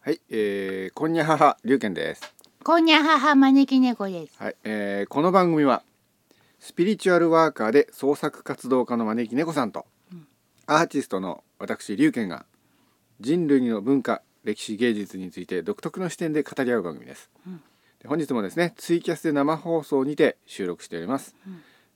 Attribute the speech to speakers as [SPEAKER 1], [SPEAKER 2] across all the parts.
[SPEAKER 1] はい、えー、こんにゃはは龍賢です。
[SPEAKER 2] こんにゃ母招き猫です。
[SPEAKER 1] はい、えー、この番組はスピリチュアルワーカーで創作活動家の招き猫さんと、アーティストの私龍賢が人類の文化歴史芸術について独特の視点で語り合う番組です、で本日もですねツイキャスで生放送にて収録しております、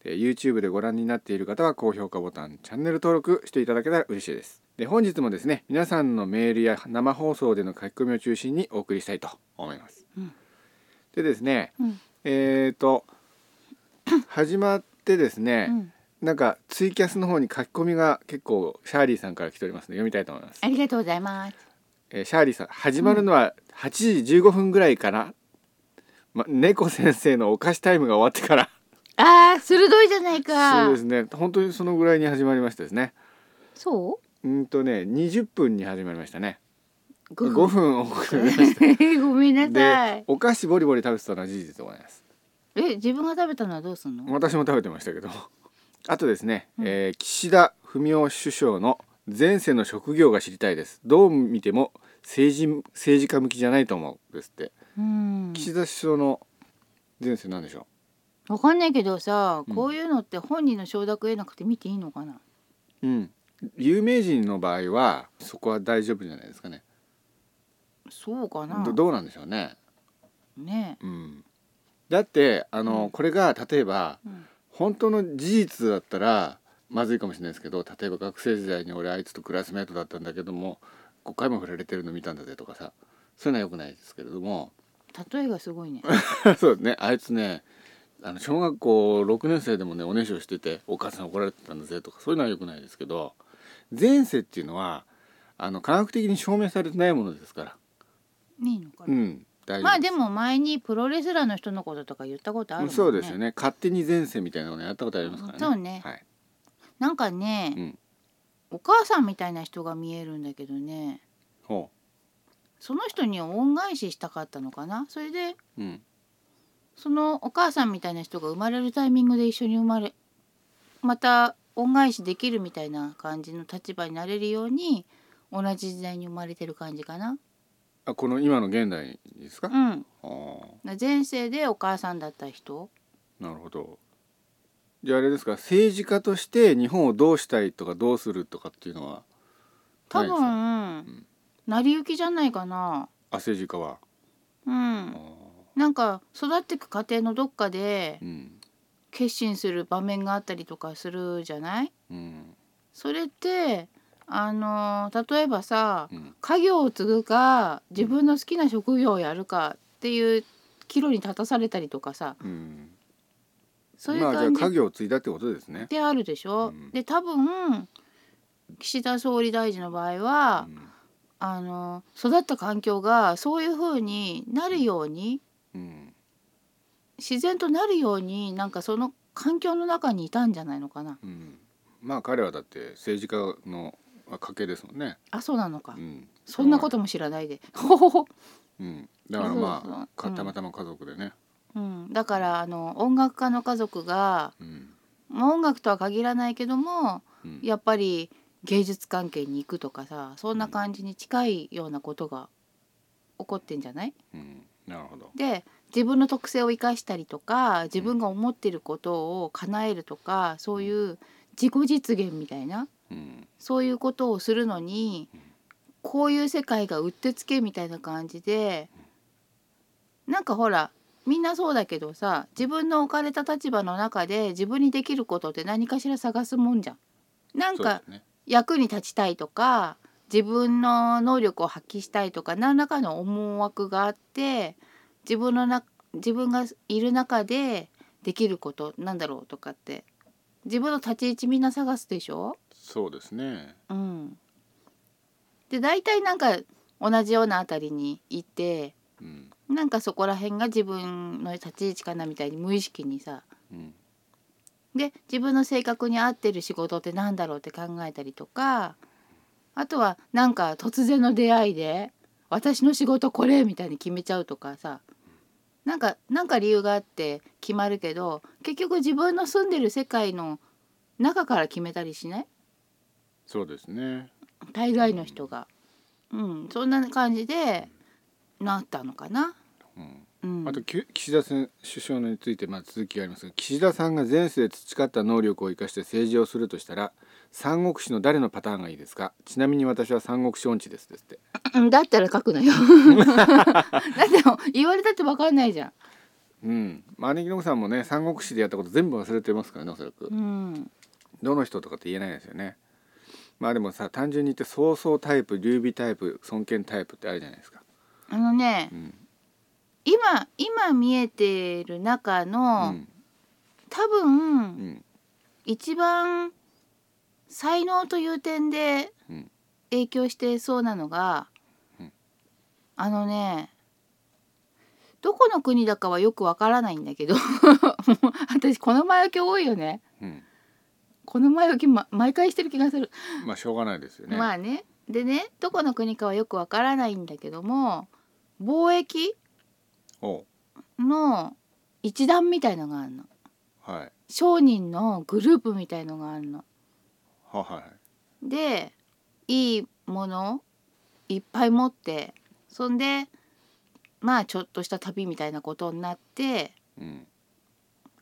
[SPEAKER 1] で YouTube でご覧になっている方は高評価ボタンチャンネル登録していただけたら嬉しいですで本日もですね皆さんのメールや生放送での書き込みを中心にお送りしたいと思います、
[SPEAKER 2] うん
[SPEAKER 1] でですね、
[SPEAKER 2] うん
[SPEAKER 1] えー、と 始まってですね、
[SPEAKER 2] うん
[SPEAKER 1] なんかツイキャスの方に書き込みが結構シャーリーさんから来ておりますので読みたいと思います
[SPEAKER 2] あ、りがとうございます。
[SPEAKER 1] えーシャーリーさん始まるのは8時15分ぐらいかな、ま、猫先生のお菓子タイムが終わってから
[SPEAKER 2] ああ、鋭いじゃないか。
[SPEAKER 1] そうですね本当にそのぐらいに始まりましたですね
[SPEAKER 2] そう
[SPEAKER 1] うんとね20分に始まりましたね
[SPEAKER 2] ご
[SPEAKER 1] 5分遅れまし
[SPEAKER 2] ごめん
[SPEAKER 1] た
[SPEAKER 2] なさ
[SPEAKER 1] で
[SPEAKER 2] い。
[SPEAKER 1] お菓子ボリボリ食べてたのは事実でございます
[SPEAKER 2] え、自分が食べたのはどうすんの？
[SPEAKER 1] 私も食べてました けどあとですね、えー岸田文雄首相の前世の職業が知りたいですどう見ても政治政治家向きじゃないと思うですって、
[SPEAKER 2] うん。
[SPEAKER 1] 岸田首相の前世なんでしょ
[SPEAKER 2] わかんないけどさ
[SPEAKER 1] う、ん
[SPEAKER 2] こういうのって本人の承諾得なくて見ていいのかな？
[SPEAKER 1] う、うん、有名人の場合はそこは大丈夫じゃないですかね
[SPEAKER 2] そうかな
[SPEAKER 1] ど。どうなんでしょうね、
[SPEAKER 2] ね
[SPEAKER 1] うん、だってあの、
[SPEAKER 2] うん
[SPEAKER 1] これが例えば
[SPEAKER 2] え。うん
[SPEAKER 1] 本当の事実だったらまずいかもしれないですけど例えば学生時代に俺あいつとクラスメートだったんだけども5回も振られてるの見たんだぜとかさそういうのはよくないですけれど も
[SPEAKER 2] 例えがす ごいね。
[SPEAKER 1] そうですねあいつねあの小学校6年生でもねおねしょしててお母さん怒られてたんだぜとかそういうのはよくないですけど前世っていうのはあの科学的に証明されてないものですから
[SPEAKER 2] ねえいいのか
[SPEAKER 1] う
[SPEAKER 2] な。
[SPEAKER 1] ん大丈夫
[SPEAKER 2] まあでも前にプロレスラーの人のこととか言ったことあるもんね。
[SPEAKER 1] そうですよ。ね勝手に前世みたいなのやったことありますからね
[SPEAKER 2] そうね
[SPEAKER 1] はい、
[SPEAKER 2] なんかね、
[SPEAKER 1] うん
[SPEAKER 2] お母さんみたいな人が見えるんだけどね。
[SPEAKER 1] ほ
[SPEAKER 2] その人に恩返ししたかったのかなそれで
[SPEAKER 1] ううん
[SPEAKER 2] そのお母さんみたいな人が生まれるタイミングで一緒に生まれまた恩返しできるみたいな感じの立場になれるように同じ時代に生まれてる感じかな。
[SPEAKER 1] あこの今の現代にですか、
[SPEAKER 2] うん、
[SPEAKER 1] あ
[SPEAKER 2] 前世でお母さんだった人
[SPEAKER 1] あなるほどじゃああれですか政治家として日本をどうしたいとかどうするとかっていうのは
[SPEAKER 2] 多分、
[SPEAKER 1] ないんですか
[SPEAKER 2] 成り行きじゃないかな。
[SPEAKER 1] あ政治家は、
[SPEAKER 2] う
[SPEAKER 1] あ
[SPEAKER 2] ん、なんか育ってく家庭のどっかで
[SPEAKER 1] ーうん
[SPEAKER 2] 決心する場面があったりとかするじゃない
[SPEAKER 1] うん
[SPEAKER 2] それってあの例えばさ、
[SPEAKER 1] うん
[SPEAKER 2] 家業を継ぐか自分の好きな職業をやるかっていう岐路に立たされたりとかさ
[SPEAKER 1] うん
[SPEAKER 2] そういう
[SPEAKER 1] まあじゃあ
[SPEAKER 2] 感
[SPEAKER 1] 家
[SPEAKER 2] じ
[SPEAKER 1] 業を継いだってことですね、
[SPEAKER 2] であるでしょ。
[SPEAKER 1] うん
[SPEAKER 2] で多分岸田総理大臣の場合は、
[SPEAKER 1] うん
[SPEAKER 2] あの育った環境がそういう風になるように
[SPEAKER 1] うん、
[SPEAKER 2] 自然となるようになんかその環境の中にいたんじゃないのかな。
[SPEAKER 1] うん、まあ彼はだって政治家のあ家系ですもんね、
[SPEAKER 2] あそうなのか、
[SPEAKER 1] うん、
[SPEAKER 2] そんなことも知らないで。 ほほほ
[SPEAKER 1] うん、だからまあ
[SPEAKER 2] そうそうそう
[SPEAKER 1] か
[SPEAKER 2] うん
[SPEAKER 1] たまたま家族でね、
[SPEAKER 2] うん、だからあの音楽家の家族が、
[SPEAKER 1] うん
[SPEAKER 2] まあ、音楽とは限らないけども
[SPEAKER 1] うん、
[SPEAKER 2] やっぱり芸術関係に行くとかさそんな感じに近いようなことが起こってんじゃない
[SPEAKER 1] うん、なるほど、
[SPEAKER 2] で自分の特性を生かしたりとか自分が思ってることを叶えるとかそういう自己実現みたいな
[SPEAKER 1] うん
[SPEAKER 2] そういうことをするのにこういう世界がうってつけみたいな感じでなんかほらみんなそうだけどさ自分の置かれた立場の中で自分にできることって何かしら探すもんじゃん。なん
[SPEAKER 1] そうで
[SPEAKER 2] か
[SPEAKER 1] すね、
[SPEAKER 2] 役に立ちたいとか自分の能力を発揮したいとか何らかの思惑があって自分のな自分がいる中でできることなんだろうとかって自分の立ち位置みんな探すでしょ
[SPEAKER 1] そうですね、
[SPEAKER 2] うん、で大体なんか同じようなあたりにいて
[SPEAKER 1] うん
[SPEAKER 2] なんかそこら辺が自分の立ち位置かなみたいに無意識にさ
[SPEAKER 1] うん
[SPEAKER 2] で自分の性格に合ってる仕事ってなんだろうって考えたりとかあとはなんか突然の出会いで「私の仕事これ!」みたいに決めちゃうとかさなんかなんか理由があって決まるけど結局自分の住んでる世界の中から決めたりしない
[SPEAKER 1] そうですね
[SPEAKER 2] 大概の人が、うん、そんな感じでなったのかな。
[SPEAKER 1] うん
[SPEAKER 2] うん、
[SPEAKER 1] あとき岸田せん首相のについてまあ続きがありますが岸田さんが前世で培った能力を生かして政治をするとしたら三国志の誰のパターンがいいですかちなみに私は三国志音痴ですですって
[SPEAKER 2] うんだったら書く なよ。だってもう言われたってわかんないじゃ
[SPEAKER 1] うん招きの子さんもね三国志でやったこと全部忘れてますからねおそらく、
[SPEAKER 2] ん。うん。
[SPEAKER 1] どの人とかって言えないですよねまあでもさ単純に言って曹操タイプ劉備タイプ孫権タイプってあるじゃないですか、
[SPEAKER 2] あのね
[SPEAKER 1] う、ん
[SPEAKER 2] 今今見えてる中
[SPEAKER 1] う
[SPEAKER 2] の、
[SPEAKER 1] ん
[SPEAKER 2] 多分、
[SPEAKER 1] うん
[SPEAKER 2] 一番才能という点で
[SPEAKER 1] うん
[SPEAKER 2] 影響してそうなのが、
[SPEAKER 1] うん
[SPEAKER 2] あのねどこの国だかはよくわからないんだけど もう私この前置き多いよね
[SPEAKER 1] うん
[SPEAKER 2] この前置き、ま、毎回してる気がする、
[SPEAKER 1] まあしょうがないですよね、
[SPEAKER 2] まあねでねどこの国かはよくわからないんだけども貿易
[SPEAKER 1] おう
[SPEAKER 2] の一団みたいのがあるの
[SPEAKER 1] はいは
[SPEAKER 2] 商人のグループみたいのがあるの
[SPEAKER 1] あはいはい
[SPEAKER 2] でいいものいっぱい持ってそんでまあちょっとした旅みたいなことになって
[SPEAKER 1] うん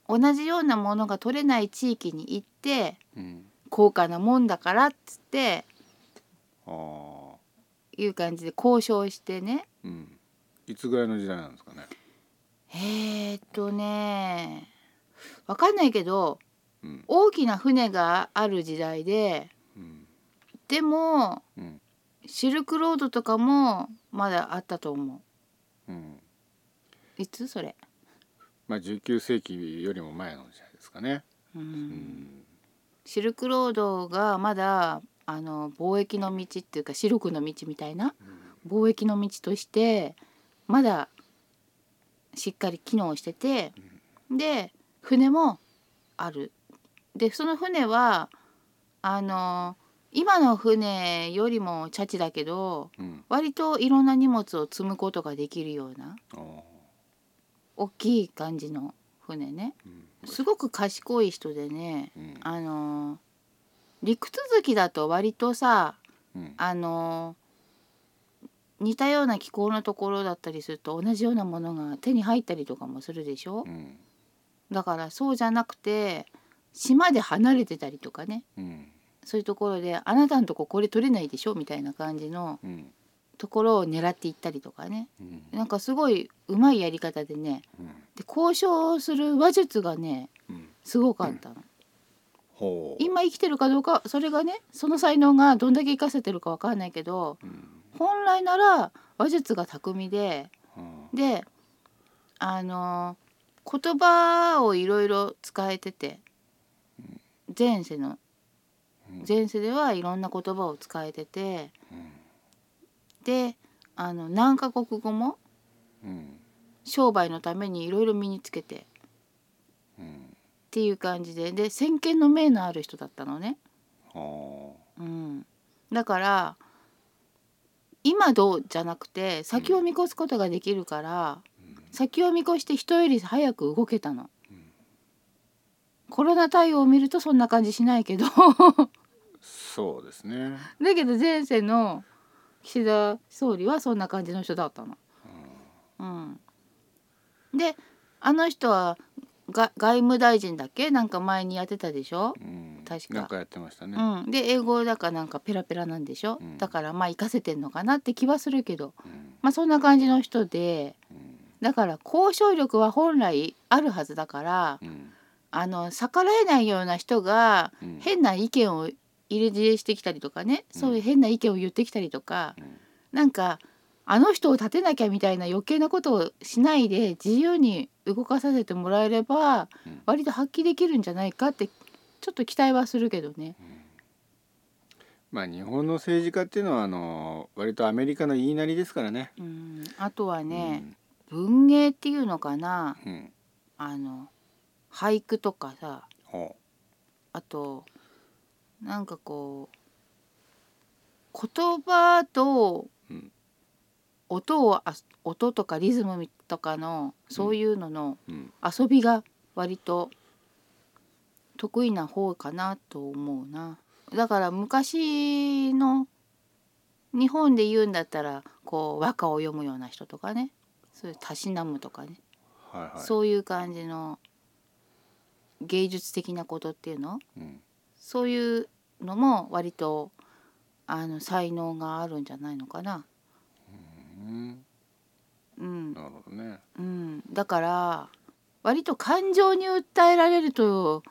[SPEAKER 2] 同じようなものが取れない地域に行って
[SPEAKER 1] うん
[SPEAKER 2] 高価なもんだからっつって
[SPEAKER 1] ああ
[SPEAKER 2] いう感じで交渉してね
[SPEAKER 1] うんいつぐらいの時代なんですかね
[SPEAKER 2] えー、っとねわかんないけど
[SPEAKER 1] うん
[SPEAKER 2] 大きな船がある時代で
[SPEAKER 1] うん
[SPEAKER 2] でも
[SPEAKER 1] うん
[SPEAKER 2] シルクロードとかもまだあったと思
[SPEAKER 1] うん
[SPEAKER 2] ういつそれ、
[SPEAKER 1] まあ19世紀よりも前の時代ですかね
[SPEAKER 2] う
[SPEAKER 1] うんん
[SPEAKER 2] シルクロードがまだあの貿易の道っていうかシルクの道みたいな貿易の道としてまだしっかり機能しててで船もある。でその船はあの今の船よりもチャチだけど
[SPEAKER 1] うん
[SPEAKER 2] 割といろんな荷物を積むことができるような
[SPEAKER 1] ああ
[SPEAKER 2] 大きい感じの船ね
[SPEAKER 1] うん
[SPEAKER 2] すごく賢い人でね
[SPEAKER 1] うん
[SPEAKER 2] あの陸続きだと割とさ
[SPEAKER 1] うん
[SPEAKER 2] あの似たような気候のところだったりすると同じようなものが手に入ったりとかもするでしょ
[SPEAKER 1] うん
[SPEAKER 2] だからそうじゃなくて島で離れてたりとかね
[SPEAKER 1] うん
[SPEAKER 2] そういうところであなたのとここれ取れないでしょみたいな感じの
[SPEAKER 1] うん
[SPEAKER 2] ところを狙っていったりとかね
[SPEAKER 1] うん
[SPEAKER 2] なんかすごいうまいやり方でね
[SPEAKER 1] うん
[SPEAKER 2] で交渉をする話術がね
[SPEAKER 1] うん
[SPEAKER 2] すごかったの。
[SPEAKER 1] ほう
[SPEAKER 2] 今生きてるかどうかそれがねその才能がどんだけ生かせてるかわかんないけど
[SPEAKER 1] うん
[SPEAKER 2] 本来なら話術が巧みで
[SPEAKER 1] うん
[SPEAKER 2] であの言葉をいろいろ使えてて前世の
[SPEAKER 1] うん
[SPEAKER 2] 前世ではいろんな言葉を使えてて
[SPEAKER 1] うん
[SPEAKER 2] であの何カ国語も
[SPEAKER 1] うん
[SPEAKER 2] 商売のためにいろいろ身につけてっ
[SPEAKER 1] うん
[SPEAKER 2] ていう感じでで先見の明のある人だったのね。
[SPEAKER 1] は
[SPEAKER 2] うん、だから今どうじゃなくて先を見越すことができるから、先を見越して人より早く動けたの、
[SPEAKER 1] うん
[SPEAKER 2] コロナ対応を見るとそんな感じしないけど
[SPEAKER 1] あそうですね
[SPEAKER 2] だけど前世の岸田総理はそんな感じの人だったの。うん、であの人はが外務大臣だっけなんか前にやってたでしょ、
[SPEAKER 1] うん
[SPEAKER 2] 確か
[SPEAKER 1] なんかやってましたね
[SPEAKER 2] うん、で英語だかなんかペラペラなんでしょ、
[SPEAKER 1] うん
[SPEAKER 2] だからまあ活かせてんのかなって気はするけど
[SPEAKER 1] うん
[SPEAKER 2] まあそんな感じの人で
[SPEAKER 1] うん
[SPEAKER 2] だから交渉力は本来あるはずだから
[SPEAKER 1] うん
[SPEAKER 2] あの逆らえないような人が
[SPEAKER 1] うん
[SPEAKER 2] 変な意見を入れ知恵してきたりとかねそういう変な意見を言ってきたりとか
[SPEAKER 1] うん
[SPEAKER 2] なんかあの人を立てなきゃみたいな余計なことをしないで自由に動かさせてもらえれば
[SPEAKER 1] うん
[SPEAKER 2] 割と発揮できるんじゃないかってちょっと期待はするけどね。
[SPEAKER 1] まあ日本の政治家っていうのはあの割とアメリカの言いなりですからね
[SPEAKER 2] うん、あとはね、文芸っていうのかな
[SPEAKER 1] うんうん
[SPEAKER 2] あの俳句とかさ
[SPEAKER 1] ほ
[SPEAKER 2] あとなんかこう言葉と
[SPEAKER 1] うん
[SPEAKER 2] 音をあ音とかリズムとかのそういうのの
[SPEAKER 1] ううん
[SPEAKER 2] 遊びが割と得意な方かなと思うなだから昔の日本で言うんだったらこう和歌を読むような人とかねそういうたしなむとかね、
[SPEAKER 1] はいはい
[SPEAKER 2] そういう感じの芸術的なことっていうの
[SPEAKER 1] うん
[SPEAKER 2] そういうのも割とあの才能があるんじゃないのかな。
[SPEAKER 1] うん
[SPEAKER 2] うん
[SPEAKER 1] なるほどね
[SPEAKER 2] うん、だから割と感情に訴えられると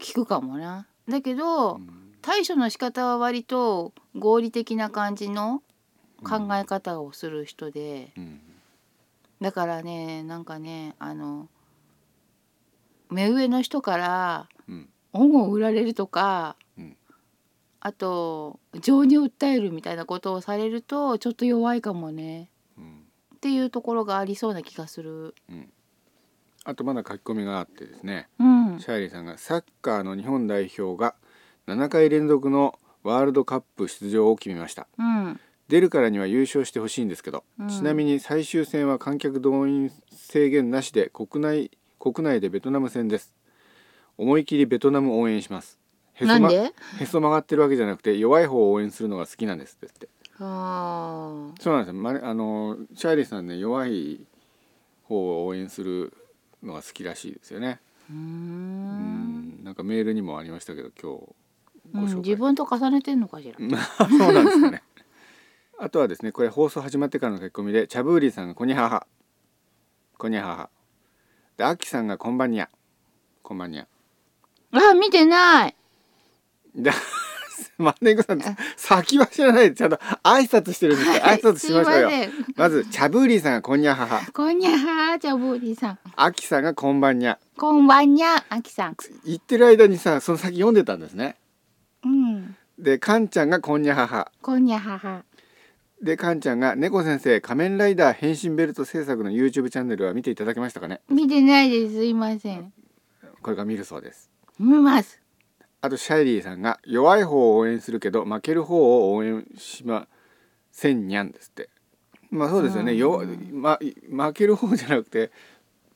[SPEAKER 2] 聞くかもな。だけど
[SPEAKER 1] うん
[SPEAKER 2] 対処の仕方は割と合理的な感じの考え方をする人で、
[SPEAKER 1] うん
[SPEAKER 2] だからねなんかねあの目上の人から
[SPEAKER 1] うん
[SPEAKER 2] 恩を売られるとか、
[SPEAKER 1] うん
[SPEAKER 2] あと情に訴えるみたいなことをされるとちょっと弱いかもね
[SPEAKER 1] うん
[SPEAKER 2] っていうところがありそうな気がする。
[SPEAKER 1] あとまだ書き込みがあってですね
[SPEAKER 2] うん
[SPEAKER 1] シャーリーさんがサッカーの日本代表が7回連続のワールドカップ出場を決めました
[SPEAKER 2] うん
[SPEAKER 1] 出るからには優勝してほしいんですけど、
[SPEAKER 2] うん
[SPEAKER 1] ちなみに最終戦は観客動員制限なしで国内国内でベトナム戦です思い切りベトナム応援しますへ
[SPEAKER 2] な
[SPEAKER 1] そ,、
[SPEAKER 2] ん
[SPEAKER 1] ま、へ
[SPEAKER 2] で
[SPEAKER 1] そ曲がってるわけじゃなくて弱い方を応援するのが好きなんですってって
[SPEAKER 2] あー
[SPEAKER 1] そうなんですよ、まね、あのシャーリーさんね弱い方を応援するのが好きらしいですよね
[SPEAKER 2] うー
[SPEAKER 1] うんんなんかメールにもありましたけど今日ご
[SPEAKER 2] う
[SPEAKER 1] 紹介
[SPEAKER 2] ん自分と重ねてんのかしら。
[SPEAKER 1] まあ そうなんですかね。あとはですね、これ放送始まってからの書き込みで、チャブーリーさんがこにゃはは。こにゃはは。で、アッキさんがこんばんにゃ。こんばんにゃ。
[SPEAKER 2] あ見てない
[SPEAKER 1] で、 マネコさん、 先は知らないで、ちゃんと挨拶してるんですよ。挨 拶しましょうよ。
[SPEAKER 2] すいません
[SPEAKER 1] まず、チャブーリーさんがこんにゃはは。
[SPEAKER 2] こんにゃーじゃあボーディさん
[SPEAKER 1] アッキさんがこんばんにゃ。
[SPEAKER 2] こんばんにゃあきさん
[SPEAKER 1] 言ってる間にさ、その先読んでたんですね。
[SPEAKER 2] うん
[SPEAKER 1] で、カンちゃんがこんにゃはは。
[SPEAKER 2] こんにゃはは
[SPEAKER 1] で、カンちゃんが猫先生、仮面ライダー変身ベルト制作の YouTube チャンネルは見ていただけましたかね。
[SPEAKER 2] 見てないですすいません
[SPEAKER 1] これが見るそうです
[SPEAKER 2] 見ます
[SPEAKER 1] あとシャイリーさんが弱い方を応援するけど負ける方を応援しませんにゃんですってまあそうですよね、
[SPEAKER 2] うん
[SPEAKER 1] 弱ま、負ける方じゃなくて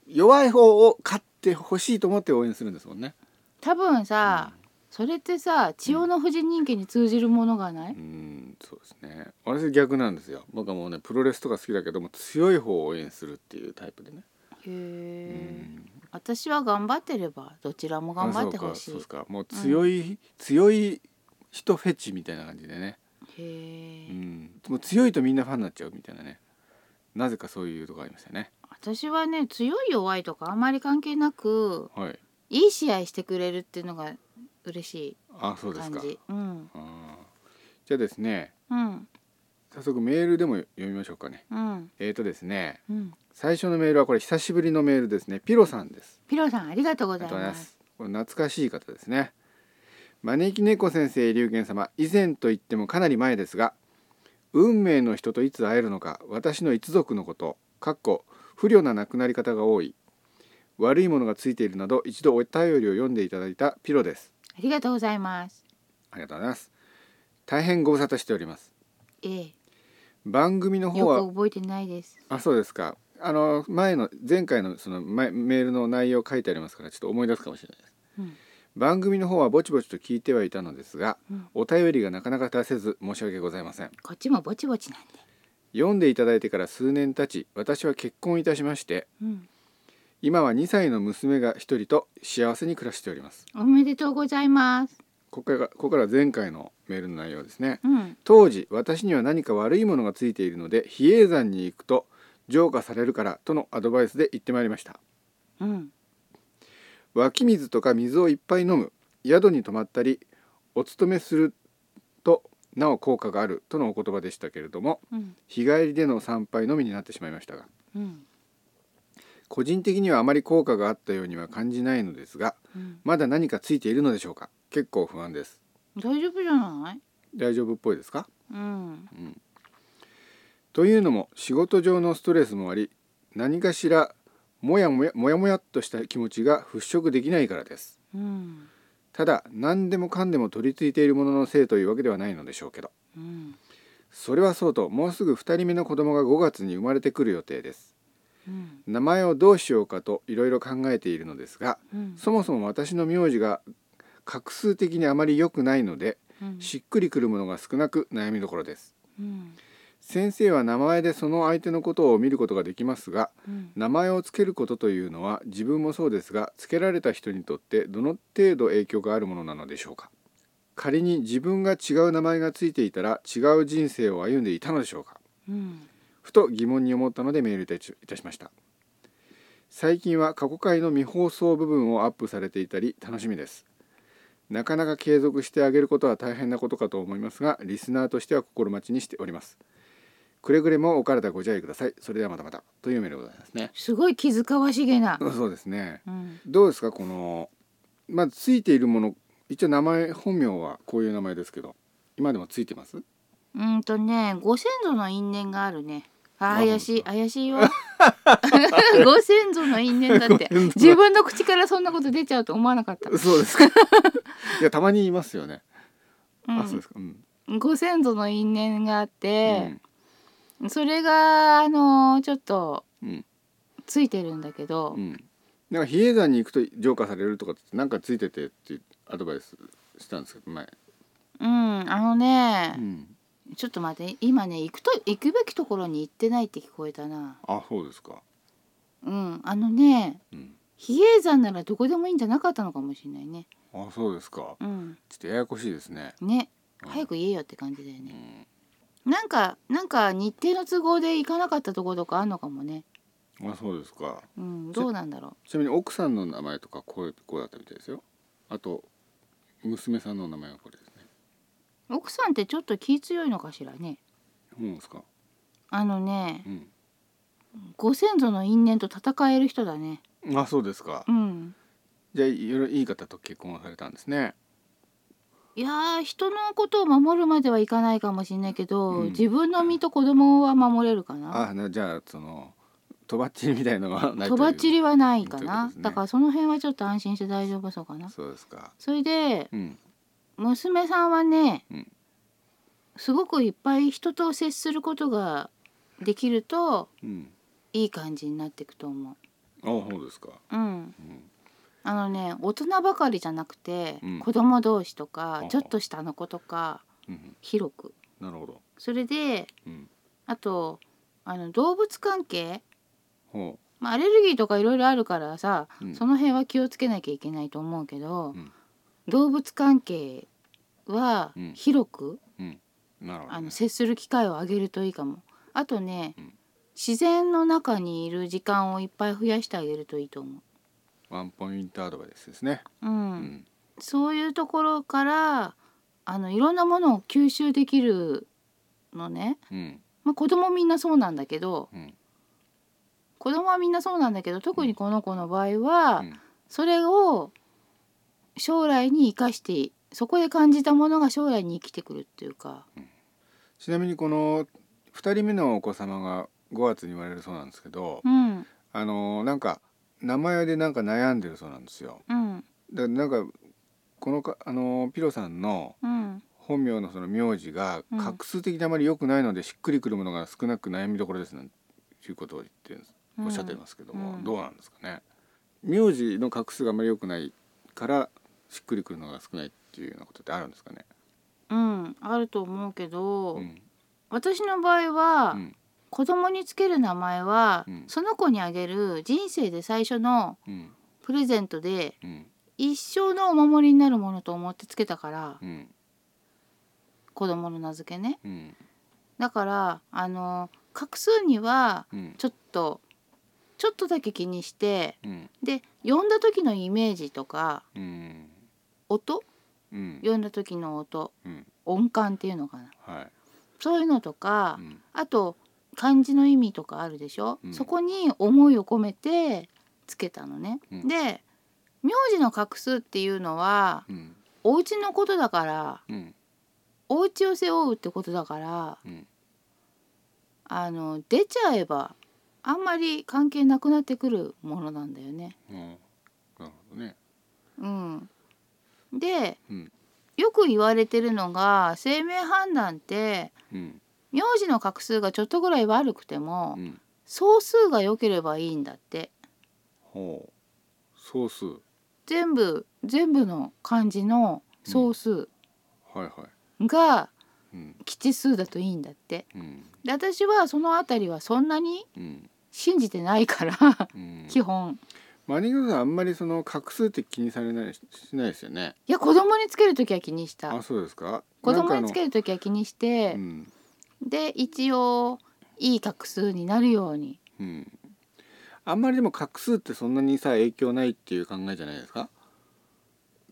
[SPEAKER 1] 弱い方を勝ってほしいと思って応援するんですもんね
[SPEAKER 2] 多分さ、それってさ千代の富士人気に通じるものがな
[SPEAKER 1] う
[SPEAKER 2] い、
[SPEAKER 1] んそうですね私逆なんですよ僕はもうねプロレスとか好きだけども強い方を応援するっていうタイプでねう
[SPEAKER 2] へえ
[SPEAKER 1] ん
[SPEAKER 2] 私は頑張ってればどちらも頑張ってほし
[SPEAKER 1] あそうかそうで
[SPEAKER 2] い
[SPEAKER 1] すかもう強い、強い人フェチみたいな感じでね
[SPEAKER 2] へえ、
[SPEAKER 1] うん、もう強いとみんなファンになっちゃうみたいなねなぜかそういうとこありましたよね
[SPEAKER 2] 私はね強い弱いとかあんまり関係なく
[SPEAKER 1] はい
[SPEAKER 2] いい試合してくれるっていうのが嬉し
[SPEAKER 1] あそ
[SPEAKER 2] いう
[SPEAKER 1] です
[SPEAKER 2] 感
[SPEAKER 1] か
[SPEAKER 2] じうん
[SPEAKER 1] あーじゃあですね
[SPEAKER 2] うん
[SPEAKER 1] 早速メールでも読みましょうかね
[SPEAKER 2] うん
[SPEAKER 1] えーとですね
[SPEAKER 2] うん
[SPEAKER 1] 最初のメールはこれ久しぶりのメールですねピロさんです
[SPEAKER 2] ピロさんありがとうご
[SPEAKER 1] あり
[SPEAKER 2] ざ
[SPEAKER 1] が
[SPEAKER 2] い
[SPEAKER 1] とうございま
[SPEAKER 2] ま
[SPEAKER 1] すすこれ懐かしい方ですね招き猫先生龍玄様以前と言ってもかなり前ですが運命の人といつ会えるのか私の一族のことかっこ不慮な亡くなり方が多い悪いものがついているなど一度お便りを読んでいただいたピロです
[SPEAKER 2] ありがとうございます
[SPEAKER 1] ありがとうございます大変ご無沙汰しております
[SPEAKER 2] ええ
[SPEAKER 1] 番組の方
[SPEAKER 2] よく
[SPEAKER 1] は
[SPEAKER 2] 覚えてないです
[SPEAKER 1] あそうですかあの前の前回のその前メールの内容書いてありますからちょっと思い出すかもしれないです
[SPEAKER 2] うん
[SPEAKER 1] 番組の方はぼちぼちと聞いてはいたのですが、
[SPEAKER 2] うん
[SPEAKER 1] お便りがなかなか出せず申し訳ございません
[SPEAKER 2] こっちもぼちぼちなんで
[SPEAKER 1] 読んでいただいてから数年経ち私は結婚いたしまして
[SPEAKER 2] うん
[SPEAKER 1] 今は2歳の娘が一人と幸せに暮らしております
[SPEAKER 2] おめでとうございます
[SPEAKER 1] ここからここから前回のメールの内容ですね
[SPEAKER 2] うん
[SPEAKER 1] 当時私には何か悪いものがついているので比叡山に行くと浄化されるからとのアドバイスで行ってまいりました
[SPEAKER 2] うん
[SPEAKER 1] 湧き水とか水をいっぱい飲む宿に泊まったりお勤めするとなお効果があるとのお言葉でしたけれども
[SPEAKER 2] うん
[SPEAKER 1] 日帰りでの参拝のみになってしまいましたが
[SPEAKER 2] うん
[SPEAKER 1] 個人的にはあまり効果があったようには感じないのですが
[SPEAKER 2] うん
[SPEAKER 1] まだ何かついているのでしょうか結構不安です
[SPEAKER 2] 大丈夫じゃない
[SPEAKER 1] 大丈夫っぽいですか
[SPEAKER 2] うん
[SPEAKER 1] というのも仕事上のストレスもあり何かしらもやもやもやもやっとした気持ちが払拭できないからです
[SPEAKER 2] うん
[SPEAKER 1] ただ何でもかんでも取り付いているもののせいというわけではないのでしょうけど
[SPEAKER 2] うん
[SPEAKER 1] それはそうともうすぐ2人目の子供が5月に生まれてくる予定です
[SPEAKER 2] うん
[SPEAKER 1] 名前をどうしようかといろいろ考えているのですが
[SPEAKER 2] うん
[SPEAKER 1] そもそも私の名字が画数的にあまり良くないので
[SPEAKER 2] うん
[SPEAKER 1] しっくりくるものが少なく悩みどころです
[SPEAKER 2] うん
[SPEAKER 1] 先生は名前でその相手のことを見ることができますが
[SPEAKER 2] うん
[SPEAKER 1] 名前をつけることというのは自分もそうですがつけられた人にとってどの程度影響があるものなのでしょうか仮に自分が違う名前がついていたら違う人生を歩んでいたのでしょうか
[SPEAKER 2] うん
[SPEAKER 1] ふと疑問に思ったのでメールいたしいたしました最近は過去回の未放送部分をアップされていたり楽しみですなかなか継続してあげることは大変なことかと思いますがリスナーとしては心待ちにしておりますくれぐれもお体ご自愛くださいそれではまたまたというメールでございますね
[SPEAKER 2] すごい気遣わしげな、
[SPEAKER 1] そうですね
[SPEAKER 2] うん
[SPEAKER 1] どうですかこのまあついているもの一応名前本名はこういう名前ですけど今でもついてます
[SPEAKER 2] うんとねご先祖の因縁があるねあ
[SPEAKER 1] あそう
[SPEAKER 2] 怪
[SPEAKER 1] です
[SPEAKER 2] しい
[SPEAKER 1] か
[SPEAKER 2] 怪しい よご先祖の因縁だって自分の口からそんなこと出ちゃうと思わなかっ た、
[SPEAKER 1] そうですか いやたまにいますよね、あそうですかうん
[SPEAKER 2] うん、ご先祖の因縁があっ
[SPEAKER 1] うん
[SPEAKER 2] て、それがあのちょっと
[SPEAKER 1] うん
[SPEAKER 2] ついてるんだけど、
[SPEAKER 1] うん、なんか比叡山に行くと浄化されるとかってなんかついててっていうアドバイスしたんですけど前、
[SPEAKER 2] うん、あのね
[SPEAKER 1] う、ん、
[SPEAKER 2] ちょっと待って今ね行くと行くべきところに行ってないって聞こえたな
[SPEAKER 1] あそうですか、
[SPEAKER 2] うんあのね
[SPEAKER 1] うん、
[SPEAKER 2] 比叡山ならどこでもいいんじゃなかったのかもしれないね
[SPEAKER 1] あそうですか
[SPEAKER 2] うん
[SPEAKER 1] ちょっとややこしいですね、
[SPEAKER 2] ね
[SPEAKER 1] うん
[SPEAKER 2] 早く言えよって感じだよ
[SPEAKER 1] う
[SPEAKER 2] ね、
[SPEAKER 1] ん
[SPEAKER 2] なんかなんか日程の都合で行かなかったところとかあんのかもね
[SPEAKER 1] あそうですか
[SPEAKER 2] うんどうなんだろ
[SPEAKER 1] ちなみに奥さんの名前とかこうこうだったみたいですよあと娘さんの名前はこれですね
[SPEAKER 2] う奥さんってちょっと気強いのかしらね
[SPEAKER 1] そうですか
[SPEAKER 2] あのね
[SPEAKER 1] うん
[SPEAKER 2] ご先祖の因縁と戦える人だね
[SPEAKER 1] あそうですか
[SPEAKER 2] うん
[SPEAKER 1] じゃあいろいろいい方と結婚をされたんですね
[SPEAKER 2] いやー人のことを守るまではいかないかもしれないけど、
[SPEAKER 1] うん
[SPEAKER 2] 自分の身と子供は守れるかな
[SPEAKER 1] あなじゃあそのとばっちりみたいのはない
[SPEAKER 2] とばっち
[SPEAKER 1] り
[SPEAKER 2] りはないか
[SPEAKER 1] ということ
[SPEAKER 2] な
[SPEAKER 1] ですね
[SPEAKER 2] だからその辺はちょっと安心して大丈夫そうかな
[SPEAKER 1] そうですか
[SPEAKER 2] それで
[SPEAKER 1] うん
[SPEAKER 2] 娘さんはね、
[SPEAKER 1] うん
[SPEAKER 2] すごくいっぱい人と接することができると
[SPEAKER 1] うん
[SPEAKER 2] いい感じになっていくと思
[SPEAKER 1] あそうですか
[SPEAKER 2] ううん
[SPEAKER 1] うん
[SPEAKER 2] あのね大人ばかりじゃなくて、
[SPEAKER 1] うん
[SPEAKER 2] 子供同士とか
[SPEAKER 1] あ
[SPEAKER 2] ちょっと下の子とか
[SPEAKER 1] うん
[SPEAKER 2] 広く
[SPEAKER 1] なるほど。
[SPEAKER 2] それで
[SPEAKER 1] うん。
[SPEAKER 2] あとあの動物関係、
[SPEAKER 1] ほ
[SPEAKER 2] まあ、アレルギーとかいろいろあるからさ、
[SPEAKER 1] う。うん
[SPEAKER 2] その辺は気をつけなきゃいけないと思うけ
[SPEAKER 1] う
[SPEAKER 2] ど、
[SPEAKER 1] ん
[SPEAKER 2] 動物関係は
[SPEAKER 1] うん
[SPEAKER 2] 広く、
[SPEAKER 1] なるほどね。
[SPEAKER 2] あの接する機会を上げるといいかも。あとね、
[SPEAKER 1] うん
[SPEAKER 2] 自然の中にいる時間をいっぱい増やしてあげるといいと思
[SPEAKER 1] ワンポイントアドバイスですね。
[SPEAKER 2] う。うん、
[SPEAKER 1] うん。
[SPEAKER 2] そういうところからあのいろんなものを吸収できるのね。
[SPEAKER 1] うん。
[SPEAKER 2] まあ、子供みんなそうなんだけど
[SPEAKER 1] うん。
[SPEAKER 2] 子供はみんなそうなんだけど特にこの子の場合は、それを将来に生かしてそこで感じたものが将来に生きてくるっていうか、
[SPEAKER 1] ちなみにこの二人目のお子様が5月に生まれるそうなんですけど、
[SPEAKER 2] うん
[SPEAKER 1] あのなんか名前でなんか悩んでるそうなんですよ。
[SPEAKER 2] うん
[SPEAKER 1] だからなんかこのかあのピロさんの
[SPEAKER 2] うん
[SPEAKER 1] 本名のその名字が
[SPEAKER 2] うん
[SPEAKER 1] 画数的にあまり良くないのでしっくりくるものが少なく悩みどころですなんていうことを言ってるんです。おっしゃってますけども、
[SPEAKER 2] うん
[SPEAKER 1] どうなんですかね名字の画数があまり良くないからしっくりくるのが少ないっていうようなことってあるんですかね、
[SPEAKER 2] うん、あると思うけど、
[SPEAKER 1] うん
[SPEAKER 2] 私の場合は、
[SPEAKER 1] うん
[SPEAKER 2] 子供につける名前は、
[SPEAKER 1] うん
[SPEAKER 2] その子にあげる人生で最初の
[SPEAKER 1] うん
[SPEAKER 2] プレゼントで
[SPEAKER 1] うん
[SPEAKER 2] 一生のお守りになるものと思ってつけたから、
[SPEAKER 1] うん
[SPEAKER 2] 子供の名付けね
[SPEAKER 1] うん
[SPEAKER 2] だからあの画数には
[SPEAKER 1] うん
[SPEAKER 2] ちょっとちょっとだけ気にして
[SPEAKER 1] うん
[SPEAKER 2] で読んだ時のイメージとか
[SPEAKER 1] うん
[SPEAKER 2] 音
[SPEAKER 1] うん
[SPEAKER 2] 読んだ時の音
[SPEAKER 1] うん
[SPEAKER 2] 音感っていうのかな
[SPEAKER 1] はい
[SPEAKER 2] そういうのとか、
[SPEAKER 1] うん
[SPEAKER 2] あと漢字の意味とかあるでしょ、
[SPEAKER 1] うん
[SPEAKER 2] そこに思いを込めてつけたのね。
[SPEAKER 1] うん
[SPEAKER 2] で名字の画数っていうのは
[SPEAKER 1] うん
[SPEAKER 2] お家のことだから
[SPEAKER 1] うん
[SPEAKER 2] お家を背負うってことだから
[SPEAKER 1] うん
[SPEAKER 2] あの出ちゃえばあんまり関係なくなってくるものなんだよね。
[SPEAKER 1] うんなるほどね
[SPEAKER 2] うん、で
[SPEAKER 1] うん
[SPEAKER 2] よく言われてるのが生命判断って
[SPEAKER 1] うん
[SPEAKER 2] 名字の画数がちょっとぐらい悪くても
[SPEAKER 1] うん
[SPEAKER 2] 総数が良ければいいんだって
[SPEAKER 1] ほうソース
[SPEAKER 2] 全部全部の漢字の総数、
[SPEAKER 1] はいはい
[SPEAKER 2] が
[SPEAKER 1] うん
[SPEAKER 2] 吉数だといいんだって
[SPEAKER 1] うん
[SPEAKER 2] で私はそのあたりはそんなに
[SPEAKER 1] うん
[SPEAKER 2] 信じてないから
[SPEAKER 1] うん
[SPEAKER 2] 基本
[SPEAKER 1] マニングさんあんまりその画数って気にされないししないですよね
[SPEAKER 2] いや子供につける時は気にした
[SPEAKER 1] あそうですか
[SPEAKER 2] 子供につけ
[SPEAKER 1] る
[SPEAKER 2] る時は気にし
[SPEAKER 1] う
[SPEAKER 2] て、
[SPEAKER 1] ん
[SPEAKER 2] で一応いい画数になるように
[SPEAKER 1] うんあんまりでも画数ってそんなにさ影響ないっていう考えじゃないですか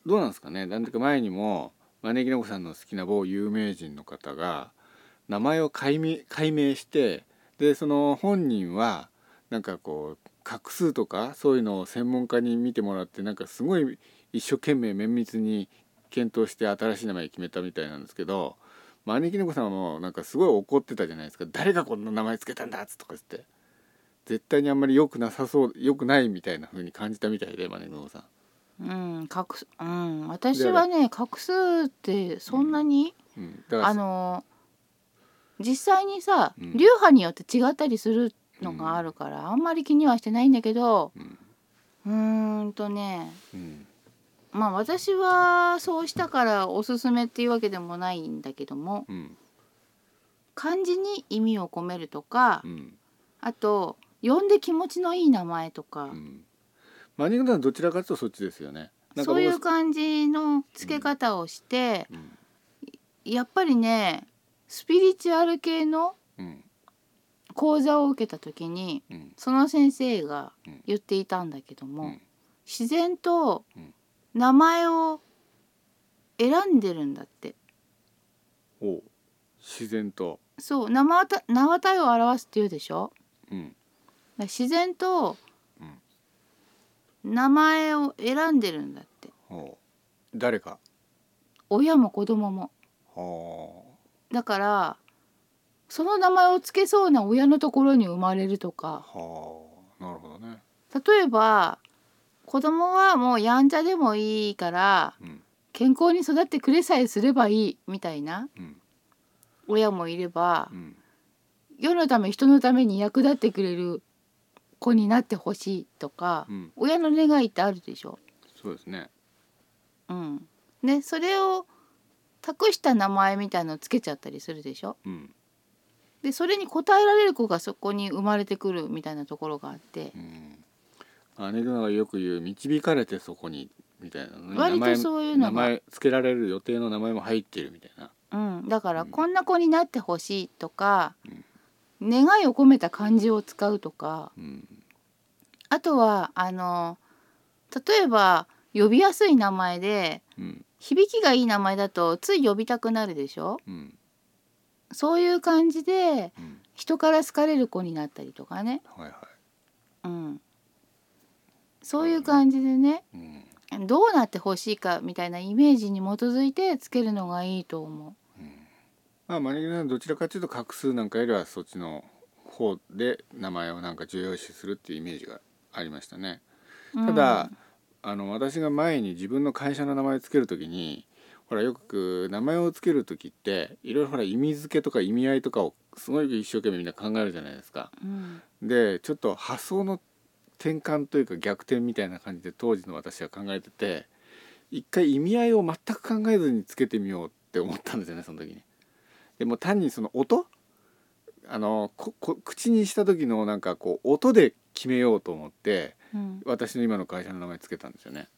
[SPEAKER 1] どうなんですかねなんだか前にも招き猫さんの好きな某有名人の方が名前を解明解明してでその本人はなんかこう画数とかそういうのを専門家に見てもらってなんかすごい一生懸命綿密に検討して新しい名前決めたみたいなんですけど招き猫さんもなんかすごい怒ってたじゃないですか誰がこんな名前つけたんだっつとか言って絶対にあんまり良くなさそう良くないみたいな風に感じたみたいで招き猫さん。
[SPEAKER 2] うん画数うん私はね画数ってそんなに、
[SPEAKER 1] うん、だから
[SPEAKER 2] あの実際にさ、
[SPEAKER 1] うん
[SPEAKER 2] 流派によって違ったりするのがあるから、あんまり気にはしてないんだけど
[SPEAKER 1] うん
[SPEAKER 2] うーんとね
[SPEAKER 1] うん
[SPEAKER 2] まあ私はそうしたからおすすめっていうわけでもないんだけども
[SPEAKER 1] うん
[SPEAKER 2] 漢字に意味を込めるとか、
[SPEAKER 1] うん
[SPEAKER 2] あと呼んで気持ちのいい名前とか、
[SPEAKER 1] うんマニングダンどちらかというとそっちですよね。なんか
[SPEAKER 2] そう
[SPEAKER 1] 僕
[SPEAKER 2] いう感じの付け方をして、
[SPEAKER 1] うん
[SPEAKER 2] やっぱりねスピリチュアル系の
[SPEAKER 1] うん
[SPEAKER 2] 講座を受けた時に
[SPEAKER 1] うん
[SPEAKER 2] その先生が
[SPEAKER 1] うん
[SPEAKER 2] 言っていたんだけども、
[SPEAKER 1] うん
[SPEAKER 2] 自然と
[SPEAKER 1] うん
[SPEAKER 2] 名前を選んでるんだって
[SPEAKER 1] おう自然と、
[SPEAKER 2] そう名前た名は体を表すって言うでしょ
[SPEAKER 1] うん
[SPEAKER 2] だから自然と
[SPEAKER 1] うん
[SPEAKER 2] 名前を選んでるんだって
[SPEAKER 1] おう誰か
[SPEAKER 2] 親も子供も
[SPEAKER 1] は
[SPEAKER 2] だからその名前を付けそうな親のところに生まれると
[SPEAKER 1] あ
[SPEAKER 2] か
[SPEAKER 1] はあなるほどね。
[SPEAKER 2] 例えば子供はもうやんちゃでもいいから
[SPEAKER 1] うん
[SPEAKER 2] 健康に育ってくれさえすればいいみたいな
[SPEAKER 1] うん
[SPEAKER 2] 親もいれば
[SPEAKER 1] うん
[SPEAKER 2] 世のため人のために役立ってくれる子になってほしいとか
[SPEAKER 1] うん
[SPEAKER 2] 親の願いってあるでしょ。
[SPEAKER 1] そうですね。
[SPEAKER 2] うん、でそれを託した名前みたいのをつけちゃったりするでしょ。
[SPEAKER 1] うん
[SPEAKER 2] でそれに応えられる子がそこに生まれてくるみたいなところがあって
[SPEAKER 1] うん。マネグナがよく言う導かれてそこにみたいなのね
[SPEAKER 2] 割
[SPEAKER 1] 名前
[SPEAKER 2] とそういう
[SPEAKER 1] 名
[SPEAKER 2] のが、
[SPEAKER 1] 前つけられる予定の名前も入ってるみたいな。
[SPEAKER 2] うん、だから
[SPEAKER 1] うん
[SPEAKER 2] こんな子になってほしいとか、願いを込めた漢字を使うとか
[SPEAKER 1] うん
[SPEAKER 2] あとはあの例えば呼びやすい名前で
[SPEAKER 1] うん
[SPEAKER 2] 響きがいい名前だとつい呼びたくなるでしょ
[SPEAKER 1] うん
[SPEAKER 2] そういう感じで
[SPEAKER 1] うん
[SPEAKER 2] 人から好かれる子になったりとかね、
[SPEAKER 1] はいは
[SPEAKER 2] うん、そういう感じでね
[SPEAKER 1] い。うん
[SPEAKER 2] どうなってほしいかみたいなイメージに基づいてつけるのがいいと思
[SPEAKER 1] まあ、マネギさんどちらかというと画数なんかよりはそっちの方で名前をなんか重要視するっていうイメージがありましたね。
[SPEAKER 2] う。
[SPEAKER 1] ただ、あの私が前に自分の会社の名前をつけるときにほらよく名前をつける時っていろいろほら意味付けとか意味合いとかをすごい一生懸命みんな考えるじゃないですか。
[SPEAKER 2] うん、
[SPEAKER 1] でちょっと発想の転換というか逆転みたいな感じで当時の私は考えてて一回意味合いを全く考えずにつけてみようって思ったんですよねその時に。でも単にその音あのここ口にした時のなんかこう音で決めようと思って
[SPEAKER 2] うん
[SPEAKER 1] 私の今の会社の名前つけたんですよね。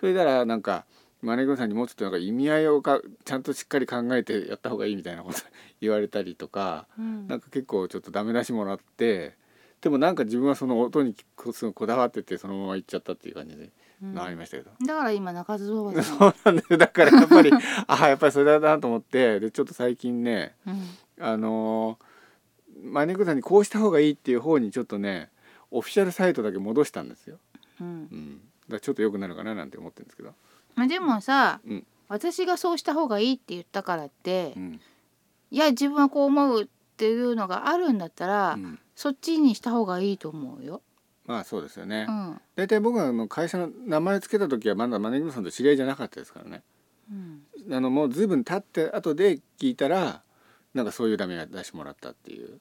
[SPEAKER 1] それならなんかマネージャーさんにもうちょっとなんか意味合いをかちゃんとしっかり考えてやった方がいいみたいなこと言われたりとか
[SPEAKER 2] うん
[SPEAKER 1] なんか結構ちょっとダメ出しもらってでもなんか自分はその音にこすごいこだわっててそのまま行っちゃったっていう感じで
[SPEAKER 2] うん
[SPEAKER 1] なりましたけど、
[SPEAKER 2] だから今中津動画さん
[SPEAKER 1] そうなんですよだからやっ ぱりああやっぱりそれだなと思ってでちょっと最近ね
[SPEAKER 2] うん
[SPEAKER 1] あのーマネージャーさんにこうした方がいいっていう方にちょっとねオフィシャルサイトだけ戻したんですよ、
[SPEAKER 2] うん
[SPEAKER 1] うん、だからちょっと良くなるかななんて思ってるんですけど、
[SPEAKER 2] まあ、でもさ、
[SPEAKER 1] うん
[SPEAKER 2] 私がそうした方がいいって言ったからって、
[SPEAKER 1] うん
[SPEAKER 2] いや自分はこう思うっていうのがあるんだったら、
[SPEAKER 1] うん
[SPEAKER 2] そっちにした方がいいと思うよ。
[SPEAKER 1] まあそうですよね、
[SPEAKER 2] うん
[SPEAKER 1] 大体僕はあの会社の名前つけた時はまだマネージャーさんと知り合いじゃなかったですからね
[SPEAKER 2] うん
[SPEAKER 1] あのもう随分経って後で聞いたらなんかそういうダメ出しもらったっていう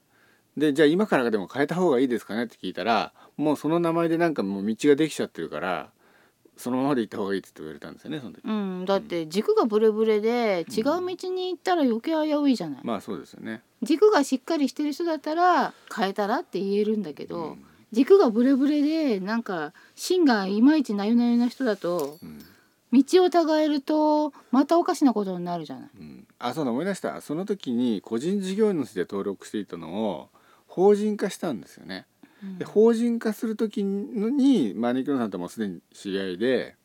[SPEAKER 1] でじゃあ今からでも変えた方がいいですかねって聞いたらもうその名前でなんかもう道ができちゃってるからそのままで行った方がいいって言われたんですよねその時
[SPEAKER 2] うん、だって軸がブレブレで違う道に行ったら余計危ういじゃない、
[SPEAKER 1] まあそうですよね
[SPEAKER 2] 軸がしっかりしてる人だったら変えたらって言えるんだけど、
[SPEAKER 1] うん
[SPEAKER 2] 軸がブレブレでなんか芯がいまいちなよなよな人だと
[SPEAKER 1] うん
[SPEAKER 2] 道を違えるとまたおかしなことになるじゃない。
[SPEAKER 1] うん、あそうだ思い出したその時に個人事業主で登録していたのを法人化したんですよね、で法人化する時にマネキュアさんともすでに知り合いで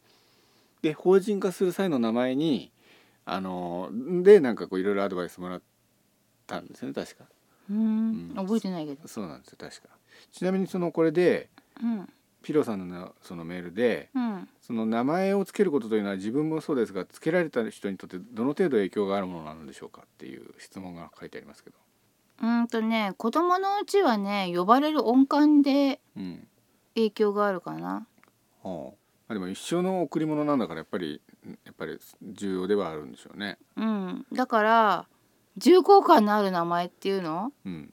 [SPEAKER 1] で法人化する際の名前にあのでなんかこういろいろアドバイスもらったんですよね確か
[SPEAKER 2] うん、
[SPEAKER 1] うん
[SPEAKER 2] 覚えてないけど。
[SPEAKER 1] そうなんですよ確かちなみにそのこれで
[SPEAKER 2] うん、
[SPEAKER 1] ピロさんのそのメールで
[SPEAKER 2] うん、
[SPEAKER 1] その名前をつけることというのは自分もそうですがつけられた人にとってどの程度影響があるものなのでしょうかっていう質問が書いてありますけど、
[SPEAKER 2] うんとね、子供のうちはね、呼ばれる音感で
[SPEAKER 1] うん
[SPEAKER 2] 影響があるかな。
[SPEAKER 1] はあまあ、でも一生の贈り物なんだからやっぱりやっぱり重要ではあるんでしょうね。
[SPEAKER 2] うん、だから重厚感のある名前っていうの、
[SPEAKER 1] うん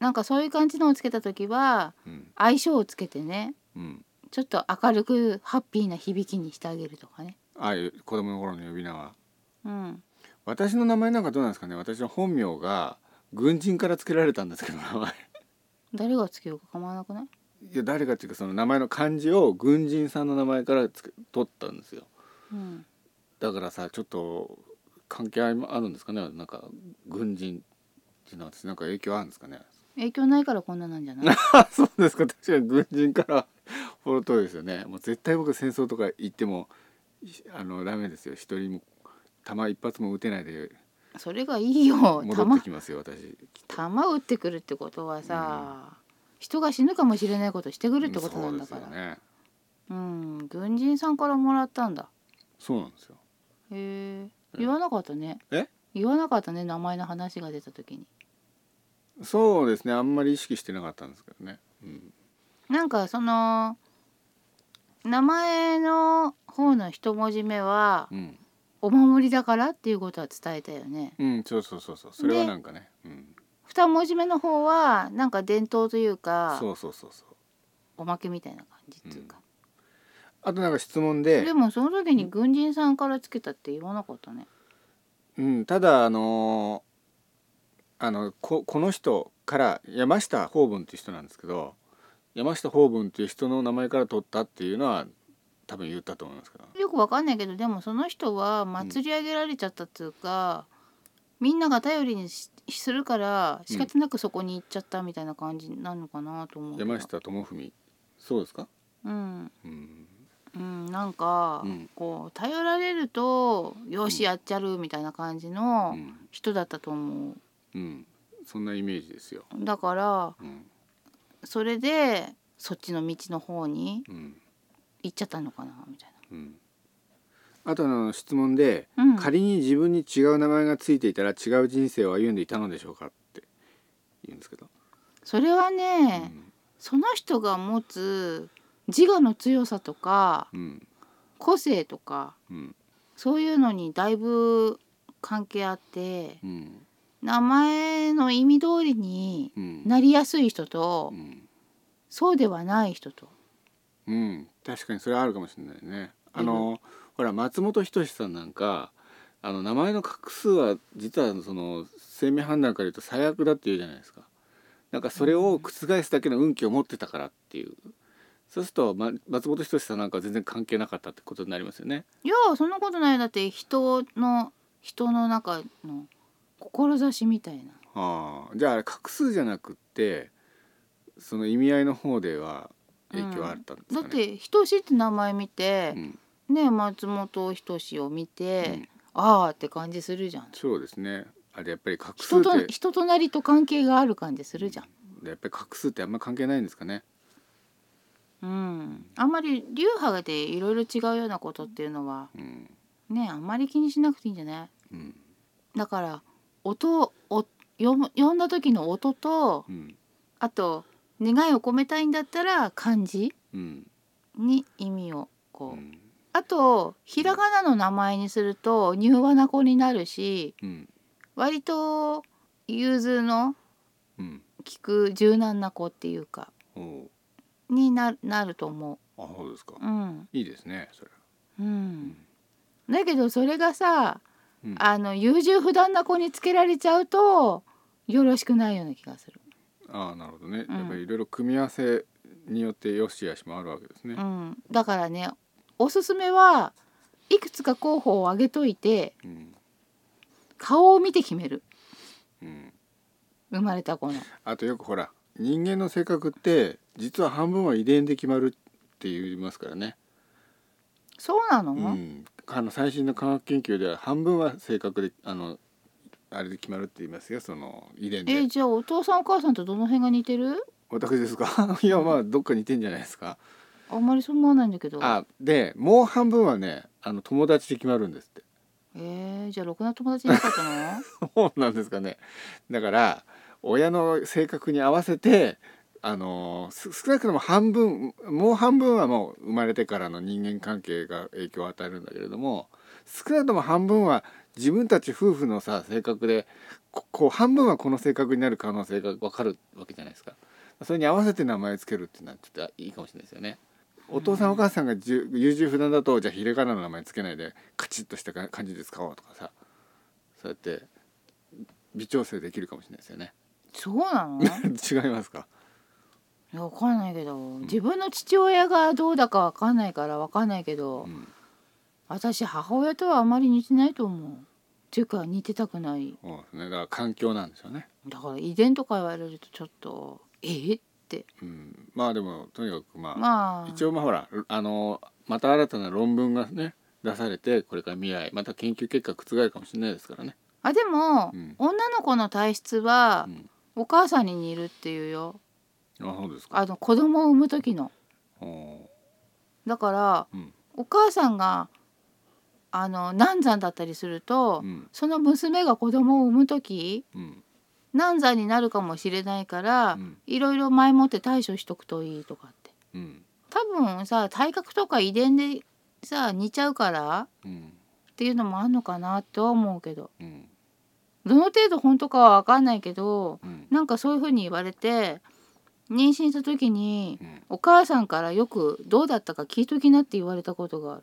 [SPEAKER 2] なんかそういう感じのをつけた時は
[SPEAKER 1] うん
[SPEAKER 2] 相性をつけてね、
[SPEAKER 1] うん、
[SPEAKER 2] ちょっと明るくハッピーな響きにしてあげるとかね。
[SPEAKER 1] ああいう子供の頃の呼び名は
[SPEAKER 2] うん、
[SPEAKER 1] 私の名前なんかどうなんですかね私の本名が軍人から付けられたんですけど名前
[SPEAKER 2] 誰がつけようか構わなくない？
[SPEAKER 1] いや誰かっていうかその名前の漢字を軍人さんの名前からつけ取ったんですよ
[SPEAKER 2] うん、
[SPEAKER 1] だからさちょっと関係ありあるんですかねなんか軍人っていうのは私なんか影響あるんですかね
[SPEAKER 2] 影響ないからこんななんじゃない？
[SPEAKER 1] あそうですか確かに軍人からフォロトですよねもう絶対僕戦争とか行ってもいあのダメですよ一人も弾一発も撃てないで
[SPEAKER 2] それがいいよ。
[SPEAKER 1] 戻って
[SPEAKER 2] 弾
[SPEAKER 1] きますよ私
[SPEAKER 2] 弾撃ってくるってことはさ、人が死ぬかもしれないことしてくるってことなんだから。
[SPEAKER 1] そううですよね
[SPEAKER 2] ん、軍人さんからもらったんだ。
[SPEAKER 1] そうなんですよ
[SPEAKER 2] へえ。
[SPEAKER 1] ん
[SPEAKER 2] 言わなかったね。
[SPEAKER 1] え？
[SPEAKER 2] 言わなかったね名前の話が出た時に。
[SPEAKER 1] そうですねあんまり意識してなかったんですけどね、うん、
[SPEAKER 2] なんかその名前の方の一文字目は
[SPEAKER 1] うん、
[SPEAKER 2] お守りだからっていうことは伝えたよね。
[SPEAKER 1] うん、そうそうそうそうそれはなんかね、うん、
[SPEAKER 2] 二文字目の方はなんか伝統というか
[SPEAKER 1] そうそうそうそう
[SPEAKER 2] おまけみたいな感じっていうか。
[SPEAKER 1] あとなんか質問で
[SPEAKER 2] でもその時に軍人さんからつけたって言わなかったね。
[SPEAKER 1] うん、ただあのーあのここの人から山下法文っていう人なんですけど山下法文っていう人の名前から取ったっていうのは多分言ったと思いますけど
[SPEAKER 2] よくわかんないけどでもその人は祭り上げられちゃったっていうか、みんなが頼りにしするから仕方なくそこに行っちゃったみたいな感じなのかなと思うけど。
[SPEAKER 1] 山下智文そうですか、
[SPEAKER 2] うん
[SPEAKER 1] うん
[SPEAKER 2] うん、なんか、
[SPEAKER 1] うん
[SPEAKER 2] こう頼られるとよしやっちゃるみたいな感じ
[SPEAKER 1] う
[SPEAKER 2] の
[SPEAKER 1] ん
[SPEAKER 2] 人だったと思う、
[SPEAKER 1] うん、そんなイメージですよ、
[SPEAKER 2] だから
[SPEAKER 1] うん
[SPEAKER 2] それでそっちの道の方に
[SPEAKER 1] うん
[SPEAKER 2] 行っちゃったのかなみたい
[SPEAKER 1] うん、あとあの質問で、
[SPEAKER 2] な、うん、
[SPEAKER 1] 仮に自分に違う名前がついていたら違う人生を歩んでいたのでしょうかって言うんですけど、
[SPEAKER 2] それはね、
[SPEAKER 1] うん
[SPEAKER 2] その人が持つ自我の強さとか
[SPEAKER 1] うん
[SPEAKER 2] 個性とか
[SPEAKER 1] うん
[SPEAKER 2] そういうのにだいぶ関係あって
[SPEAKER 1] うん
[SPEAKER 2] 名前の意味通りに
[SPEAKER 1] うん
[SPEAKER 2] なりやすい人と、
[SPEAKER 1] うん
[SPEAKER 2] そうではない人と。
[SPEAKER 1] うん、確かにそれはあるかもしれないね。あ
[SPEAKER 2] う
[SPEAKER 1] の、ほら松本人志さんなんかあの名前の画数は実はその生命判断から言うと最悪だって言うじゃないですか。なんかそれを覆すだけの運気を持ってたからっていう。そうすると、ま、松本人志さんなんかは全然関係なかったってことになりますよね。
[SPEAKER 2] いやそんなことないよだって人の人の中の志みたいな
[SPEAKER 1] ああ、じゃああれ画数じゃなくってその意味合いの方では影響はあったんです
[SPEAKER 2] だ
[SPEAKER 1] かね。
[SPEAKER 2] って「ひとし」って名前見て
[SPEAKER 1] う、ん、
[SPEAKER 2] ね松本人志を見て、
[SPEAKER 1] うん
[SPEAKER 2] ああって感じするじゃん
[SPEAKER 1] そうですね。あれやっぱり画数
[SPEAKER 2] 人
[SPEAKER 1] っ
[SPEAKER 2] と
[SPEAKER 1] て
[SPEAKER 2] 人となりと関係がある感じするじゃん、
[SPEAKER 1] やっぱり画数ってあんま関係ないんですかね。
[SPEAKER 2] うん、あんまり流派でいろいろ違うようなことっていうのは
[SPEAKER 1] うん
[SPEAKER 2] ねあんまり気にしなくていいんじゃない
[SPEAKER 1] うん
[SPEAKER 2] だから音を読む読んだ時の音と
[SPEAKER 1] うん
[SPEAKER 2] あと願いを込めたいんだったら漢字
[SPEAKER 1] うん
[SPEAKER 2] に意味をこう、
[SPEAKER 1] うん
[SPEAKER 2] あとひらがなの名前にすると柔和な子になるし
[SPEAKER 1] うん
[SPEAKER 2] 割と融通の
[SPEAKER 1] うん
[SPEAKER 2] 利く柔軟な子っていうか
[SPEAKER 1] おう
[SPEAKER 2] にななると思
[SPEAKER 1] あそうですか
[SPEAKER 2] う。うん、
[SPEAKER 1] いいですねそれ
[SPEAKER 2] うん、だけどそれがさ、
[SPEAKER 1] うん
[SPEAKER 2] あの優柔不断な子につけられちゃうとよろしくないような気がする。
[SPEAKER 1] ああなるほどね、
[SPEAKER 2] うん
[SPEAKER 1] やっぱりいろいろ組み合わせによって良し悪しもあるわけですね、
[SPEAKER 2] うん、だからねおすすめはいくつか候補を挙げといて
[SPEAKER 1] うん
[SPEAKER 2] 顔を見て決める
[SPEAKER 1] うん
[SPEAKER 2] 生まれた子の。
[SPEAKER 1] あとよくほら人間の性格って実は半分は遺伝で決まるって言いますからね、
[SPEAKER 2] そうなの、
[SPEAKER 1] うん、あの最新の科学研究では半分は性格であのあれで決まるって言いますよその遺伝で、
[SPEAKER 2] えじゃあお父さんお母さんとどの辺が似てる
[SPEAKER 1] 私ですかいやまあどっか似てんじゃないですか
[SPEAKER 2] あんまりそう思わないんだけど
[SPEAKER 1] あでもう半分はねあの友達で決まるんですって
[SPEAKER 2] えー、じゃあろくな友達いなかったの
[SPEAKER 1] そうなんですかね。だから親の性格に合わせてあのす少なくとも半分もう半分はもう生まれてからの人間関係が影響を与えるんだけれども少なくとも半分は自分たち夫婦のさ性格でここう半分はこの性格になる可能性が分かるわけじゃないですかそれに合わせて名前つけるっていうのはちょっといいかもしれないですよねお父さんお母さんがじゅ優柔不断だとじゃあひれがなの名前つけないでカチッとした感じで使おうとかさそうやって微調整できるかもしれないですよね。
[SPEAKER 2] そうな のい
[SPEAKER 1] 違いますか。
[SPEAKER 2] やわかんないけど自分の父親がどうだかわかんないからわかんないけど、
[SPEAKER 1] うん、
[SPEAKER 2] 私母親とはあまり似てないと思うっていうか似てたくない
[SPEAKER 1] そうですね。だから環境なんでしょうね。
[SPEAKER 2] だから遺伝とか言われるとちょっとえーって
[SPEAKER 1] うん、まあでもとにかくまあ、
[SPEAKER 2] まあ
[SPEAKER 1] 一応まあほらあのまた新たな論文がね出されてこれから未来また研究結果覆るかもしれないですからね。
[SPEAKER 2] あでも、
[SPEAKER 1] うん
[SPEAKER 2] 女の子の体質は、
[SPEAKER 1] うん
[SPEAKER 2] お母さんに似るっていうよ
[SPEAKER 1] あそうですか。
[SPEAKER 2] あの子供を産む時の
[SPEAKER 1] お
[SPEAKER 2] だから
[SPEAKER 1] ーうん
[SPEAKER 2] お母さんがあの難産だったりすると、
[SPEAKER 1] うん
[SPEAKER 2] その娘が子供を産む時
[SPEAKER 1] うん
[SPEAKER 2] 難産になるかもしれないから、
[SPEAKER 1] うん
[SPEAKER 2] いろいろ前もって対処しとくといいとかって
[SPEAKER 1] うん
[SPEAKER 2] 多分さ体格とか遺伝でさ似ちゃうから
[SPEAKER 1] うん
[SPEAKER 2] っていうのもあんのかなとは思うけど
[SPEAKER 1] うん
[SPEAKER 2] どの程度本当かは分かんないけど
[SPEAKER 1] うん
[SPEAKER 2] なんかそういうふうに言われて妊娠した時に
[SPEAKER 1] うん
[SPEAKER 2] お母さんからよく「どうだったか聞いときな」って言われたことがある。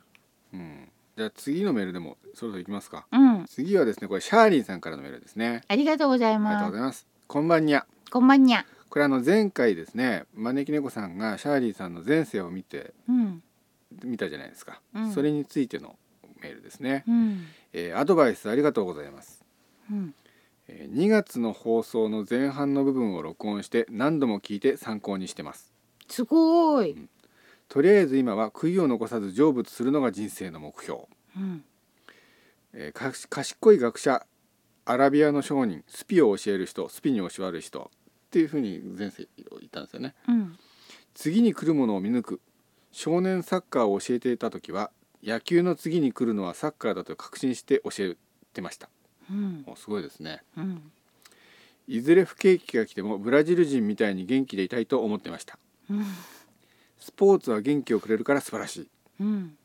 [SPEAKER 1] うん。じゃあ次のメールでもそろそろ行きますか。
[SPEAKER 2] うん、
[SPEAKER 1] 次はですねこれシャーリンさんからのメールですね。
[SPEAKER 2] ありがとうござい
[SPEAKER 1] ありがとうご
[SPEAKER 2] ます。
[SPEAKER 1] ざいます。こんばんにゃ。
[SPEAKER 2] こんばんにゃ。
[SPEAKER 1] これあの前回ですね招き猫さんがシャーリーさんの前世を見て
[SPEAKER 2] うん、
[SPEAKER 1] 見たじゃないですか、
[SPEAKER 2] うん
[SPEAKER 1] それについてのメールですね、
[SPEAKER 2] うん、
[SPEAKER 1] えーアドバイスありがとうございます、
[SPEAKER 2] うん、
[SPEAKER 1] えー2月の放送の前半の部分を録音して何度も聞いて参考にしてます
[SPEAKER 2] すごい。
[SPEAKER 1] とりあえず今は悔いを残さず成仏するのが人生の目標、
[SPEAKER 2] うん、
[SPEAKER 1] えーかし賢い学者アラビアの商人スピを教える人スピに教わる人っていうふうに前世言ったんですよね
[SPEAKER 2] うん、
[SPEAKER 1] 次に来るものを見抜く少年サッカーを教えていた時は野球の次に来るのはサッカーだと確信して教えてました
[SPEAKER 2] うん、
[SPEAKER 1] おすごいですね
[SPEAKER 2] うん、
[SPEAKER 1] いずれ不景気が来てもブラジル人みたいに元気でいたいと思ってました
[SPEAKER 2] うん、
[SPEAKER 1] スポーツは元気をくれるから素晴らしい
[SPEAKER 2] うん、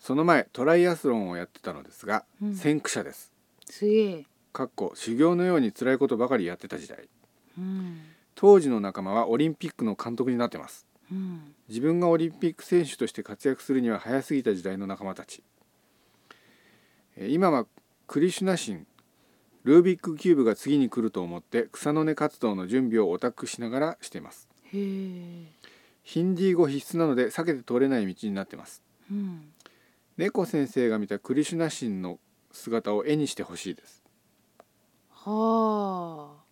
[SPEAKER 1] その前トライアスロンをやってたのですが、
[SPEAKER 2] うん
[SPEAKER 1] 先駆者です
[SPEAKER 2] すげえ。
[SPEAKER 1] かっこ修行のように辛いことばかりやってた時代
[SPEAKER 2] うん、
[SPEAKER 1] 当時の仲間はオリンピックの監督になってます
[SPEAKER 2] うん、
[SPEAKER 1] 自分がオリンピック選手として活躍するには早すぎた時代の仲間たちえー今はクリシュナ神ルービックキューブが次に来ると思って草の根活動の準備をオタクしながらしています
[SPEAKER 2] へえ。
[SPEAKER 1] ヒンディー語必須なので避けて通れない道になってます
[SPEAKER 2] うん、
[SPEAKER 1] 猫先生が見たクリシュナ神の姿を絵にしてほしいです
[SPEAKER 2] はあ。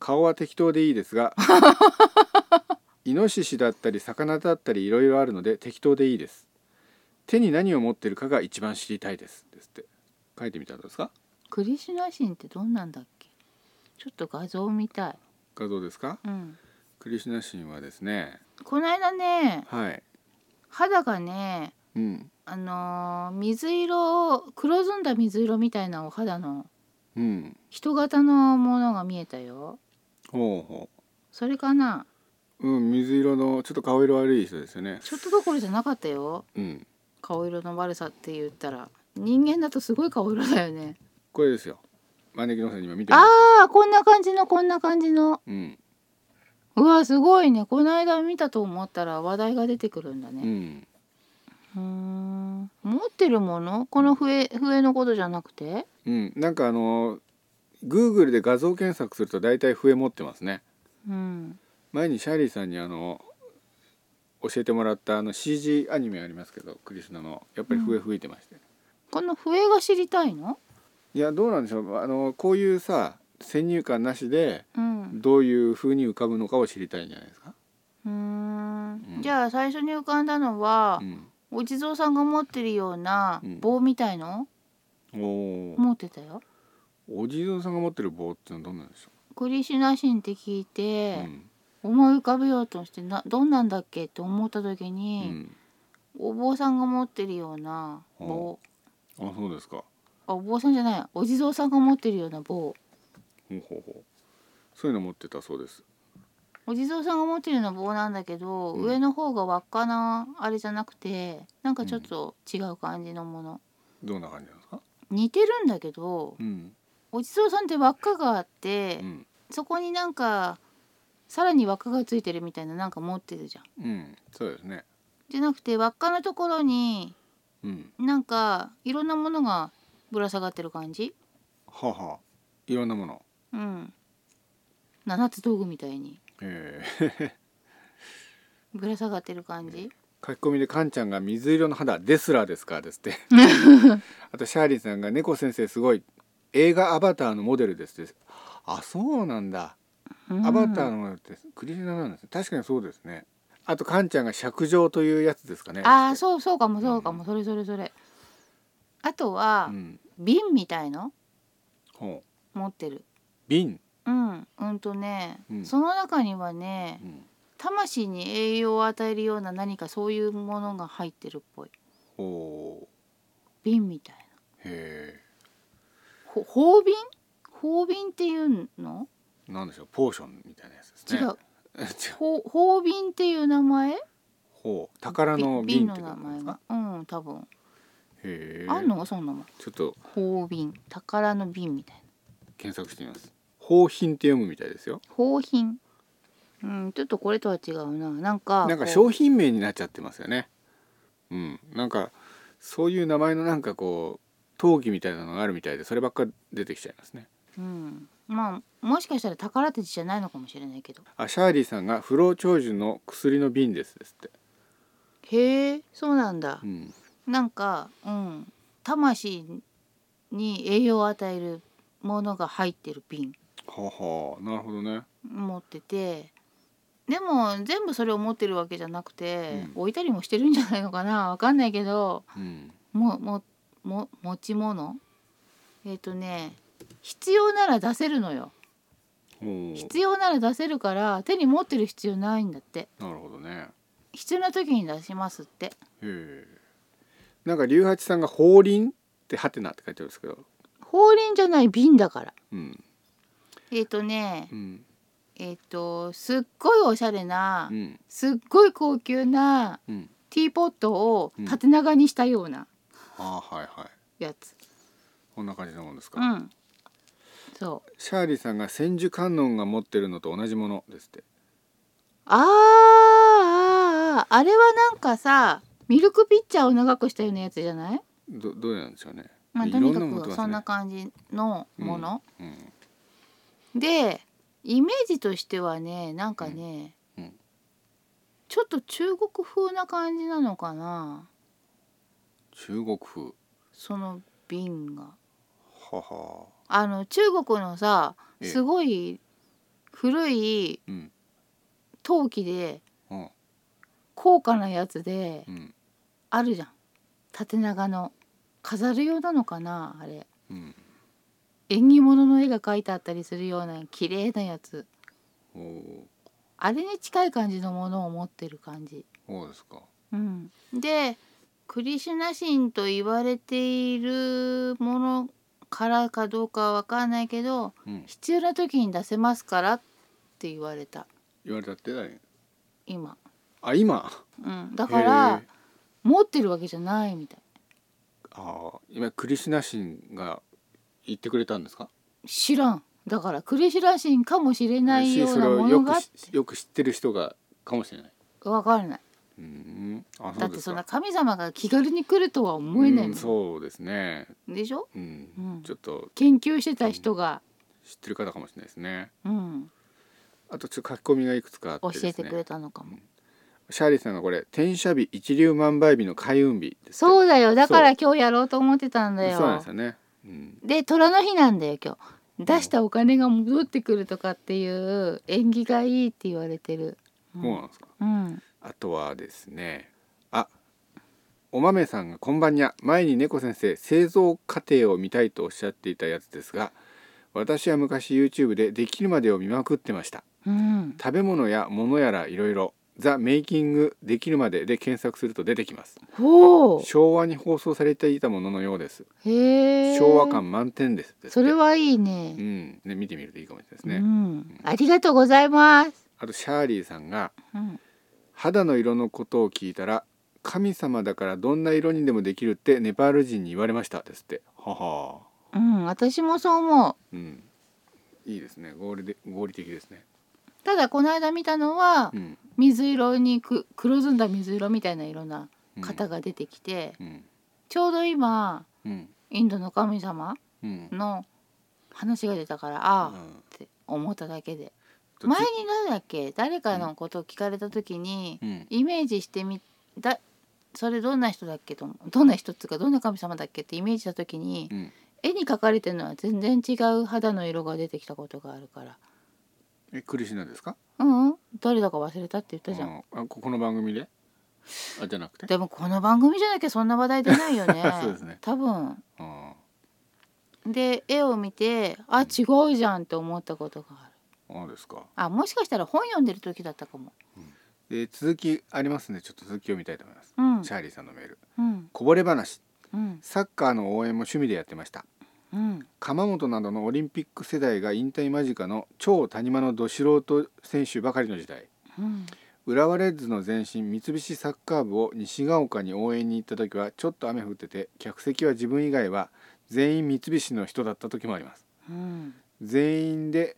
[SPEAKER 1] 顔は適当でいいですがイノシシだったり魚だったりいろいろあるので適当でいいです手に何を持ってるかが一番知りたいですですって書いてみたらどうですか
[SPEAKER 2] クリシュナ神ってどんなんだっけ。ちょっと画像見たい。
[SPEAKER 1] 画像ですか
[SPEAKER 2] うん。
[SPEAKER 1] クリシュナ神はですね
[SPEAKER 2] この間ね、
[SPEAKER 1] はい
[SPEAKER 2] 肌がね、
[SPEAKER 1] うん
[SPEAKER 2] あのー水色黒ずんだ水色みたいなお肌の
[SPEAKER 1] うん
[SPEAKER 2] 人型のものが見えたよ
[SPEAKER 1] ほうほ
[SPEAKER 2] それかな
[SPEAKER 1] ううん水色のちょっと顔色悪い人ですよね
[SPEAKER 2] ちょっとどころじゃなかったよ
[SPEAKER 1] うん
[SPEAKER 2] 顔色の悪さって言ったら人間だとすごい顔色だよね
[SPEAKER 1] これですよ招きのさんに今見てもらう
[SPEAKER 2] ああこんな感じのこんな感じの
[SPEAKER 1] うん
[SPEAKER 2] うわすごいねこの間見たと思ったら話題が出てくるんだ
[SPEAKER 1] う
[SPEAKER 2] ね
[SPEAKER 1] ん
[SPEAKER 2] うーん持ってるものこの笛笛のことじゃなくて
[SPEAKER 1] うん、なんかあの Google で画像検索すると大体笛持ってますね
[SPEAKER 2] うん
[SPEAKER 1] 前にシャーリーさんにあの教えてもらったあの CG アニメありますけどクリスナのやっぱり笛吹いてましたよね、
[SPEAKER 2] この笛が知りたいの
[SPEAKER 1] いやどうなんでしょうあのこういうさ先入観なしで
[SPEAKER 2] うん
[SPEAKER 1] どういう風に浮かぶのかを知りたいんじゃないですか、
[SPEAKER 2] うーん
[SPEAKER 1] うん
[SPEAKER 2] じゃあ最初に浮かんだのは
[SPEAKER 1] う、ん、
[SPEAKER 2] お地蔵さんが持ってるような
[SPEAKER 1] うん
[SPEAKER 2] 棒みたいの、
[SPEAKER 1] おー
[SPEAKER 2] 持ってたよ
[SPEAKER 1] お地蔵さんが持ってる棒ってのはどんなんでしょ、
[SPEAKER 2] クリシュナ神って聞いうて、思い浮かべようとしてなどんなんだっけって思った時
[SPEAKER 1] うん
[SPEAKER 2] に、お坊さんが持ってるような棒、
[SPEAKER 1] うん、あそうですか
[SPEAKER 2] あお坊さんじゃないお地蔵さんが持ってるような棒
[SPEAKER 1] ほうほうほうそういうの持ってたそうです
[SPEAKER 2] お地蔵さんが持ってるような棒なんだけど、
[SPEAKER 1] うん
[SPEAKER 2] 上の方が輪っかなあれじゃなくてなんかちょっと違う感じのもの、
[SPEAKER 1] どんな感じなんですか
[SPEAKER 2] 似てるんだけど
[SPEAKER 1] うん
[SPEAKER 2] お地蔵さんって輪っかがあって、
[SPEAKER 1] うん
[SPEAKER 2] そこになんかさらに輪っかがついてるみたいななんか持ってるじゃん。
[SPEAKER 1] うんそうですね
[SPEAKER 2] じゃなくて輪っかのところに
[SPEAKER 1] うん
[SPEAKER 2] なんかいろんなものがぶら下がってる感じ
[SPEAKER 1] はあはあいろんなもの
[SPEAKER 2] うん七つ道具みたいに
[SPEAKER 1] え
[SPEAKER 2] ぶら下がってる感じ
[SPEAKER 1] ー、書き込みでカンちゃんが水色の肌デスラーですかですって あとシャーリーさんが猫先生すごい映画アバターのモデルですですあそうなんだアバターの
[SPEAKER 2] の
[SPEAKER 1] モデルってクリスナなんですね確かにそうですねあとカンちゃんが尺状というやつですかね
[SPEAKER 2] ああ
[SPEAKER 1] ですっ
[SPEAKER 2] そうそうかもそうか
[SPEAKER 1] う
[SPEAKER 2] も
[SPEAKER 1] ん
[SPEAKER 2] それそれそれあと
[SPEAKER 1] て
[SPEAKER 2] は
[SPEAKER 1] うん
[SPEAKER 2] 瓶みたいの
[SPEAKER 1] ほう
[SPEAKER 2] 持ってる
[SPEAKER 1] 瓶
[SPEAKER 2] うんうんとね
[SPEAKER 1] うん
[SPEAKER 2] その中にはね
[SPEAKER 1] うん
[SPEAKER 2] 魂に栄養を与えるような何かそういうものが入ってるっぽい
[SPEAKER 1] ほ
[SPEAKER 2] 瓶みたいう
[SPEAKER 1] へ
[SPEAKER 2] なほ宝瓶宝瓶っていうの
[SPEAKER 1] えなんでしょうポーションみたいなやつですね
[SPEAKER 2] 違う
[SPEAKER 1] 違う
[SPEAKER 2] ほ宝瓶っていう名前
[SPEAKER 1] ほう宝の
[SPEAKER 2] び
[SPEAKER 1] 瓶
[SPEAKER 2] の
[SPEAKER 1] ってこ
[SPEAKER 2] 名
[SPEAKER 1] となんで
[SPEAKER 2] 前
[SPEAKER 1] す
[SPEAKER 2] が
[SPEAKER 1] か
[SPEAKER 2] うん多分
[SPEAKER 1] へえ
[SPEAKER 2] あんのそんなもん
[SPEAKER 1] ちょっと
[SPEAKER 2] 宝瓶宝の瓶みたいな
[SPEAKER 1] 検索してみます宝品って読むみたいですよ
[SPEAKER 2] 宝品うんちょっとこれとは違うななんか
[SPEAKER 1] なんか
[SPEAKER 2] こう
[SPEAKER 1] 商品名になっちゃってますよねうんなんかそういう名前のなんかこう陶器みたいなのがあるみたいでそればっか出てきちゃいますね
[SPEAKER 2] うんまあもしかしたら宝くじじゃないのかもしれないけど
[SPEAKER 1] あシャーリーさんが不老長寿の薬の瓶ですですって、
[SPEAKER 2] へえそうなんだ
[SPEAKER 1] う、ん、
[SPEAKER 2] なんかうん魂に栄養を与えるものが入ってる瓶
[SPEAKER 1] ははなるほどね
[SPEAKER 2] 持っててでも全部それを持ってるわけじゃなくて、
[SPEAKER 1] うん
[SPEAKER 2] 置いたりもしてるんじゃないのかなわかんないけど
[SPEAKER 1] うん
[SPEAKER 2] ももも持ち物えっ、とね必要なら出せるのよ
[SPEAKER 1] おー
[SPEAKER 2] 必要なら出せるから手に持ってる必要ないんだって
[SPEAKER 1] なるほどね
[SPEAKER 2] 必要な時に出しますって
[SPEAKER 1] へえんか龍八さんが「法輪」って「ハテナ」って書いてあるんですけど
[SPEAKER 2] 法輪じゃない瓶だから
[SPEAKER 1] うん
[SPEAKER 2] えっ、とね
[SPEAKER 1] うん
[SPEAKER 2] えっ、とすっごいおしゃれな
[SPEAKER 1] うん
[SPEAKER 2] すっごい高級な
[SPEAKER 1] うん
[SPEAKER 2] ティーポットを縦長にしたような
[SPEAKER 1] あーはいはい
[SPEAKER 2] やつ
[SPEAKER 1] こんな感じのもんですか、
[SPEAKER 2] うんそう
[SPEAKER 1] シャーリーさんが千手観音が持ってるのと同じものですって
[SPEAKER 2] あーあーあーあれはなんかさミルクピッチャーを長くしたようなやつじゃない、
[SPEAKER 1] どどうなんでしょうね、
[SPEAKER 2] まあ、
[SPEAKER 1] い
[SPEAKER 2] と
[SPEAKER 1] ろんな
[SPEAKER 2] にか
[SPEAKER 1] の持って
[SPEAKER 2] く
[SPEAKER 1] ますね
[SPEAKER 2] そんな感じのもの、
[SPEAKER 1] うん、
[SPEAKER 2] でイメージとしてはねなんかね、
[SPEAKER 1] うんうん
[SPEAKER 2] ちょっと中国風な感じなのかな
[SPEAKER 1] 中国風
[SPEAKER 2] その瓶が。
[SPEAKER 1] はは
[SPEAKER 2] あの中国のさ
[SPEAKER 1] ええ
[SPEAKER 2] すごい古い
[SPEAKER 1] うん
[SPEAKER 2] 陶器で
[SPEAKER 1] うん
[SPEAKER 2] 高価なやつで
[SPEAKER 1] うん
[SPEAKER 2] あるじゃん縦長の飾る用なのかなあれ
[SPEAKER 1] うん
[SPEAKER 2] 縁起物の絵が描いてあったりするような綺麗なやつ
[SPEAKER 1] おー
[SPEAKER 2] あれに近い感じのものを持ってる感じ。
[SPEAKER 1] そうですか
[SPEAKER 2] うん、でクリシュナ神と言われているものからかどうかは分かんないけど
[SPEAKER 1] うん
[SPEAKER 2] 必要な時に出せますからって言われた
[SPEAKER 1] 言われたって誰
[SPEAKER 2] 今。
[SPEAKER 1] あ今
[SPEAKER 2] うん、だから
[SPEAKER 1] へえ
[SPEAKER 2] 持ってるわけじゃないみたい
[SPEAKER 1] あー今クリシュナ神が言ってくれたんですか
[SPEAKER 2] 知らんだからクリシュラ神かもしれない
[SPEAKER 1] し
[SPEAKER 2] よう
[SPEAKER 1] それ
[SPEAKER 2] な
[SPEAKER 1] を
[SPEAKER 2] も
[SPEAKER 1] よ
[SPEAKER 2] の
[SPEAKER 1] く
[SPEAKER 2] が
[SPEAKER 1] しよく知ってる人がかもしれない
[SPEAKER 2] 分からない、
[SPEAKER 1] うーんんあそ
[SPEAKER 2] だ
[SPEAKER 1] う
[SPEAKER 2] っ
[SPEAKER 1] で
[SPEAKER 2] て
[SPEAKER 1] す
[SPEAKER 2] そんな
[SPEAKER 1] か
[SPEAKER 2] 神様が気軽に来るとは思えない
[SPEAKER 1] うん
[SPEAKER 2] もん
[SPEAKER 1] そうですね
[SPEAKER 2] でしょ
[SPEAKER 1] うん、
[SPEAKER 2] うん
[SPEAKER 1] ちょっと
[SPEAKER 2] 研究してた人が、
[SPEAKER 1] 知ってる方かもしれないですね
[SPEAKER 2] うん、
[SPEAKER 1] あとちょっと書き込みがいくつかあ
[SPEAKER 2] 教
[SPEAKER 1] ってですね
[SPEAKER 2] えてくれたのかも。
[SPEAKER 1] シャーリーさんがこれ転写日一粒万倍日の開運日ですって
[SPEAKER 2] そうだよだから今日やろうと思ってたんだよ。
[SPEAKER 1] そうなんですよね、うん、
[SPEAKER 2] で虎の日なんだよ今日出したお金が戻ってくるとかっていう縁起がいいって言われてる、うん
[SPEAKER 1] そうなんですか
[SPEAKER 2] うん、
[SPEAKER 1] あとはですねあお豆さんがこんばんにゃ前に猫先生製造過程を見たいとおっしゃっていたやつですが私は昔 YouTube でできるまでを見まくってました
[SPEAKER 2] うん、
[SPEAKER 1] 食べ物や物やらいろいろザ・メイキングできるまでで検索すると出てきます
[SPEAKER 2] ほう
[SPEAKER 1] 昭和に放送されていたもののようです
[SPEAKER 2] へえ
[SPEAKER 1] 昭和感満点ですですって
[SPEAKER 2] それはいいね
[SPEAKER 1] うんね見てみるといいかもしれないですね、
[SPEAKER 2] うん、ありがとうございます、
[SPEAKER 1] あとシャーリーさんが
[SPEAKER 2] うん、
[SPEAKER 1] 肌の色のことを聞いたら神様だからどんな色にでもできるってネパール人に言われましたですってはは
[SPEAKER 2] うん、私もそう思う
[SPEAKER 1] うんいいですね合理で合理的ですね
[SPEAKER 2] ただこの間見たのは
[SPEAKER 1] うん、
[SPEAKER 2] 水色にく黒ずんだ水色みたいな色な
[SPEAKER 1] うん、
[SPEAKER 2] 方が出てきて、
[SPEAKER 1] うん
[SPEAKER 2] ちょうど今
[SPEAKER 1] うん
[SPEAKER 2] インドの神様
[SPEAKER 1] うん
[SPEAKER 2] の話が出たからああ
[SPEAKER 1] うん
[SPEAKER 2] って思っただけで
[SPEAKER 1] と
[SPEAKER 2] 前に何だっけ誰かのことを聞かれた時に
[SPEAKER 1] うん
[SPEAKER 2] イメージしてみだそれどんな人だっけと思うどんな人っつうかどんな神様だっけってイメージした時に
[SPEAKER 1] うん
[SPEAKER 2] 絵に描かれてるのは全然違う肌の色が出てきたことがあるから
[SPEAKER 1] えクリシナですか
[SPEAKER 2] うん、うん、誰だか忘れたって言ったじゃん、
[SPEAKER 1] うんあここの番組であじゃなくて
[SPEAKER 2] でもこの番組じゃなきゃそんな話題出ないよね
[SPEAKER 1] そうですね
[SPEAKER 2] 多分
[SPEAKER 1] あ
[SPEAKER 2] で絵を見てあ違うじゃんって思ったことがある
[SPEAKER 1] あですか
[SPEAKER 2] あもしかしたら本読んでる時だったかも
[SPEAKER 1] で続きありますんでちょっと続きを見たいと思います、
[SPEAKER 2] うん
[SPEAKER 1] シャーリーさんのメール
[SPEAKER 2] うん
[SPEAKER 1] こぼれ話
[SPEAKER 2] うん
[SPEAKER 1] サッカーの応援も趣味でやってました
[SPEAKER 2] うん
[SPEAKER 1] 鎌本などのオリンピック世代が引退間近の超谷間のど素人選手ばかりの時代
[SPEAKER 2] うん
[SPEAKER 1] 浦和レッズの前身三菱サッカー部を西が丘に応援に行った時はちょっと雨降ってて客席は自分以外は全員三菱の人だった時もあります
[SPEAKER 2] うん
[SPEAKER 1] 全員で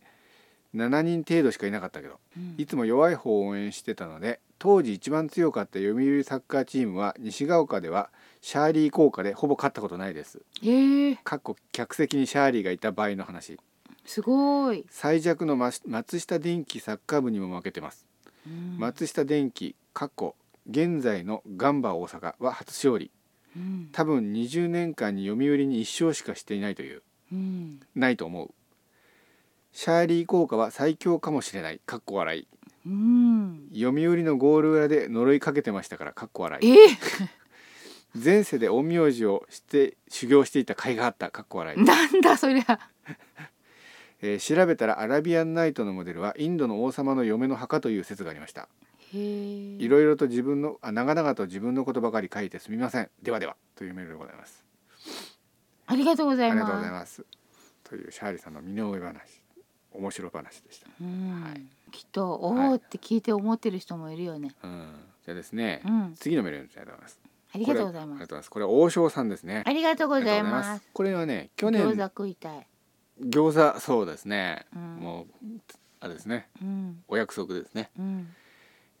[SPEAKER 1] 7人程度しかいなかったけど
[SPEAKER 2] うん
[SPEAKER 1] いつも弱い方を応援してたので当時一番強かった読売サッカーチームは西が丘ではシャーリー効果でほぼ勝ったことないです
[SPEAKER 2] ええ
[SPEAKER 1] かっこ客席にシャーリーがいた場合の話
[SPEAKER 2] すごい。
[SPEAKER 1] 最弱のまし松下電機サッカー部にも負けてます、
[SPEAKER 2] うん
[SPEAKER 1] 松下電機過去現在のガンバ大阪は初勝利
[SPEAKER 2] うん
[SPEAKER 1] 多分20年間に読売に1勝しかしていないという
[SPEAKER 2] うん
[SPEAKER 1] ないと思うシャーリー効果は最強かもしれないかっこ笑
[SPEAKER 2] うん
[SPEAKER 1] い読売のゴール裏で呪いかけてましたからかっこ笑い
[SPEAKER 2] え
[SPEAKER 1] 前世で陰陽師をして修行していた甲斐があったかっこ笑い
[SPEAKER 2] なんだそりゃ。
[SPEAKER 1] えー調べたらアラビアンナイトのモデルはインドの王様の嫁の墓という説がありました
[SPEAKER 2] へえ。
[SPEAKER 1] いろいろと自分のあ長々と自分のことばかり書いてすみませんではではというメールでございます
[SPEAKER 2] ありがとうござ
[SPEAKER 1] あ
[SPEAKER 2] い
[SPEAKER 1] り
[SPEAKER 2] ます。
[SPEAKER 1] がとうございますというシャーリーさんの身の上話面白話でし
[SPEAKER 2] うん
[SPEAKER 1] はい
[SPEAKER 2] きっと
[SPEAKER 1] は
[SPEAKER 2] お
[SPEAKER 1] い
[SPEAKER 2] おって聞いて思ってる人もいるよね。
[SPEAKER 1] たうんじゃあですね、
[SPEAKER 2] うん
[SPEAKER 1] 次のメールに行きたいと思います
[SPEAKER 2] ありがとうござい
[SPEAKER 1] こ
[SPEAKER 2] ま
[SPEAKER 1] れありが
[SPEAKER 2] す。
[SPEAKER 1] とうございますこれは王将さんですね
[SPEAKER 2] ありがとうござい
[SPEAKER 1] ありがとうござい
[SPEAKER 2] ま。
[SPEAKER 1] ますこれはね去年
[SPEAKER 2] 餃子
[SPEAKER 1] 餃
[SPEAKER 2] 食いたい。
[SPEAKER 1] 子そうですね、
[SPEAKER 2] うん
[SPEAKER 1] もうあれですね
[SPEAKER 2] うん
[SPEAKER 1] お約束ですね
[SPEAKER 2] うん。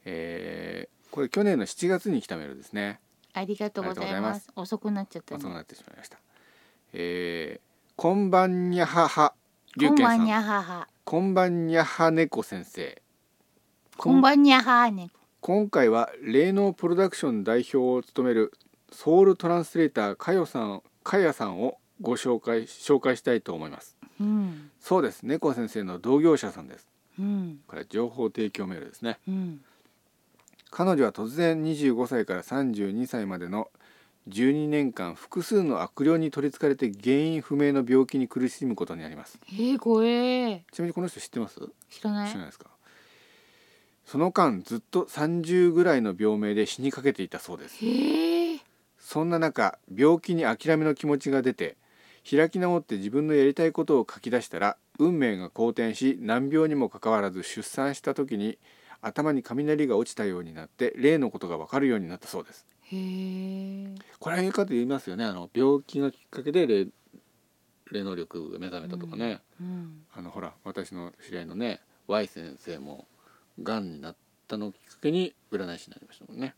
[SPEAKER 1] えーこれ去年の7月に来たメールですね
[SPEAKER 2] ありがとうございます。遅くなっちゃった
[SPEAKER 1] 遅く
[SPEAKER 2] ね。
[SPEAKER 1] なってしまいました。えー、こんばんにゃはは、りゅう
[SPEAKER 2] こ
[SPEAKER 1] んけん
[SPEAKER 2] ば
[SPEAKER 1] さ
[SPEAKER 2] んに
[SPEAKER 1] ん。
[SPEAKER 2] ゃはは。
[SPEAKER 1] こんばんにゃは猫先生。
[SPEAKER 2] こん
[SPEAKER 1] ん
[SPEAKER 2] ばんにゃはね。
[SPEAKER 1] 今回は霊能プロダクション代表を務めるソウルトランスレーターかよさん、かやさんをご紹介紹介したいと思います。
[SPEAKER 2] うん
[SPEAKER 1] そうです、猫先生の同業者さんです。
[SPEAKER 2] うん
[SPEAKER 1] これは情報提供メールですね。
[SPEAKER 2] うん
[SPEAKER 1] 彼女は突然25歳から32歳までの12年間複数の悪霊に取りつかれて原因不明の病気に苦しむことになります
[SPEAKER 2] ええ怖え。
[SPEAKER 1] ちなみにこの人知ってます知
[SPEAKER 2] 知らな
[SPEAKER 1] らない
[SPEAKER 2] い。
[SPEAKER 1] ですかその間ずっと30ぐらいの病名で死にかけていたそうです
[SPEAKER 2] へえ。
[SPEAKER 1] そんな中病気に諦めの気持ちが出て開き直って自分のやりたいことを書き出したら運命が好転し難病にもかかわらず出産した時に頭に雷が落ちたようになって例のことがわかるようになったそうです
[SPEAKER 2] へえ。
[SPEAKER 1] これは言うかと言いますよねあの病気がきっかけで霊霊能力が目覚めたとかね、
[SPEAKER 2] うん。
[SPEAKER 1] あのほら私の知り合いのね Y 先生もがんになったのをきっかけに占い師になりましたもんね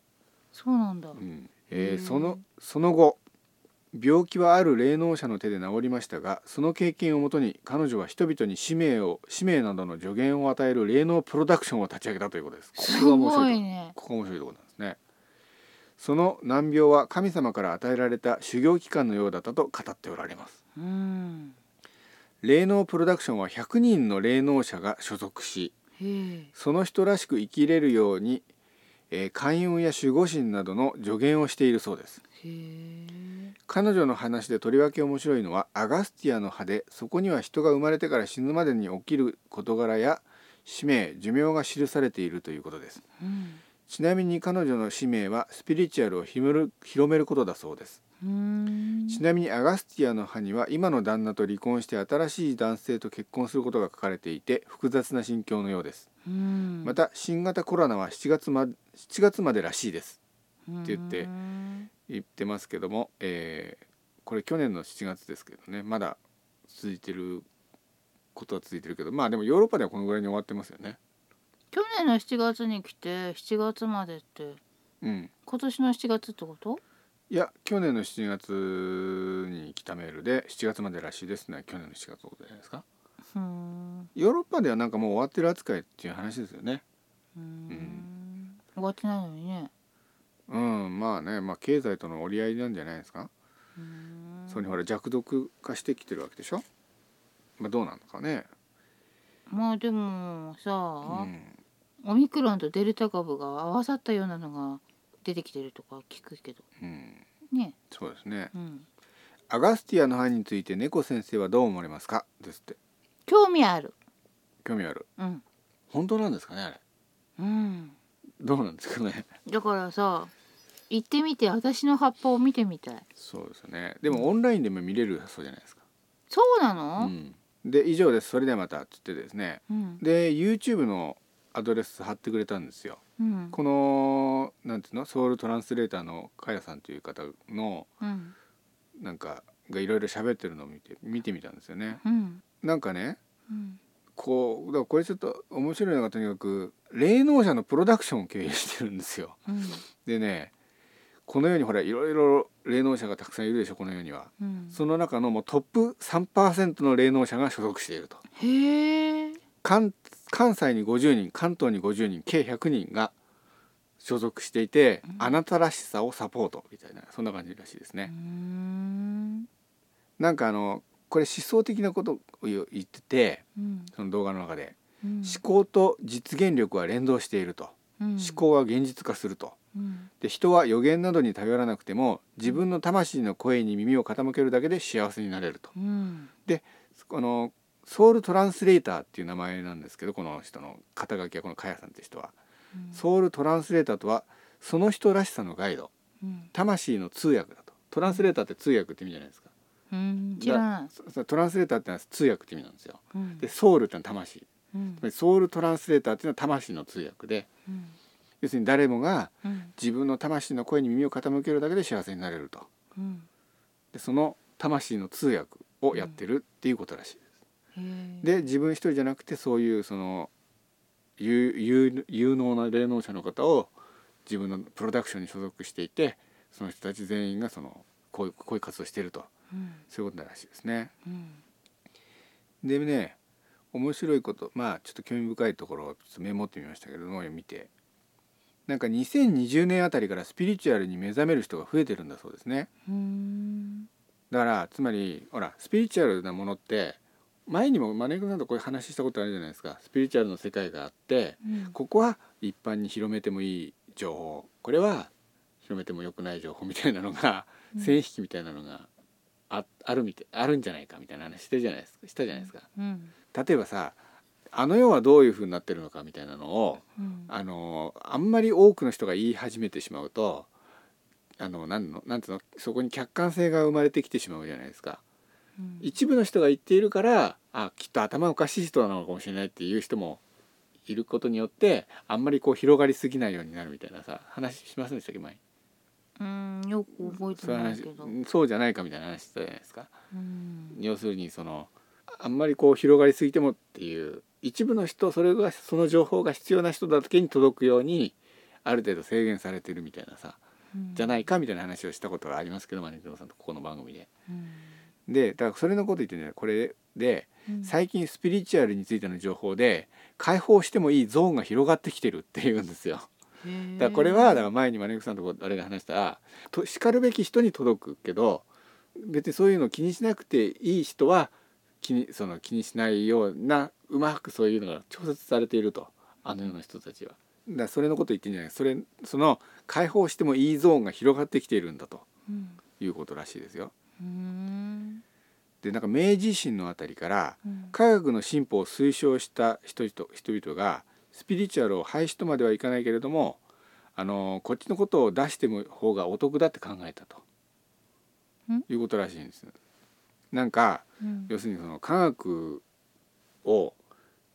[SPEAKER 2] そうなんだ、
[SPEAKER 1] うんえー
[SPEAKER 2] うん
[SPEAKER 1] そのその後病気はある霊能者の手で治りましたがその経験をもとに彼女は人々に使命を使命などの助言を与える霊能プロダクションを立ち上げたということです。こ
[SPEAKER 2] す
[SPEAKER 1] れが面
[SPEAKER 2] ご
[SPEAKER 1] 白いと
[SPEAKER 2] いね
[SPEAKER 1] ここが面白いところなんですね。その難病は神様から与えられた修行期間のようだったと語っておられます。
[SPEAKER 2] うん
[SPEAKER 1] 霊能プロダクションは100人の霊能者が所属し
[SPEAKER 2] へえ
[SPEAKER 1] その人らしく生きれるように、えー開運や守護神などの助言をしているそうです。
[SPEAKER 2] へえ
[SPEAKER 1] 彼女の話でとりわけ面白いのはアガスティアの葉でそこには人が生まれてから死ぬまでに起きる事柄や使命寿命が記されているということです
[SPEAKER 2] うん
[SPEAKER 1] ちなみに彼女の使命はスピリチュアルを広める広めることだそうです
[SPEAKER 2] うん
[SPEAKER 1] ちなみにアガスティアの葉には今の旦那と離婚して新しい男性と結婚することが書かれていて複雑な心境のようです
[SPEAKER 2] うん
[SPEAKER 1] また新型コロナは7月ま7月までらしいですって言って
[SPEAKER 2] うん
[SPEAKER 1] 言ってますけども、えーこれ去年の7月ですけどねまだ続いてることは続いてるけどまあでもヨーロッパではこのぐらいに終わってますよね。
[SPEAKER 2] 去年の7月に来て7月までって
[SPEAKER 1] うん、
[SPEAKER 2] 今年の7月ってこと
[SPEAKER 1] いや去年の7月に来たメールで7月までらしいですね去年の7月のことじゃないですか。
[SPEAKER 2] うん
[SPEAKER 1] ヨーロッパではなんかもう終わってる扱いっていう話ですよね。
[SPEAKER 2] うん終わってないのにね
[SPEAKER 1] うんまあねまあ経済との折り合いなんじゃないですか。
[SPEAKER 2] うん
[SPEAKER 1] それにほら弱毒化してきてるわけでしょ。まあどうなんのかね。
[SPEAKER 2] まあでもさ、
[SPEAKER 1] うん
[SPEAKER 2] オミクロンとデルタ株が合わさったようなのが出てきてるとか聞くけど
[SPEAKER 1] うん、
[SPEAKER 2] ね
[SPEAKER 1] そうですね。
[SPEAKER 2] うん
[SPEAKER 1] アガスティアの歯について猫先生はどう思われますかですって
[SPEAKER 2] 興味ある
[SPEAKER 1] 興味ある
[SPEAKER 2] うん
[SPEAKER 1] 本当なんですかねあれ
[SPEAKER 2] うん
[SPEAKER 1] どうなんですかね
[SPEAKER 2] だからさ行ってみて私の葉っぱを見てみたい
[SPEAKER 1] そうですねでもオンラインでも見れるそうじゃないですか
[SPEAKER 2] そうな
[SPEAKER 1] う
[SPEAKER 2] の
[SPEAKER 1] んで以上ですそれではまたっつってですね
[SPEAKER 2] うん
[SPEAKER 1] で YouTube のアドレス貼ってくれたんですよ
[SPEAKER 2] うん
[SPEAKER 1] このなんていうのソウルトランスレーターのカヤさんという方の
[SPEAKER 2] うん
[SPEAKER 1] なんかがいろいろ喋ってるのを見て見てみたんですよね
[SPEAKER 2] うん
[SPEAKER 1] なんかね
[SPEAKER 2] うん
[SPEAKER 1] こうだからこれちょっと面白いのがとにかく霊能者のプロダクションを経営してるんですよ
[SPEAKER 2] うん
[SPEAKER 1] でねこの世にほらいろいろ霊能者がたくさんいるでしょこの世には
[SPEAKER 2] うん
[SPEAKER 1] その中のもうトップ3%の霊能者が所属していると
[SPEAKER 2] へえ
[SPEAKER 1] 関関西に50人関東に50人計100人が所属していて、
[SPEAKER 2] うん
[SPEAKER 1] あなたらしさをサポートみたいなそんな感じらしいです
[SPEAKER 2] うー
[SPEAKER 1] ね、
[SPEAKER 2] ん
[SPEAKER 1] なんかあのこれ思想的なことを言ってて
[SPEAKER 2] うん
[SPEAKER 1] その動画の中で、
[SPEAKER 2] うん
[SPEAKER 1] 思考と実現力は連動していると、
[SPEAKER 2] うん
[SPEAKER 1] 思考は現実化すると
[SPEAKER 2] うん
[SPEAKER 1] で人は予言などに頼らなくても自分の魂の声に耳を傾けるだけで幸せになれると
[SPEAKER 2] うん
[SPEAKER 1] このソウルトランスレーターっていう名前なんですけどこの人の肩書きはこのカヤさんって人は
[SPEAKER 2] うん
[SPEAKER 1] ソウルトランスレーターとはその人らしさのガイド
[SPEAKER 2] うん
[SPEAKER 1] 魂の通訳だとトランスレーターって通訳って意味じゃないですか
[SPEAKER 2] うん知らない
[SPEAKER 1] そそトランスレーターってのは通訳って意味なんですよ
[SPEAKER 2] うん
[SPEAKER 1] でソウルってのは魂つ
[SPEAKER 2] うん
[SPEAKER 1] まりソウルトランスレーターっていうのは魂の通訳で
[SPEAKER 2] うん
[SPEAKER 1] 要するに誰もが
[SPEAKER 2] うん
[SPEAKER 1] 自分の魂の声に耳を傾けるだけで幸せになれると
[SPEAKER 2] うん
[SPEAKER 1] でその魂の通訳をやってるっていうことらしい、
[SPEAKER 2] へえ
[SPEAKER 1] で自分一人じゃなくてそういうその有有有能な霊能者の方を自分のプロダクションに所属していてその人たち全員がそのこういうこういう活動をしていると
[SPEAKER 2] うん
[SPEAKER 1] そういうことらしいですね。
[SPEAKER 2] うん
[SPEAKER 1] でね面白いことまあちょっと興味深いところをちょっとメモってみましたけれども見てなんか2020年あたりからスピリチュアルに目覚める人が増えてるんだそうですね。
[SPEAKER 2] うん
[SPEAKER 1] だからつまりほらスピリチュアルなものって前にもマネージャーさんとこういう話したことあるじゃないですかスピリチュアルの世界があって
[SPEAKER 2] うん
[SPEAKER 1] ここは一般に広めてもいい情報これは広めても良くない情報みたいなのが
[SPEAKER 2] うん
[SPEAKER 1] 線引きみたいなのがああるみたいあるんじゃないかみたいな話してるじゃないですかしたじゃないですか。
[SPEAKER 2] うん
[SPEAKER 1] 例えばさあの世はどういう風になってるのかみたいなのを
[SPEAKER 2] うん
[SPEAKER 1] あのあんまり多くの人が言い始めてしまうとあのなんのなんつうのそこに客観性が生まれてきてしまうじゃないですか。
[SPEAKER 2] うん
[SPEAKER 1] 一部の人が言っているからあきっと頭おかしい人なのかもしれないっていう人もいることによってあんまりこう広がりすぎないようになるみたいなさ話しませんでしたっけ前
[SPEAKER 2] うんよく覚えて
[SPEAKER 1] そういう
[SPEAKER 2] ない
[SPEAKER 1] 話
[SPEAKER 2] けど
[SPEAKER 1] うんそうじゃないかみたいな話したじゃないですか。
[SPEAKER 2] うん
[SPEAKER 1] 要するにそのあんまりこう広がりすぎてもっていう一部の人それがその情報が必要な人だけに届くようにある程度制限されてるみたいなさ
[SPEAKER 2] うん
[SPEAKER 1] じゃないかみたいな話をしたことがありますけどマネージャーさんとここの番組で。
[SPEAKER 2] うん
[SPEAKER 1] でだからそれのこと言ってねこれで
[SPEAKER 2] うん
[SPEAKER 1] 最近スピリチュアルについての情報で解放してもいいゾーンが広がってきてるっていうんですよ。だからこれはだから前にマネックさんとこあれで話したと叱るべき人に届くけど別にそういうの気にしなくていい人は気にその気にしないようなうまくそういうのが調節されているとあのような人たちは。だからそれのこと言ってんじゃないそれその解放してもいいゾーンが広がってきているんだと
[SPEAKER 2] うん
[SPEAKER 1] いうことらしいですよ。
[SPEAKER 2] うん
[SPEAKER 1] でなんか明治維新のあたりから
[SPEAKER 2] うん
[SPEAKER 1] 科学の進歩を推奨した人々人々がスピリチュアルを廃止とまではいかないけれどもあのこっちのことを出しても方がお得だって考えたと
[SPEAKER 2] ん
[SPEAKER 1] いうことらしいんです。なんか
[SPEAKER 2] うん
[SPEAKER 1] 要するにその科学を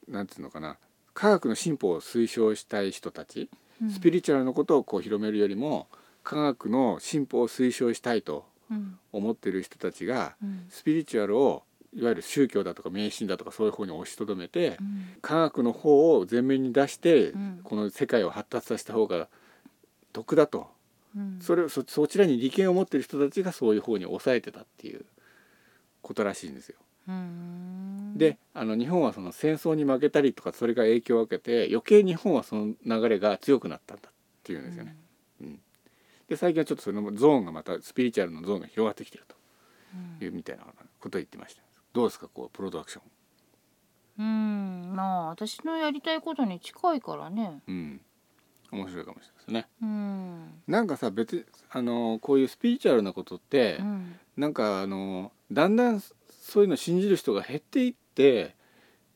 [SPEAKER 1] なんていうのかな科学の進歩を推奨したい人たち
[SPEAKER 2] うん
[SPEAKER 1] スピリチュアルのことをこう広めるよりも科学の進歩を推奨したいと
[SPEAKER 2] うん
[SPEAKER 1] 思ってる人たちが
[SPEAKER 2] うん
[SPEAKER 1] スピリチュアルをいわゆる宗教だとか迷信だとかそういう方に押しとどめて
[SPEAKER 2] うん
[SPEAKER 1] 科学の方を前面に出して、
[SPEAKER 2] うん
[SPEAKER 1] この世界を発達させた方が得だと、
[SPEAKER 2] うん
[SPEAKER 1] それをそそちらに利権を持ってる人たちがそういう方に抑えてたっていうことらしいんですよ。
[SPEAKER 2] うん
[SPEAKER 1] であの日本はその戦争に負けたりとかそれが影響を受けて余計日本はその流れが強くなったんだっていうんですよね。で最近はちょっとそのゾーンがまたスピリチュアルのゾーンが広がってきてる
[SPEAKER 2] うん
[SPEAKER 1] というみたいなことを言ってました。どうですかこうプロダクション
[SPEAKER 2] うんまあ私のやりたいことに近いからね
[SPEAKER 1] うん、面白いかもしれないですね。
[SPEAKER 2] うん
[SPEAKER 1] なんかさ別にあのこういうスピリチュアルなことって、
[SPEAKER 2] うん
[SPEAKER 1] なんかあのだんだんそういうの信じる人が減っていって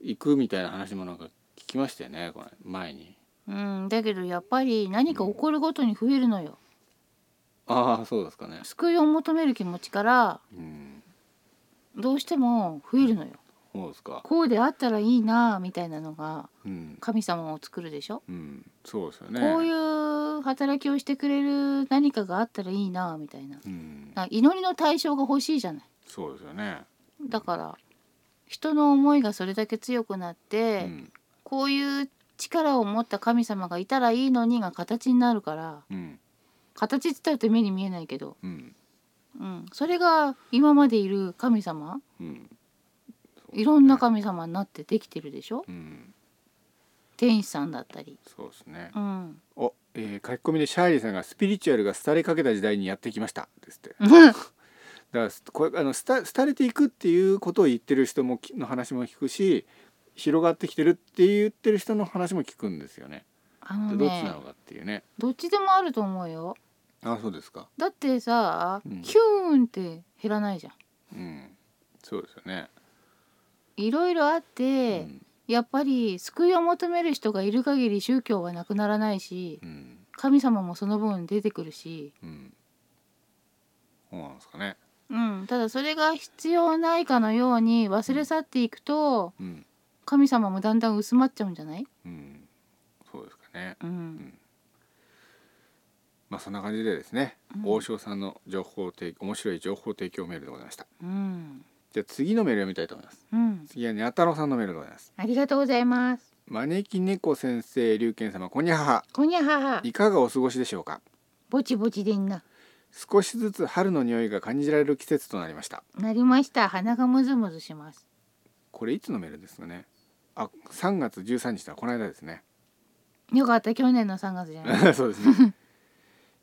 [SPEAKER 1] いくみたいな話もなんか聞きましたよねこの前に。
[SPEAKER 2] うんだけどやっぱり何か起こるごとに増えるのよ
[SPEAKER 1] ああそうですかね。
[SPEAKER 2] 救いを求める気持ちから
[SPEAKER 1] うん、
[SPEAKER 2] どうしても増えるのよ
[SPEAKER 1] そうですか。
[SPEAKER 2] こうであったらいいなみたいなのが
[SPEAKER 1] うん、
[SPEAKER 2] 神様を作るでしょ、
[SPEAKER 1] うん、そうですよね。
[SPEAKER 2] こういう働きをしてくれる何かがあったらいいなみたいな
[SPEAKER 1] うん、
[SPEAKER 2] あ祈りの対象が欲しいじゃない
[SPEAKER 1] そうですよね。
[SPEAKER 2] だから人の思いがそれだけ強くなっ
[SPEAKER 1] う
[SPEAKER 2] て、
[SPEAKER 1] ん、
[SPEAKER 2] こういう力を持った神様がいたらいいのにが形になるから
[SPEAKER 1] うん、
[SPEAKER 2] 形って言ったらって目に見えないけど、
[SPEAKER 1] うん、
[SPEAKER 2] うん、それが今までいる神様
[SPEAKER 1] うん。
[SPEAKER 2] いろんな神様になってできてるでしょ
[SPEAKER 1] うん、
[SPEAKER 2] 天使さんだったり。
[SPEAKER 1] そうですね
[SPEAKER 2] う。 ん、
[SPEAKER 1] お、えー、書き込みでシャーリーさんがスピリチュアルが廃れかけた時代にやってきましたですって。だからすこれあの廃廃れていくっていうことを言ってる人もきの話も聞くし広がってきてるって言ってる人の話も聞くんですよね。
[SPEAKER 2] あ
[SPEAKER 1] で
[SPEAKER 2] の
[SPEAKER 1] どっちな
[SPEAKER 2] ね
[SPEAKER 1] のかっていうね。
[SPEAKER 2] どっちでもあると思うよ
[SPEAKER 1] あそうですか。
[SPEAKER 2] だってさ、
[SPEAKER 1] うん
[SPEAKER 2] ヒューンって減らないじゃ
[SPEAKER 1] う
[SPEAKER 2] ん
[SPEAKER 1] んそうですよね。
[SPEAKER 2] いろいろあっ
[SPEAKER 1] う
[SPEAKER 2] て、
[SPEAKER 1] ん
[SPEAKER 2] やっぱり救いを求める人がいる限り宗教はなくならないし
[SPEAKER 1] うん
[SPEAKER 2] 神様もその分出てくるし、
[SPEAKER 1] うん。そうなんですかね。
[SPEAKER 2] うん、ただそれが必要ないかのように忘れ去っていくと
[SPEAKER 1] うん
[SPEAKER 2] 神様もだんだん薄まっちゃうんじゃない、
[SPEAKER 1] うんそうですかね。
[SPEAKER 2] うん
[SPEAKER 1] まあそんな感じでですね、
[SPEAKER 2] うん
[SPEAKER 1] 王将さんの情報提面白い情報提供メールでございました。
[SPEAKER 2] うん
[SPEAKER 1] じゃあ次のメールを見たいと思います。
[SPEAKER 2] うん、
[SPEAKER 1] 次はにゃ太郎さんのメールでございます。
[SPEAKER 2] ありがとうございます。
[SPEAKER 1] 招き猫先生、龍賢様、こんにゃはは。
[SPEAKER 2] こんにゃははい
[SPEAKER 1] かがお過ごしでしょうか
[SPEAKER 2] ぼちぼちでんな
[SPEAKER 1] 少しずつ春の匂いが感じられる季節となりました
[SPEAKER 2] なりました鼻がムズムズします。
[SPEAKER 1] これいつのメールですかねあ、3月13日だこの間ですね
[SPEAKER 2] よかった去年の3月じゃない。
[SPEAKER 1] そうですね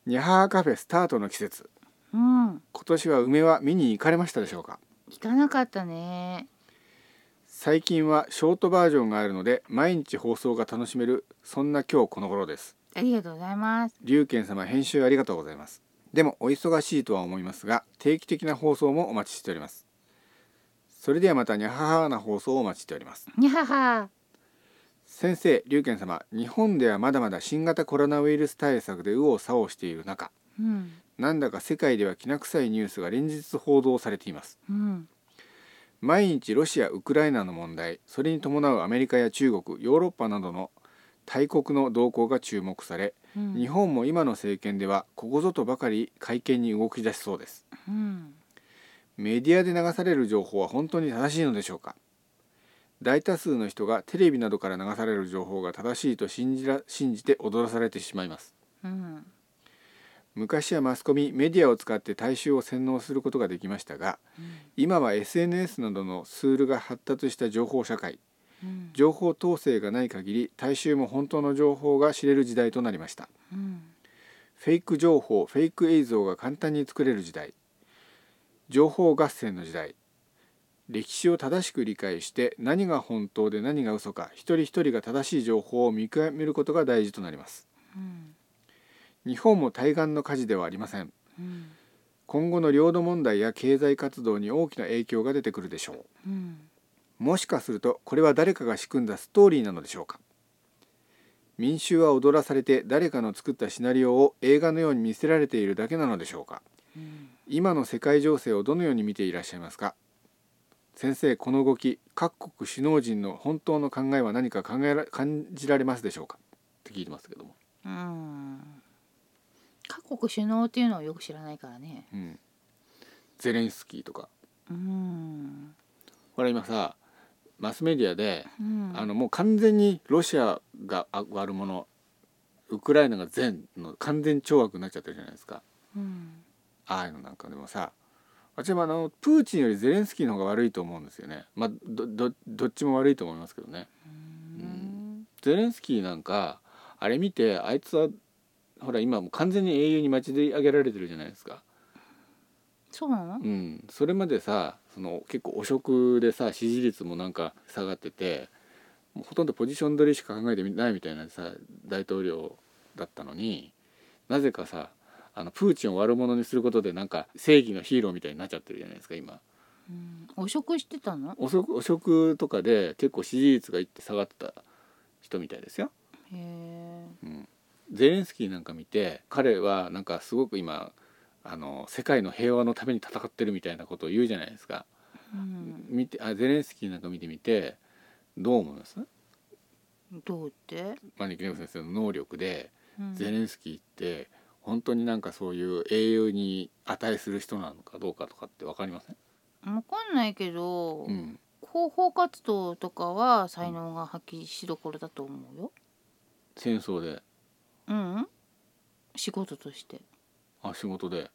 [SPEAKER 1] ニャハーカフェスタートの季節
[SPEAKER 2] うん
[SPEAKER 1] 今年は梅は見に行かれましたでしょうか
[SPEAKER 2] 行かなかったね。
[SPEAKER 1] 最近はショートバージョンがあるので毎日放送が楽しめるそんな今日この頃です
[SPEAKER 2] ありがとうございます。
[SPEAKER 1] 龍賢様編集ありがとうございますでもお忙しいとは思いますが定期的な放送もお待ちしておりますそれではまたニャハハな放送をお待ちしております
[SPEAKER 2] にゃはは。
[SPEAKER 1] 先生龍賢様日本ではまだまだ新型コロナウイルス対策で右往左往している中
[SPEAKER 2] うん
[SPEAKER 1] なんだか世界ではきな臭いニュースが連日報道されています
[SPEAKER 2] うん
[SPEAKER 1] 毎日ロシア・ウクライナの問題それに伴うアメリカや中国ヨーロッパなどの大国の動向が注目され
[SPEAKER 2] うん
[SPEAKER 1] 日本も今の政権ではここぞとばかり会見に動き出しそうです
[SPEAKER 2] うん
[SPEAKER 1] メディアで流される情報は本当に正しいのでしょうか大多数の人がテレビなどから流される情報が正しいと信じら信じて踊らされてしまいます
[SPEAKER 2] うん
[SPEAKER 1] 昔はマスコミメディアを使って大衆を洗脳することができましたが今は SNS などのツールが発達した情報社会
[SPEAKER 2] うん
[SPEAKER 1] 情報統制がない限り大衆も本当の情報が知れる時代となりました
[SPEAKER 2] うん
[SPEAKER 1] フェイク情報フェイク映像が簡単に作れる時代情報合戦の時代歴史を正しく理解して何が本当で何が嘘か一人一人が正しい情報を見極めることが大事となります
[SPEAKER 2] うん
[SPEAKER 1] 日本も対岸の火事ではありません
[SPEAKER 2] うん
[SPEAKER 1] 今後の領土問題や経済活動に大きな影響が出てくるでしょう
[SPEAKER 2] うん
[SPEAKER 1] もしかするとこれは誰かが仕組んだストーリーなのでしょうか民衆は踊らされて誰かの作ったシナリオを映画のように見せられているだけなのでしょうか
[SPEAKER 2] うん
[SPEAKER 1] 今の世界情勢をどのように見ていらっしゃいますか先生この動き各国首脳陣の本当の考えは何か考えら感じられますでしょうかって聞いてますけども、
[SPEAKER 2] うん各国首脳っていうのをよく知らないからね。
[SPEAKER 1] うん、ゼレンスキーとか
[SPEAKER 2] うん。
[SPEAKER 1] ほら今さマスメディアで、
[SPEAKER 2] うん
[SPEAKER 1] あのもう完全にロシアがあ悪者ウクライナが善の完全懲悪になっちゃってるじゃないですか
[SPEAKER 2] うん
[SPEAKER 1] ああいうのなんかでもさ私はあのプーチンよりゼレンスキーの方が悪いと思うんですよねまあどどどっちも悪いと思いますけどね
[SPEAKER 2] うん
[SPEAKER 1] ゼレンスキーなんかあれ見てあいつはほら今もう完全に英雄に待ち上げられてるじゃないですか、
[SPEAKER 2] そうなの？
[SPEAKER 1] うん、それまでさその結構汚職でさ支持率もなんか下がっててもうほとんどポジション取りしか考えてないみたいなさ大統領だったのになぜかさあのプーチンを悪者にすることでなんか正義のヒーローみたいになっちゃってるじゃないですか今
[SPEAKER 2] うん汚職してたの？
[SPEAKER 1] 汚職汚職とかで結構支持率がいって下がってた人みたいですよ
[SPEAKER 2] へえ。
[SPEAKER 1] ゼレンスキーなんか見て彼はなんかすごく今あの世界の平和のために戦ってるみたいなことを言うじゃないですか、
[SPEAKER 2] うん。
[SPEAKER 1] 見てあゼレンスキーなんか見てみてどう思います
[SPEAKER 2] どうって？
[SPEAKER 1] マネキネコ先生の能力で、
[SPEAKER 2] うん
[SPEAKER 1] ゼレンスキーって本当になんかそういう英雄に値する人なのかどうかとかって分かりません、
[SPEAKER 2] わかんないけど、
[SPEAKER 1] うん、
[SPEAKER 2] 広報活動とかは才能が発揮しどころだと思うよ。
[SPEAKER 1] 戦争で
[SPEAKER 2] うん、仕事として。
[SPEAKER 1] あ仕事で、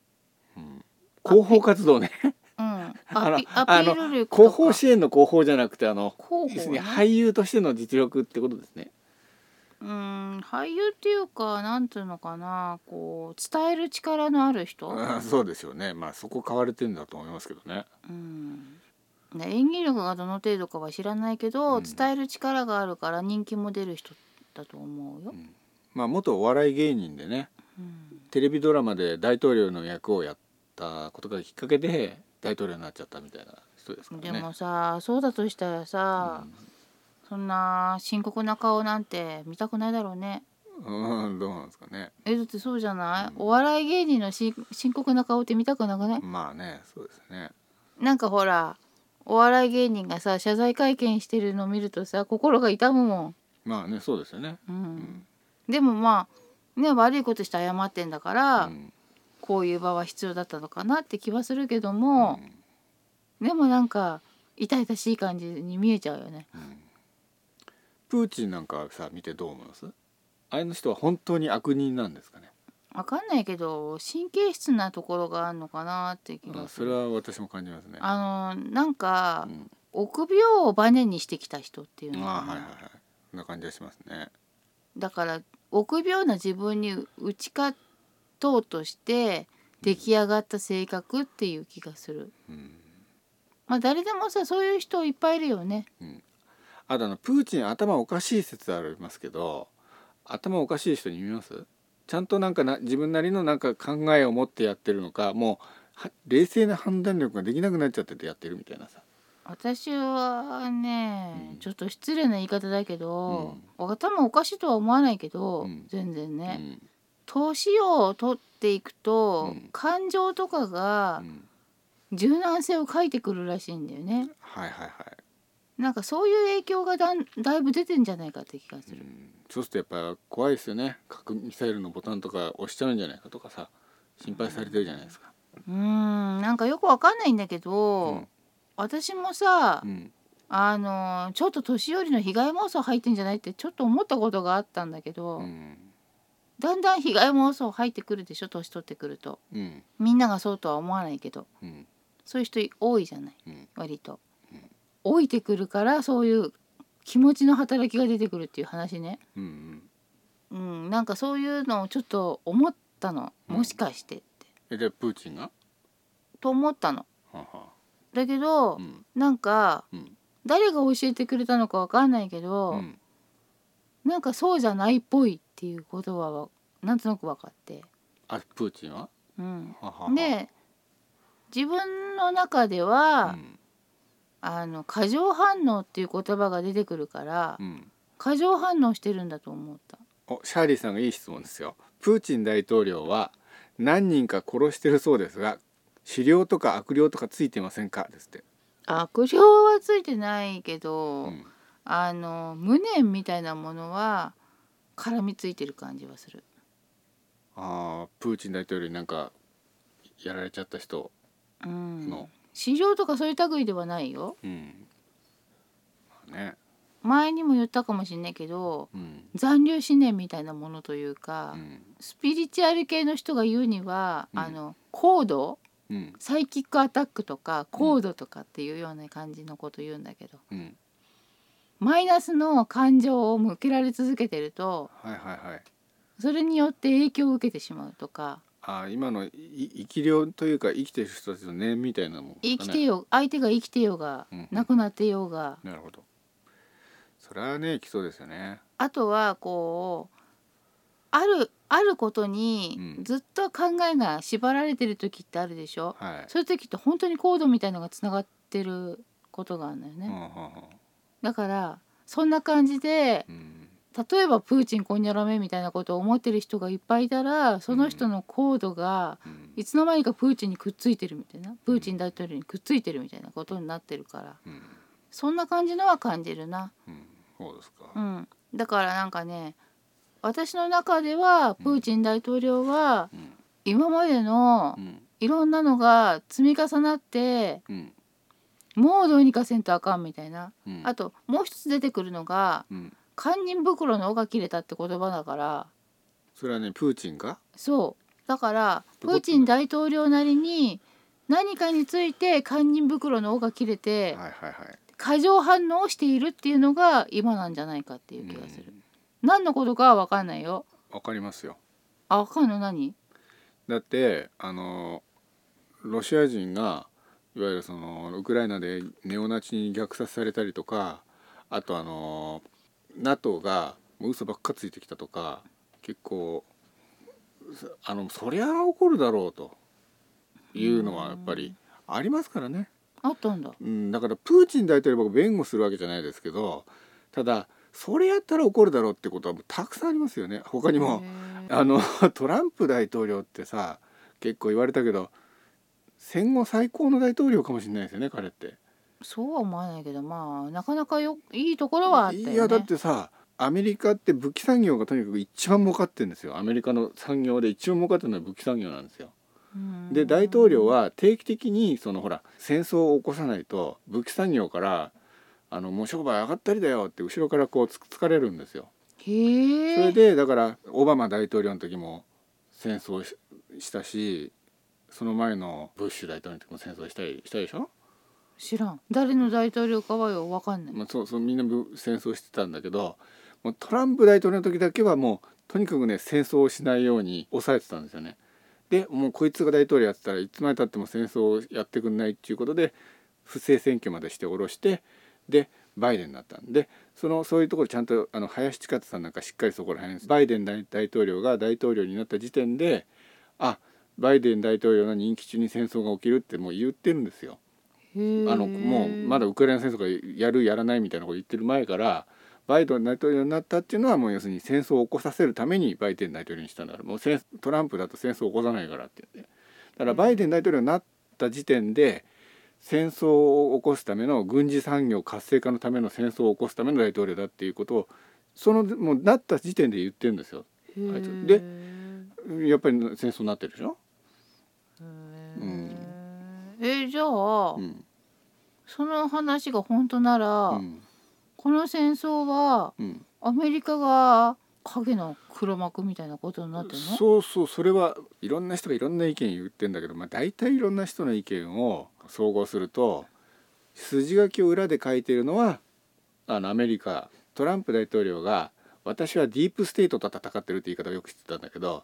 [SPEAKER 1] うん、広報活動ね
[SPEAKER 2] うん。アピ
[SPEAKER 1] あの
[SPEAKER 2] アピ
[SPEAKER 1] あの
[SPEAKER 2] ール力とか。
[SPEAKER 1] 広報支援の広報じゃなくてあの
[SPEAKER 2] 広
[SPEAKER 1] 要す
[SPEAKER 2] 報
[SPEAKER 1] るに
[SPEAKER 2] ね、
[SPEAKER 1] 俳優としての実力ってことですね
[SPEAKER 2] うん俳優っていうかなんていうのかなこう伝える力のある人、
[SPEAKER 1] あーそうですよねまあそこ買われてんだと思いますけどね
[SPEAKER 2] うん、で演技力がどの程度かは知らないけど、
[SPEAKER 1] うん
[SPEAKER 2] 伝える力があるから人気も出る人だと思うよ。
[SPEAKER 1] まあ元お笑い芸人でね
[SPEAKER 2] うん
[SPEAKER 1] テレビドラマで大統領の役をやったことがきっかけで大統領になっちゃったみたいな人ですから
[SPEAKER 2] で
[SPEAKER 1] ね
[SPEAKER 2] もさそうだとしたらさ、そんな深刻な顔なんて見たくないだろうね。
[SPEAKER 1] うん、うんどうなんですかね
[SPEAKER 2] えだってそうじゃない、
[SPEAKER 1] うん
[SPEAKER 2] お笑い芸人のし深刻な顔って見たくなくない、
[SPEAKER 1] まあねそうですね
[SPEAKER 2] なんかほらお笑い芸人がさ謝罪会見してるの見るとさ心が痛むもん、
[SPEAKER 1] まあねそうですよね
[SPEAKER 2] うん
[SPEAKER 1] ん
[SPEAKER 2] でもまあね悪いことして謝ってんだから、
[SPEAKER 1] うん
[SPEAKER 2] こういう場は必要だったのかなって気はするけど
[SPEAKER 1] う
[SPEAKER 2] も、
[SPEAKER 1] ん
[SPEAKER 2] でもなんか痛々しい感じに見えちゃうよね。
[SPEAKER 1] うんプーチンなんかさ見てどう思いますあれの人は本当に悪人なんですかね
[SPEAKER 2] わかんないけど神経質なところがあるのかなって気
[SPEAKER 1] あ
[SPEAKER 2] がす
[SPEAKER 1] それ
[SPEAKER 2] る。
[SPEAKER 1] は私も感じますね
[SPEAKER 2] あのなんか、
[SPEAKER 1] うん
[SPEAKER 2] 臆病をバネにしてきた人っていうのかな
[SPEAKER 1] あーはいはいはいそんな感じがしますね
[SPEAKER 2] だから臆病な自分に打ち勝とうとして出来上がった性格っていう気がする。
[SPEAKER 1] うん
[SPEAKER 2] まあ誰でもさそういう人いっぱいいるよね。
[SPEAKER 1] あとあのプーチン頭おかしい説ありますけど頭おかしい人に見えますちゃんとなんかな自分なりのなんか考えを持ってやってるのかもうは冷静な判断力ができなくなっちゃっててやってるみたいなさ
[SPEAKER 2] 私はね、
[SPEAKER 1] うん
[SPEAKER 2] ちょっと失礼な言い方だけど、頭おかしいとは思わないけど、
[SPEAKER 1] うん
[SPEAKER 2] 全然
[SPEAKER 1] う
[SPEAKER 2] ね、
[SPEAKER 1] ん
[SPEAKER 2] 年を取っていくと、
[SPEAKER 1] うん
[SPEAKER 2] 感情とか
[SPEAKER 1] う
[SPEAKER 2] が
[SPEAKER 1] ん
[SPEAKER 2] 柔軟性を欠いてくるらしいんだよね。
[SPEAKER 1] はいはいはい、
[SPEAKER 2] なんかそういう影響がだんだいぶ出てんじゃないかって気がす
[SPEAKER 1] う
[SPEAKER 2] る。
[SPEAKER 1] ん、そうするとやっぱ怖いですよね核ミサイルのボタンとか押しちゃうんじゃないかとかさ心配されてるじゃないですか。
[SPEAKER 2] うーんなんかよくわかんないんだけ
[SPEAKER 1] う
[SPEAKER 2] ど、
[SPEAKER 1] ん
[SPEAKER 2] 私もさ、
[SPEAKER 1] うん
[SPEAKER 2] あのちょっと年寄りの被害妄想入ってんじゃないってちょっと思ったことがあったんだけど、
[SPEAKER 1] うん
[SPEAKER 2] だんだん被害妄想入ってくるでしょ年取ってくると
[SPEAKER 1] うん
[SPEAKER 2] みんながそうとは思わないけど
[SPEAKER 1] うん
[SPEAKER 2] そういう人多いじゃない
[SPEAKER 1] うん
[SPEAKER 2] 割と。老いてくるからそういう気持ちの働きが出てくるっていう話ね。
[SPEAKER 1] うんうん
[SPEAKER 2] うん、なんかそういうのをちょっと思ったの
[SPEAKER 1] うん
[SPEAKER 2] もしかしてって、
[SPEAKER 1] えでプーチンが
[SPEAKER 2] と思ったの。
[SPEAKER 1] はは
[SPEAKER 2] だけど、
[SPEAKER 1] うん
[SPEAKER 2] なんか
[SPEAKER 1] うん
[SPEAKER 2] 誰が教えてくれたのかわかんないけど、
[SPEAKER 1] うん
[SPEAKER 2] なんかそうじゃないっぽいっていうことはわなんとなく分かって、
[SPEAKER 1] あプーチンは
[SPEAKER 2] うん、
[SPEAKER 1] ははは
[SPEAKER 2] で自分の中で
[SPEAKER 1] う
[SPEAKER 2] は、
[SPEAKER 1] ん
[SPEAKER 2] あの過剰反応っていう言葉が出てくるから、
[SPEAKER 1] うん
[SPEAKER 2] 過剰反応してるんだと思った。
[SPEAKER 1] おシャーリーさんがいい質問ですよプーチン大統領は何人か殺してるそうですが狩猟とか悪霊とかついてませんかですって、
[SPEAKER 2] 悪霊はついてないけど、
[SPEAKER 1] うん、
[SPEAKER 2] あの無念みたいなものは絡みついてる感じはする。
[SPEAKER 1] あープーチン大統領になんかやられちゃった人、
[SPEAKER 2] うん
[SPEAKER 1] の、
[SPEAKER 2] 市場とかそういう類ではないよ。
[SPEAKER 1] うんまあね
[SPEAKER 2] 前にも言ったかもしれないけど
[SPEAKER 1] うん
[SPEAKER 2] 残留思念みたいなものというか、
[SPEAKER 1] うん
[SPEAKER 2] スピリチュアル系の人が言うには、
[SPEAKER 1] うん
[SPEAKER 2] あの高度
[SPEAKER 1] うん
[SPEAKER 2] サイキックアタックとか高度とかっていうような感じのこと言うんだけど、
[SPEAKER 1] うん
[SPEAKER 2] マイナスの感情を向けられ続けてると
[SPEAKER 1] はいはいはい
[SPEAKER 2] それによって影響を受けてしまうとか
[SPEAKER 1] あー今のい生き量というか生きてる人たちの念みたいなもんです
[SPEAKER 2] 生
[SPEAKER 1] か
[SPEAKER 2] き
[SPEAKER 1] ね
[SPEAKER 2] てよ、相手が生きてようが、
[SPEAKER 1] うん
[SPEAKER 2] 亡くなってようが
[SPEAKER 1] なるほどそれはねきそうですよね
[SPEAKER 2] あとはこうあるあることに
[SPEAKER 1] うん
[SPEAKER 2] ずっと考えが縛られてる時ってあるでしょ、
[SPEAKER 1] はい
[SPEAKER 2] そういう時って本当にコードみたいのがつながってることがあるのよね、
[SPEAKER 1] うんうん
[SPEAKER 2] だからそんな感じで
[SPEAKER 1] うん
[SPEAKER 2] 例えばプーチンこんにゃらめみたいなことを思ってる人がいっぱいいたらその人のコードが
[SPEAKER 1] うん
[SPEAKER 2] いつの間にかプーチンにくっついてるみたいなプーチン大統領にくっついてるみたいなことになってるから
[SPEAKER 1] うん
[SPEAKER 2] そんな感じのは感じるな。
[SPEAKER 1] うんそうですか、
[SPEAKER 2] うん、だからなんかね私の中ではプーチン大統領は
[SPEAKER 1] うん
[SPEAKER 2] 今までの
[SPEAKER 1] うん
[SPEAKER 2] いろんなのが積み重なって
[SPEAKER 1] うん
[SPEAKER 2] もうどうにかせんとあかんみたいな
[SPEAKER 1] うん
[SPEAKER 2] あともう一つ出てくるのが
[SPEAKER 1] うん
[SPEAKER 2] 「堪忍袋の尾が切れた」って言葉だから
[SPEAKER 1] それはねプーチンが
[SPEAKER 2] そうだからプーチン大統領なりに何かについて堪忍袋の尾が切れ
[SPEAKER 1] はい
[SPEAKER 2] て
[SPEAKER 1] はいはい
[SPEAKER 2] 過剰反応をしているっていうのが今なんじゃないかっていう気がする
[SPEAKER 1] う。ん
[SPEAKER 2] 何のことかは分かんないよ。
[SPEAKER 1] わかりますよ
[SPEAKER 2] あ分かんの何
[SPEAKER 1] だってあのロシア人がいわゆるそのウクライナでネオナチに虐殺されたりとかあとあの NATO がもう嘘ばっかついてきたとか結構そあのそりゃ怒るだろうというのはやっぱりありますからね、
[SPEAKER 2] あったんだ。
[SPEAKER 1] うん、だからプーチン大統領は僕弁護するわけじゃないですけどただそれやったら怒るだろうってことはもうたくさんありますよね他にも。
[SPEAKER 2] へー
[SPEAKER 1] あのトランプ大統領ってさ結構言われたけど戦後最高の大統領かもしれないですよね彼って。
[SPEAKER 2] そうは思わないけどまあなかなかよいいところはあったよね。
[SPEAKER 1] いやだってさアメリカって武器産業がとにかく一番儲かってるんですよアメリカの産業で一番儲かってるのは武器産業なんですよ。
[SPEAKER 2] うん
[SPEAKER 1] で大統領は定期的にそのほら戦争を起こさないと武器産業からあのもう商売上がったりだよって後ろからこうつつかれるんですよ。
[SPEAKER 2] へえ。
[SPEAKER 1] それでだからオバマ大統領の時も戦争ししたしその前のブッシュ大統領の時も戦争したりしたでしょ、
[SPEAKER 2] 知らん。誰の大統領かはよわかんない。
[SPEAKER 1] まあ、そうそうみんなぶ戦争してたんだけどもうトランプ大統領の時だけはもうとにかくね戦争をしないように抑えてたんですよね。でもうこいつが大統領やってたらいつまでたっても戦争をやってくんないっていうことで不正選挙までして下ろしてでバイデンになったんでそのそういうところちゃんとあの林千勝さんなんかしっかりそこら辺バイデン大大統領が大統領になった時点であバイデン大統領の任期中に戦争が起きるってもう言ってるんですよ。
[SPEAKER 2] へえ。
[SPEAKER 1] あのもうまだウクライナ戦争がやるやらないみたいなこと言ってる前からバイデン大統領になったっていうのはもう要するに戦争を起こさせるためにバイデン大統領にしたんだからもう戦トランプだと戦争を起こさないからって言ってだからバイデン大統領になった時点で戦争を起こすための軍事産業活性化のための戦争を起こすための大統領だっていうことをそのもうなった時点で言ってるんですよ
[SPEAKER 2] へー。
[SPEAKER 1] あいつでやっぱり戦争になってるでしょ、
[SPEAKER 2] へー
[SPEAKER 1] ん
[SPEAKER 2] えじゃあ、
[SPEAKER 1] うん
[SPEAKER 2] その話が本当なら、
[SPEAKER 1] うん
[SPEAKER 2] この戦争は
[SPEAKER 1] うん
[SPEAKER 2] アメリカが影の黒幕みたいなことになってるの
[SPEAKER 1] そうそうそれはいろんな人がいろんな意見言ってんだけど、まあ、大体いろんな人の意見を総合すると筋書きを裏で書いてるのはあのアメリカトランプ大統領が私はディープステートと戦ってるって言い方をよくしてたんだけど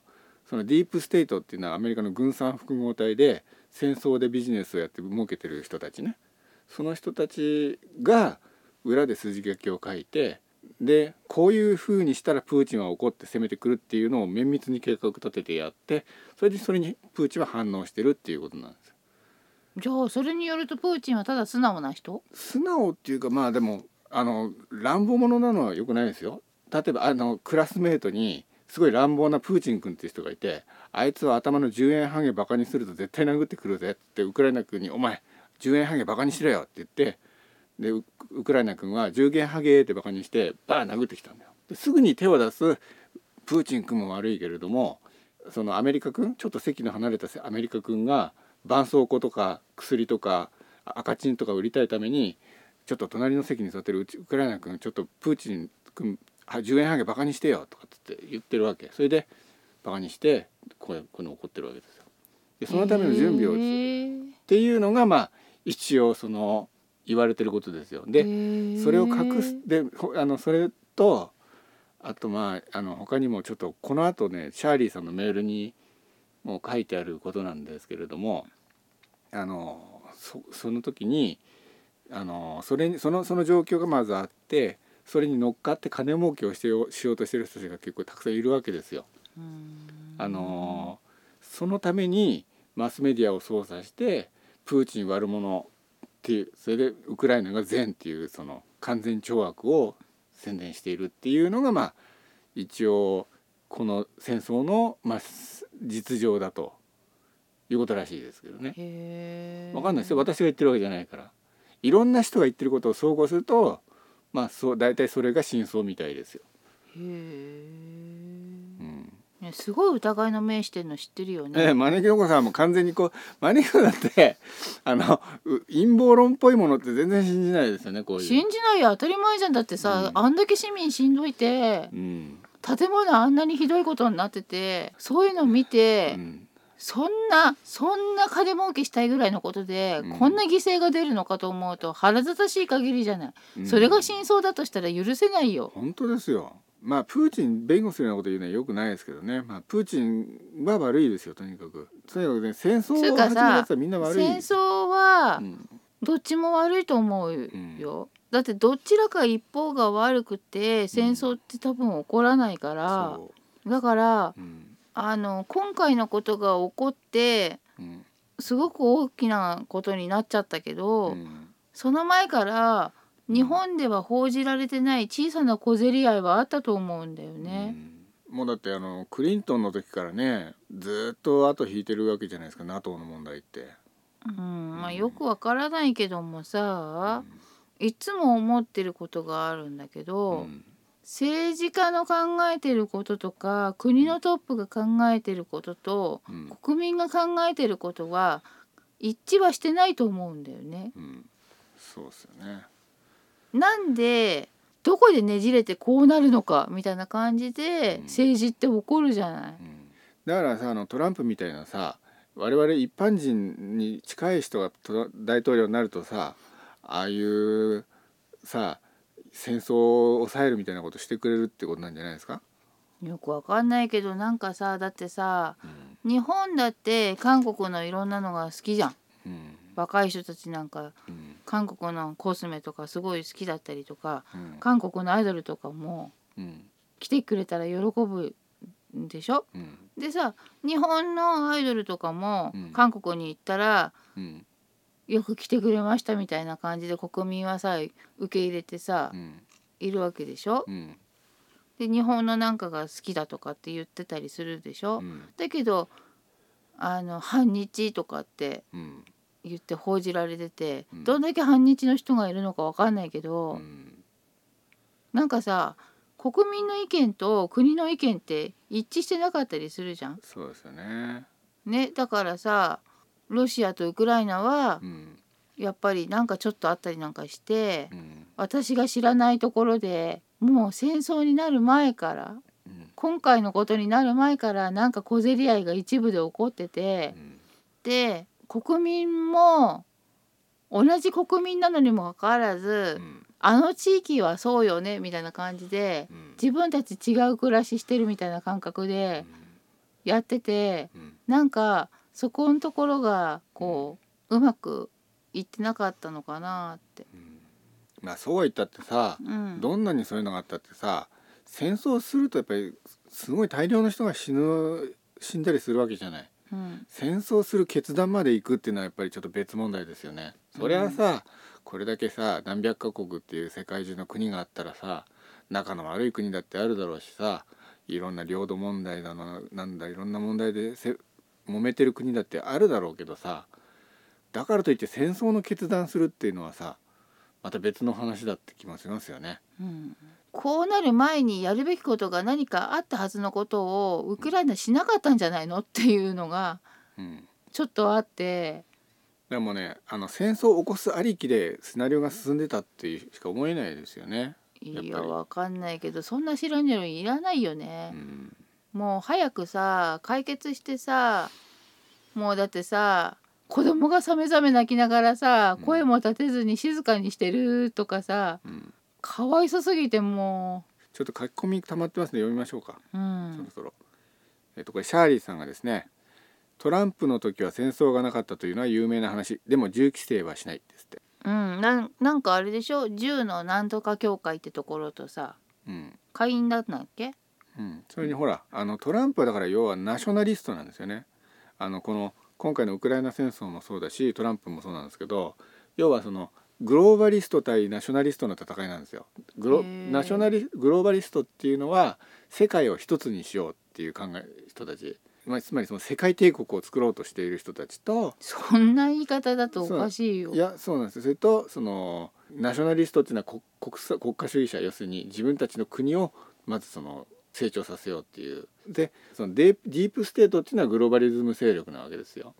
[SPEAKER 1] そのディープステートっていうのはアメリカの軍産複合体で戦争でビジネスをやって儲けてる人たちねその人たちが裏で筋書きを書いてでこういうふうにしたらプーチンは怒って攻めてくるっていうのを綿密に計画立ててやってそれでそれにプーチンは反応してるっていうことなんですよ。
[SPEAKER 2] じゃあそれによるとプーチンはただ素直な人
[SPEAKER 1] 素直っていうかまあでもあの乱暴者なのは良くないですよ。例えばあのクラスメートにすごい乱暴なプーチン君っていう人がいてあいつは頭の10円半減バカにすると絶対殴ってくるぜってウクライナ君に「お前10円半減バカにしろよ」って言ってでウウクライナ君は10円半減ってバカにしてバーン殴ってきたんだよ。ですぐに手を出すプーチン君も悪いけれどもそのアメリカ君ちょっと席の離れたせアメリカ君が絆創膏とか薬とかあ赤チンとか売りたいためにちょっと隣の席に座ってるうちウクライナ君ちょっとプーチン君は10円半減バカにしてよとかっつって言ってるわけそれでバカにしてこうこういうの怒ってるわけですよ。でそのための準備を
[SPEAKER 2] へ
[SPEAKER 1] っ
[SPEAKER 2] ー
[SPEAKER 1] ていうのがまあ一応その言われてることですよ。で、
[SPEAKER 2] へー
[SPEAKER 1] それを隠すでほあのそれとあとまああの他にもちょっとこのあとねシャーリーさんのメールにもう書いてあることなんですけれどもあのそその時にあのそれにそのその状況がまずあってそれに乗っかって金儲けをしてよしようとしてる人たちが結構たくさんいるわけですよ。
[SPEAKER 2] うん
[SPEAKER 1] あのそのためにマスメディアを操作してプーチン悪者っていうそれでウクライナが善っていうその完全懲悪を宣伝しているっていうのがまあ一応この戦争のまあす実情だということらしいですけどね。
[SPEAKER 2] へー
[SPEAKER 1] わかんないですよ私が言ってるわけじゃないからいろんな人が言ってることを総合するとまあそう大体それが真相みたいですよ。
[SPEAKER 2] へー
[SPEAKER 1] うん
[SPEAKER 2] ねすごい疑いの目してるの知ってるよね
[SPEAKER 1] ええ、招き猫さんも完全にこう招き猫さんって あのう陰謀論っぽいものって全然信じないですよねこういう。
[SPEAKER 2] 信じないよ当たり前じゃんだって
[SPEAKER 1] う
[SPEAKER 2] さ、
[SPEAKER 1] ん
[SPEAKER 2] あんだけ市民しんどいて
[SPEAKER 1] うん
[SPEAKER 2] 建物あんなにひどいことになっててそういうのを見て、
[SPEAKER 1] うん
[SPEAKER 2] そんなそんな金儲けしたいぐらいのことで、
[SPEAKER 1] うん
[SPEAKER 2] こんな犠牲が出るのかと思うと腹立たしい限りじゃない、それが真相だとしたら許せないよ。
[SPEAKER 1] 本当ですよ。まあプーチン弁護するようなこと言うのはよくないですけどね、まあ、プーチンは悪いですよとにかくとにかくね戦争を
[SPEAKER 2] つ
[SPEAKER 1] 始
[SPEAKER 2] う
[SPEAKER 1] めた
[SPEAKER 2] かさ
[SPEAKER 1] やつはみんな悪い
[SPEAKER 2] 戦争は
[SPEAKER 1] うん
[SPEAKER 2] どっちも悪いと思うよ、だってどちらか一方が悪くて戦争って多分起こらないから、
[SPEAKER 1] そ
[SPEAKER 2] だから
[SPEAKER 1] ううん
[SPEAKER 2] あの今回のことが起こって
[SPEAKER 1] うん
[SPEAKER 2] すごく大きなことになっちゃったけど、
[SPEAKER 1] うん
[SPEAKER 2] その前から日本では報じられてない小さな小競り合いはあったと思うんだよね。
[SPEAKER 1] うんもうだってあのクリントンの時からねずーっと後引いてるわけじゃないですか NATO の問題って。
[SPEAKER 2] うん、まあよくわからないけどもさ、いつも思ってることがあるんだけ
[SPEAKER 1] う
[SPEAKER 2] ど、
[SPEAKER 1] ん
[SPEAKER 2] 政治家の考えてることとか国のトップが考えてることと
[SPEAKER 1] うん
[SPEAKER 2] 国民が考えてることは一致はしてないと思うんだよね。
[SPEAKER 1] うん、そうですよね。
[SPEAKER 2] なんでどこでねじれてこうなるのかみたいな感じで
[SPEAKER 1] うん
[SPEAKER 2] 政治って起こるじゃない。
[SPEAKER 1] うん、だからさあのトランプみたいなさ我々一般人に近い人がトラ大統領になるとさああいうさ戦争を抑えるみたいなことしてくれるってことなんじゃないですか、
[SPEAKER 2] よくわかんないけどなんかさだってさ
[SPEAKER 1] うん
[SPEAKER 2] 日本だって韓国のいろんなのが好きじゃん
[SPEAKER 1] うん
[SPEAKER 2] 若い人たちなんか
[SPEAKER 1] うん
[SPEAKER 2] 韓国のコスメとかすごい好きだったりとか
[SPEAKER 1] うん
[SPEAKER 2] 韓国のアイドルとかも
[SPEAKER 1] うん
[SPEAKER 2] 来てくれたら喜ぶんでしょ
[SPEAKER 1] うん
[SPEAKER 2] でさ日本のアイドルとかも
[SPEAKER 1] うん
[SPEAKER 2] 韓国に行ったら
[SPEAKER 1] うん
[SPEAKER 2] よく来てくれましたみたいな感じで国民はさ受け入れてさ
[SPEAKER 1] うん
[SPEAKER 2] いるわけでしょ
[SPEAKER 1] うん
[SPEAKER 2] で日本のなんかが好きだとかって言ってたりするでしょ
[SPEAKER 1] うん
[SPEAKER 2] だけどあの反日とかって
[SPEAKER 1] うん
[SPEAKER 2] 言って報じられてて、
[SPEAKER 1] うん
[SPEAKER 2] どんだけ反日の人がいるのかわかんないけど、
[SPEAKER 1] うん
[SPEAKER 2] なんかさ国民の意見と国の意見って一致してなかったりするじゃん。
[SPEAKER 1] そうですよね。
[SPEAKER 2] ね、だからさロシアとウクライナは
[SPEAKER 1] うん
[SPEAKER 2] やっぱりなんかちょっとあったりなんかして
[SPEAKER 1] うん
[SPEAKER 2] 私が知らないところでもう戦争になる前から
[SPEAKER 1] うん
[SPEAKER 2] 今回のことになる前からなんか小競り合いが一部で起こってて
[SPEAKER 1] うん
[SPEAKER 2] で国民も同じ国民なのにもかかわらず、
[SPEAKER 1] うん
[SPEAKER 2] あの地域はそうよねみたいな感じで
[SPEAKER 1] うん
[SPEAKER 2] 自分たち違う暮らししてるみたいな感覚でやってて
[SPEAKER 1] うん
[SPEAKER 2] なんかそこのところがこううまくいってなかったのかなって。
[SPEAKER 1] うんまあそうは言ったってさ
[SPEAKER 2] うん、
[SPEAKER 1] どんなにそういうのがあったってさ戦争するとやっぱりすごい大量の人が死ぬ死んだりするわけじゃない
[SPEAKER 2] うん
[SPEAKER 1] 戦争する決断まで行くっていうのはやっぱりちょっと別問題ですよねそれはさ、これだけさ何百カ国っていう世界中の国があったらさ仲の悪い国だってあるだろうしさいろんな領土問題だのなんだいろんな問題でせ揉めてる国だってあるだろうけどさだからといって戦争の決断するっていうのはさまた別の話だって気もしますよね。
[SPEAKER 2] うんこうなる前にやるべきことが何かあったはずのことをウクライナしなかったんじゃないのっていうのが
[SPEAKER 1] うん
[SPEAKER 2] ちょっとあって
[SPEAKER 1] でもねあの戦争を起こすありきでシナリオが進んでたっていうしか思えないですよね。やっぱ
[SPEAKER 2] い
[SPEAKER 1] り
[SPEAKER 2] やわかんないけどそんな知らんじゃいらないよね
[SPEAKER 1] う、ん
[SPEAKER 2] もう早くさ解決してさもうだってさ子供がさめざめ泣きながらさ
[SPEAKER 1] うん
[SPEAKER 2] 声も立てずに静かにしてるとかさ
[SPEAKER 1] うん
[SPEAKER 2] かわいそすぎても
[SPEAKER 1] ちょっと書き込み溜まってますね読みましょうか、
[SPEAKER 2] う、う
[SPEAKER 1] そろ
[SPEAKER 2] ん、
[SPEAKER 1] そろ。えっとこれシャーリーさんがですねトランプの時は戦争がなかったというのは有名な話でも銃規制はしないですって、
[SPEAKER 2] うん、なんなんかあれでしょ銃のなんとか協会ってところとさ
[SPEAKER 1] うん
[SPEAKER 2] 会員だったんだっけ
[SPEAKER 1] うん、それにほらあのトランプはだから要はナショナリストなんですよねあのこの今回のウクライナ戦争もそうだしトランプもそうなんですけど要はそのグローバリスト対ナショナリストの戦いなんですよ。グロ
[SPEAKER 2] へー
[SPEAKER 1] ナショナリグローバリストっていうのは世界を一つにしようっていう考え人たち、まあ、つまりその世界帝国を作ろうとしている人たちと
[SPEAKER 2] そんな言い方だとおかしいよ。
[SPEAKER 1] いやそうなんですよそれとそのナショナリストっていうのは国国際国家主義者要するに自分たちの国をまずその成長させようっていうでそのデープディープステートっていうのはグローバリズム勢力なわけですよ。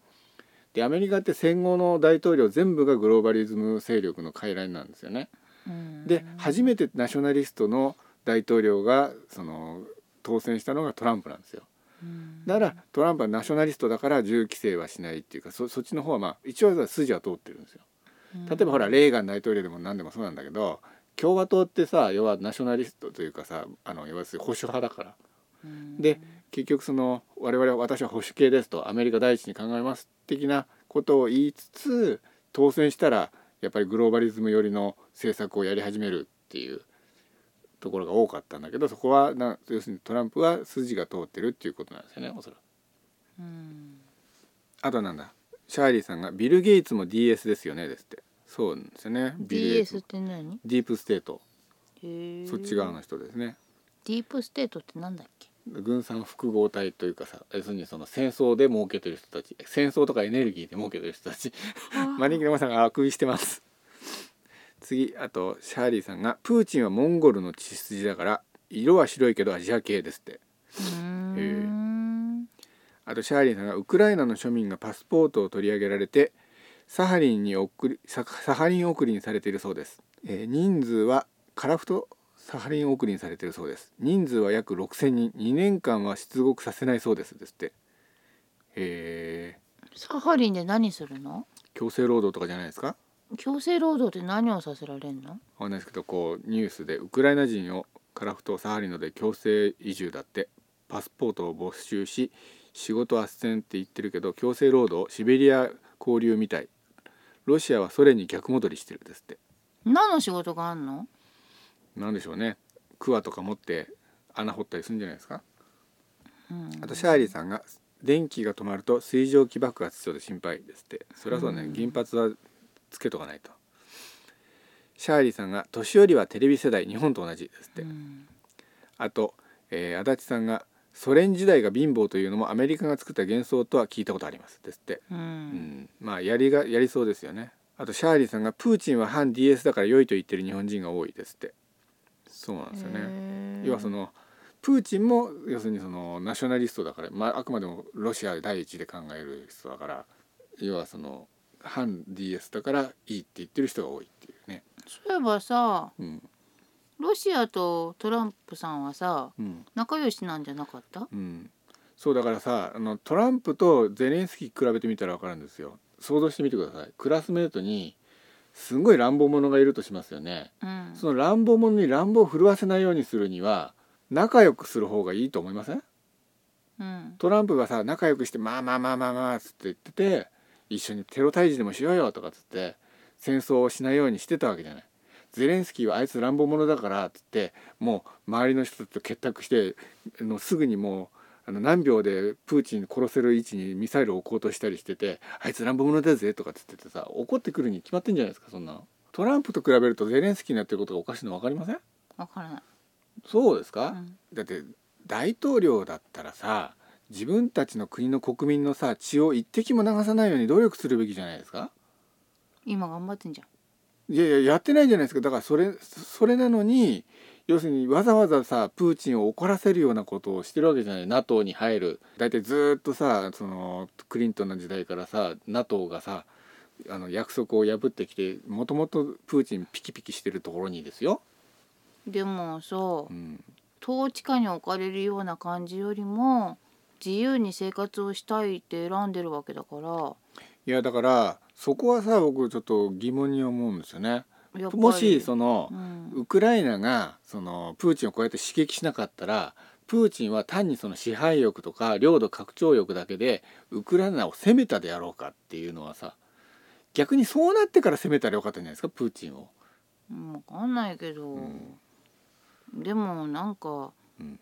[SPEAKER 1] でアメリカって戦後の大統領全部がグローバリズム勢力の傀儡なんですよね。
[SPEAKER 2] うん
[SPEAKER 1] で初めてナショナリストの大統領がその当選したのがトランプなんですよ。
[SPEAKER 2] うん
[SPEAKER 1] だからトランプはナショナリストだから銃規制はしないっていうかそそっちの方はまあ一応は筋は通ってるんですよ。例えばほらレーガン大統領でも何でもそうなんだけど共和党ってさ要はナショナリストというかさあの要は保守派だから
[SPEAKER 2] うん
[SPEAKER 1] で結局その我々は私は保守系ですとアメリカ第一に考えます的なことを言いつつ当選したらやっぱりグローバリズム寄りの政策をやり始めるっていうところが多かったんだけどそこはな要するにトランプは筋が通ってるっていうことなんですよねおそらく。
[SPEAKER 2] うん
[SPEAKER 1] あとなんだシャーリーさんが「ビル・ゲイツも DS ですよね」ですってそうなんですよね。ビルゲイツ
[SPEAKER 2] DS って何
[SPEAKER 1] ディープステートそ
[SPEAKER 2] そ
[SPEAKER 1] っち側の人ですね
[SPEAKER 2] ディープステートってなんだっけ
[SPEAKER 1] 軍産複合体というかさ要するにその戦争で儲けてる人たち戦争とかエネルギーで儲けてる人たち招き猫さんがあくびしてます次あとシャーリーさんが「プーチンはモンゴルの血筋だから色は白いけどアジア系です」って
[SPEAKER 2] うーん
[SPEAKER 1] あとシャーリーさんがウクライナの庶民がパスポートを取り上げられてサハリンに送りササハリン送りにされているそうです、えー人数は樺太サハリン送りにされているそうです人数は約6000人2年間は出国させないそうですですってえ
[SPEAKER 2] サハリンで何するの
[SPEAKER 1] ー強制労働とかじゃないですか
[SPEAKER 2] 強制労働って何をさせられんの
[SPEAKER 1] わかんないですけどこうニュースでウクライナ人を樺太サハリンので強制移住だってパスポートを没収し仕事斡旋って言ってるけど強制労働シベリア交流みたいロシアはソ連に逆戻りしてるですって
[SPEAKER 2] 何の仕事があんの
[SPEAKER 1] なんでしょうねクワとか持って穴掘ったりするんじゃないですか
[SPEAKER 2] うん
[SPEAKER 1] あとシャーリーさんが電気が止まると水蒸気爆発しそうで心配ですってそれはそうね、
[SPEAKER 2] うん
[SPEAKER 1] 銀髪はつけとかないとシャーリーさんが年寄りはテレビ世代日本と同じですって、
[SPEAKER 2] うん
[SPEAKER 1] あと、えー、足立さんがソ連時代が貧乏というのもアメリカが作った幻想とは聞いたことありますですって、う
[SPEAKER 2] う
[SPEAKER 1] ん
[SPEAKER 2] ん
[SPEAKER 1] まあやりがやりそうですよねあとシャーリーさんがプーチンは反 DS だから良いと言ってる日本人が多いですってそうなんですよね、
[SPEAKER 2] へー
[SPEAKER 1] 要はそのプーチンも要するにそのナショナリストだから、まあ、あくまでもロシア第一で考える人だから要はその反 DS だからいいって言ってる人が多いっていうね、
[SPEAKER 2] そういえばさ
[SPEAKER 1] うん、
[SPEAKER 2] ロシアとトランプさんはさ
[SPEAKER 1] うん
[SPEAKER 2] 仲良しなんじゃなかった
[SPEAKER 1] うん、そうだからさあのトランプとゼレンスキー比べてみたら分かるんですよ想像してみてくださいクラスメートにすごい乱暴者がいるとしますよね
[SPEAKER 2] うん
[SPEAKER 1] その乱暴者に乱暴を振るわせないようにするには仲良くする方がいいと思いません
[SPEAKER 2] うん
[SPEAKER 1] トランプがさ仲良くして「まあまあまあまあまあ」つって言ってて一緒にテロ退治でもしようよとかつって戦争をしないようにしてたわけじゃない。ゼレンスキーはあいつ乱暴者だからっつってもう周りの人と結託してあのすぐにもうあの何秒でプーチン殺せる位置にミサイルを置こうとしたりしてて「あいつ乱暴者だぜ」とかつっててさ怒ってくるに決まってんじゃないですかそんなの。トランプと比べるとゼレンスキーになってることがおかしいの分かりません
[SPEAKER 2] わからない
[SPEAKER 1] そうですか、
[SPEAKER 2] うん
[SPEAKER 1] だって大統領だったらさ自分たちの国の国民のさ血を一滴も流さないように努力するべきじゃないですか
[SPEAKER 2] 今頑張ってんじゃん
[SPEAKER 1] いやいややってないじゃないですかだからそれそれなのに要するにわざわざさプーチンを怒らせるようなことをしてるわけじゃない NATO に入る大体ずーっとさそのクリントンの時代からさ NATO がさあの約束を破ってきてもともとプーチンピキピキしてるところにですよ。
[SPEAKER 2] でもさ
[SPEAKER 1] うん
[SPEAKER 2] 統治下に置かれるような感じよりも自由に生活をしたいって選んでるわけだか
[SPEAKER 1] いやだからそこはさ僕ちょっと疑問に思うんですよね。
[SPEAKER 2] らやっぱり
[SPEAKER 1] もしその
[SPEAKER 2] うん
[SPEAKER 1] ウクライナがそのプーチンをこうやって刺激しなかったらプーチンは単にその支配欲とか領土拡張欲だけでウクライナを攻めたであろうかっていうのはさ逆にそうなってから攻めたらよかったんじゃないですかプーチンを。
[SPEAKER 2] うんわかんないけど、
[SPEAKER 1] うん
[SPEAKER 2] でもなんか
[SPEAKER 1] うん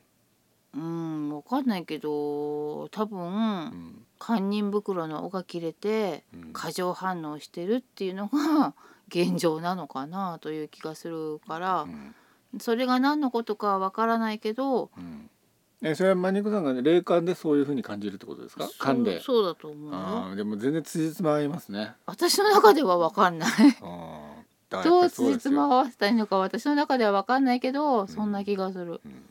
[SPEAKER 2] うんわかんないけど多
[SPEAKER 1] う
[SPEAKER 2] 分
[SPEAKER 1] ん
[SPEAKER 2] 堪忍袋の尾が切れて
[SPEAKER 1] うん
[SPEAKER 2] 過剰反応してるっていうのが 現状なのかなという気がするから
[SPEAKER 1] うん
[SPEAKER 2] それが何のことかはわからないけど
[SPEAKER 1] うんえそれはマニコさんが霊感でそういうふうに感じるってことですか
[SPEAKER 2] そ
[SPEAKER 1] 感
[SPEAKER 2] う
[SPEAKER 1] で。
[SPEAKER 2] そうだと思う
[SPEAKER 1] あ
[SPEAKER 2] よ
[SPEAKER 1] あでも全然辻褄合います ね。
[SPEAKER 2] 私の中ではわかんない
[SPEAKER 1] あーだからやっ
[SPEAKER 2] ど
[SPEAKER 1] ぱりそ
[SPEAKER 2] う
[SPEAKER 1] う
[SPEAKER 2] つ
[SPEAKER 1] です
[SPEAKER 2] じつ
[SPEAKER 1] よ
[SPEAKER 2] ま合わせたらいいのか私の中ではわかんないけどそんな気がする、
[SPEAKER 1] うん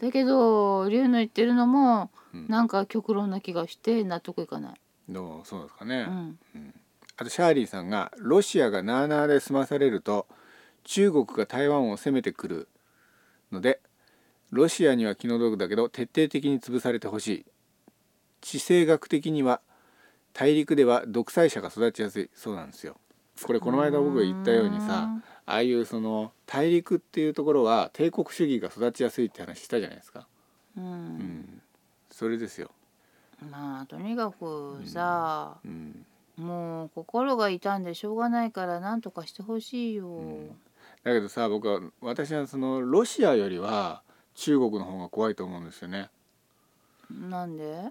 [SPEAKER 2] だけど龍の言ってるのも
[SPEAKER 1] うん
[SPEAKER 2] なんか極論な気がして納得いかない、
[SPEAKER 1] どうそうですかね。
[SPEAKER 2] うん、
[SPEAKER 1] あとシャーリーさんがロシアがなあなあで済まされると中国が台湾を攻めてくるのでロシアには気の毒だけど徹底的に潰されてほしい地政学的には大陸では独裁者が育ちやすいそうなんですよこれこの間僕が言ったようにさああいうその大陸っていうところは帝国主義が育ちやすいって話したじゃないですか、
[SPEAKER 2] う、
[SPEAKER 1] うんん、それですよ、
[SPEAKER 2] まあとにかくさ、
[SPEAKER 1] うん、
[SPEAKER 2] もう心が痛んでしょうがないから何とかしてほしいよ、
[SPEAKER 1] んだけどさ僕は私はそのロシアよりは中国の方が怖いと思うんですよね
[SPEAKER 2] なんで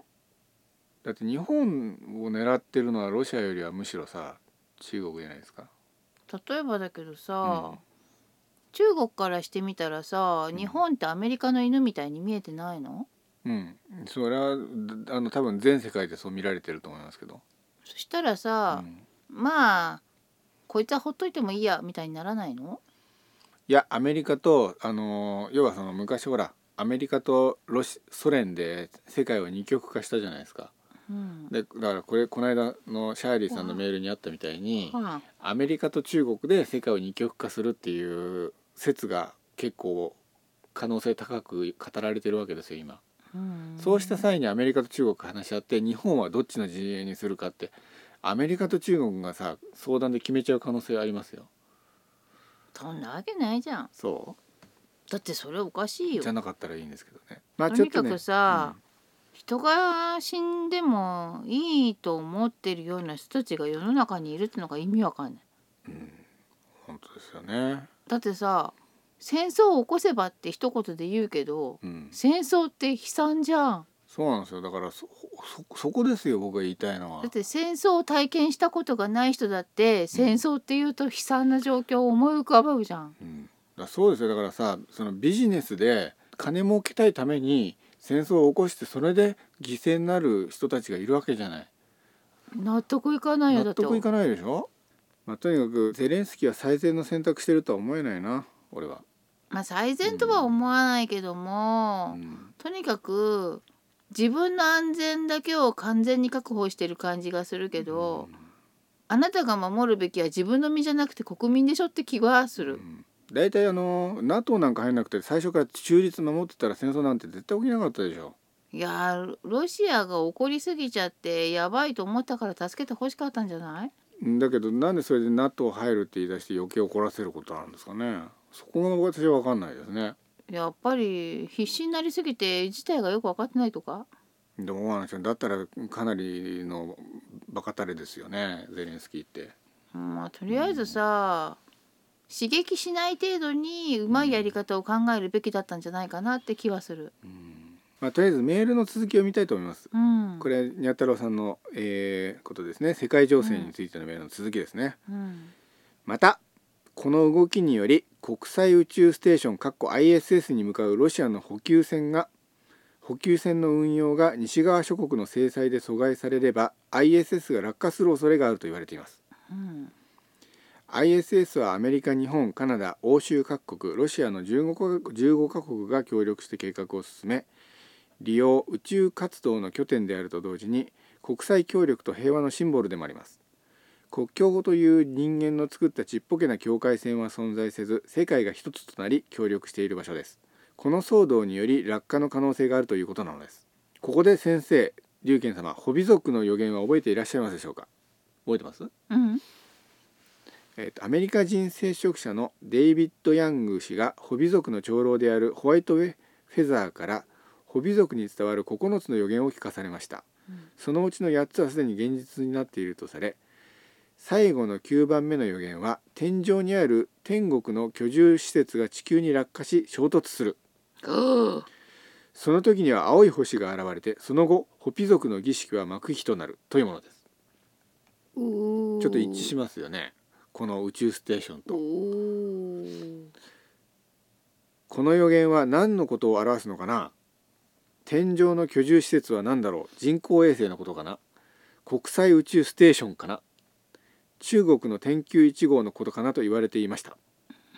[SPEAKER 1] だって日本を狙ってるのはロシアよりはむしろさ中国じゃないですか
[SPEAKER 2] 例えばだけどさ、
[SPEAKER 1] うん
[SPEAKER 2] 中国からしてみたらさ日本ってアメリカの犬みたいに見えてないの
[SPEAKER 1] うんそれはだあの多分全世界でそう見られてると思いますけど、
[SPEAKER 2] そしたら
[SPEAKER 1] う
[SPEAKER 2] さ、
[SPEAKER 1] ん、
[SPEAKER 2] まあこいつはほっといてもいいやみたいにならないの
[SPEAKER 1] いやアメリカとあの要はその昔ほらアメリカとロシソ連で世界を二極化したじゃないですか
[SPEAKER 2] うん、
[SPEAKER 1] でだからこれこの間のシャーリーさんのメールにあったみたいに、
[SPEAKER 2] は
[SPEAKER 1] アメリカと中国で世界を二極化するっていう説が結構可能性高く語られてるわけですよ今、
[SPEAKER 2] あうん
[SPEAKER 1] そうした際にアメリカと中国が話し合って日本はどっちの陣営にするかってアメリカと中国がさ相談で決めちゃう可能性ありますよ
[SPEAKER 2] そんなわけないじゃん
[SPEAKER 1] そ
[SPEAKER 2] だってそれおかしいうよ
[SPEAKER 1] じゃなかったらいいんですけどねまあ
[SPEAKER 2] と
[SPEAKER 1] ちょっ
[SPEAKER 2] に
[SPEAKER 1] と
[SPEAKER 2] か
[SPEAKER 1] ね
[SPEAKER 2] くさ、人が死んでもいいと思ってるような人たちが世の中にいるってのが意味わかんない。
[SPEAKER 1] うん、うん本当ですよね
[SPEAKER 2] だってさ戦争を起こせばって一言で言うけど
[SPEAKER 1] うん
[SPEAKER 2] 戦争って悲惨じゃん。
[SPEAKER 1] そうなんですよだからそそそこですよ僕が言いたいのは
[SPEAKER 2] だって戦争を体験したことがない人だって戦争っていうと悲惨な状況を思い浮かべるじゃん。
[SPEAKER 1] うん、だからそうですよだからさそのビジネスで金儲けたいために戦争を起こしてそれで犠牲になる人たちがいるわけじゃない
[SPEAKER 2] 納得いかないよ
[SPEAKER 1] 納
[SPEAKER 2] だって
[SPEAKER 1] 得いかないでしょ、まあ、とにかくゼレンスキーは最善の選択してるとは思えないな俺は、
[SPEAKER 2] まあ最善とは思わないけど
[SPEAKER 1] う
[SPEAKER 2] も、
[SPEAKER 1] ん
[SPEAKER 2] とにかく自分の安全だけを完全に確保してる感じがするけど。あなたが守るべきは自分の身じゃなくて国民でしょって気はす
[SPEAKER 1] う
[SPEAKER 2] る。
[SPEAKER 1] ん大体あの NATO なんか入んなくて最初から中立守ってたら戦争なんて絶対起きなかったでしょ
[SPEAKER 2] いやーロシアが怒りすぎちゃってやばいと思ったから助けてほしかったんじゃない
[SPEAKER 1] だけどなんでそれで NATO 入るって言い出して余計怒らせることなんですかねそこが私は分かんないですね
[SPEAKER 2] やっぱり必死になりすぎて事態がよく分かってないとか
[SPEAKER 1] でも大原さんだったらかなりのバカタレですよねゼレンスキーって
[SPEAKER 2] うんまあとりあえずさ、刺激しない程度にうまいやり方を考えるべきだったんじゃないかなって気はする。
[SPEAKER 1] まあ、とりあえずメールの続きを見たいと思います
[SPEAKER 2] うん、
[SPEAKER 1] これにゃ太郎さんの、えーことですね世界情勢についてのメールの続きですね、
[SPEAKER 2] うん、
[SPEAKER 1] またこの動きにより国際宇宙ステーション ISS に向かうロシアの補給船が補給船の運用が西側諸国の制裁で阻害されれば ISS が落下する恐れがあると言われています
[SPEAKER 2] うん、
[SPEAKER 1] ISS はアメリカ日本カナダ欧州各国ロシアの15か15カ国が協力して計画を進め利用宇宙活動の拠点であると同時に国際協力と平和のシンボルでもあります国境という人間の作ったちっぽけな境界線は存在せず世界が一つとなり協力している場所ですこの騒動により落下の可能性があるということなのですここで先生龍賢様ホビ族の予言は覚えていらっしゃいますでしょうか覚えてます
[SPEAKER 2] うん、
[SPEAKER 1] えーとアメリカ人聖職者のデイビッド・ヤング氏がホビ族の長老であるホワイトフェザーからホビ族に伝わる9つの予言を聞かされました、
[SPEAKER 2] うん
[SPEAKER 1] そのうちの8つはすでに現実になっているとされ最後の9番目の予言は天井にある天国の居住施設が地球に落下し衝突する
[SPEAKER 2] おー
[SPEAKER 1] その時には青い星が現れてその後ホピ族の儀式は幕引きとなるというものです
[SPEAKER 2] おー
[SPEAKER 1] ちょっと一致しますよねこの宇宙ステーションと
[SPEAKER 2] おー
[SPEAKER 1] この予言は何のことを表すのかな天井の居住施設は何だろう人工衛星のことかな国際宇宙ステーションかな中国の天球1号のことかなと言われていました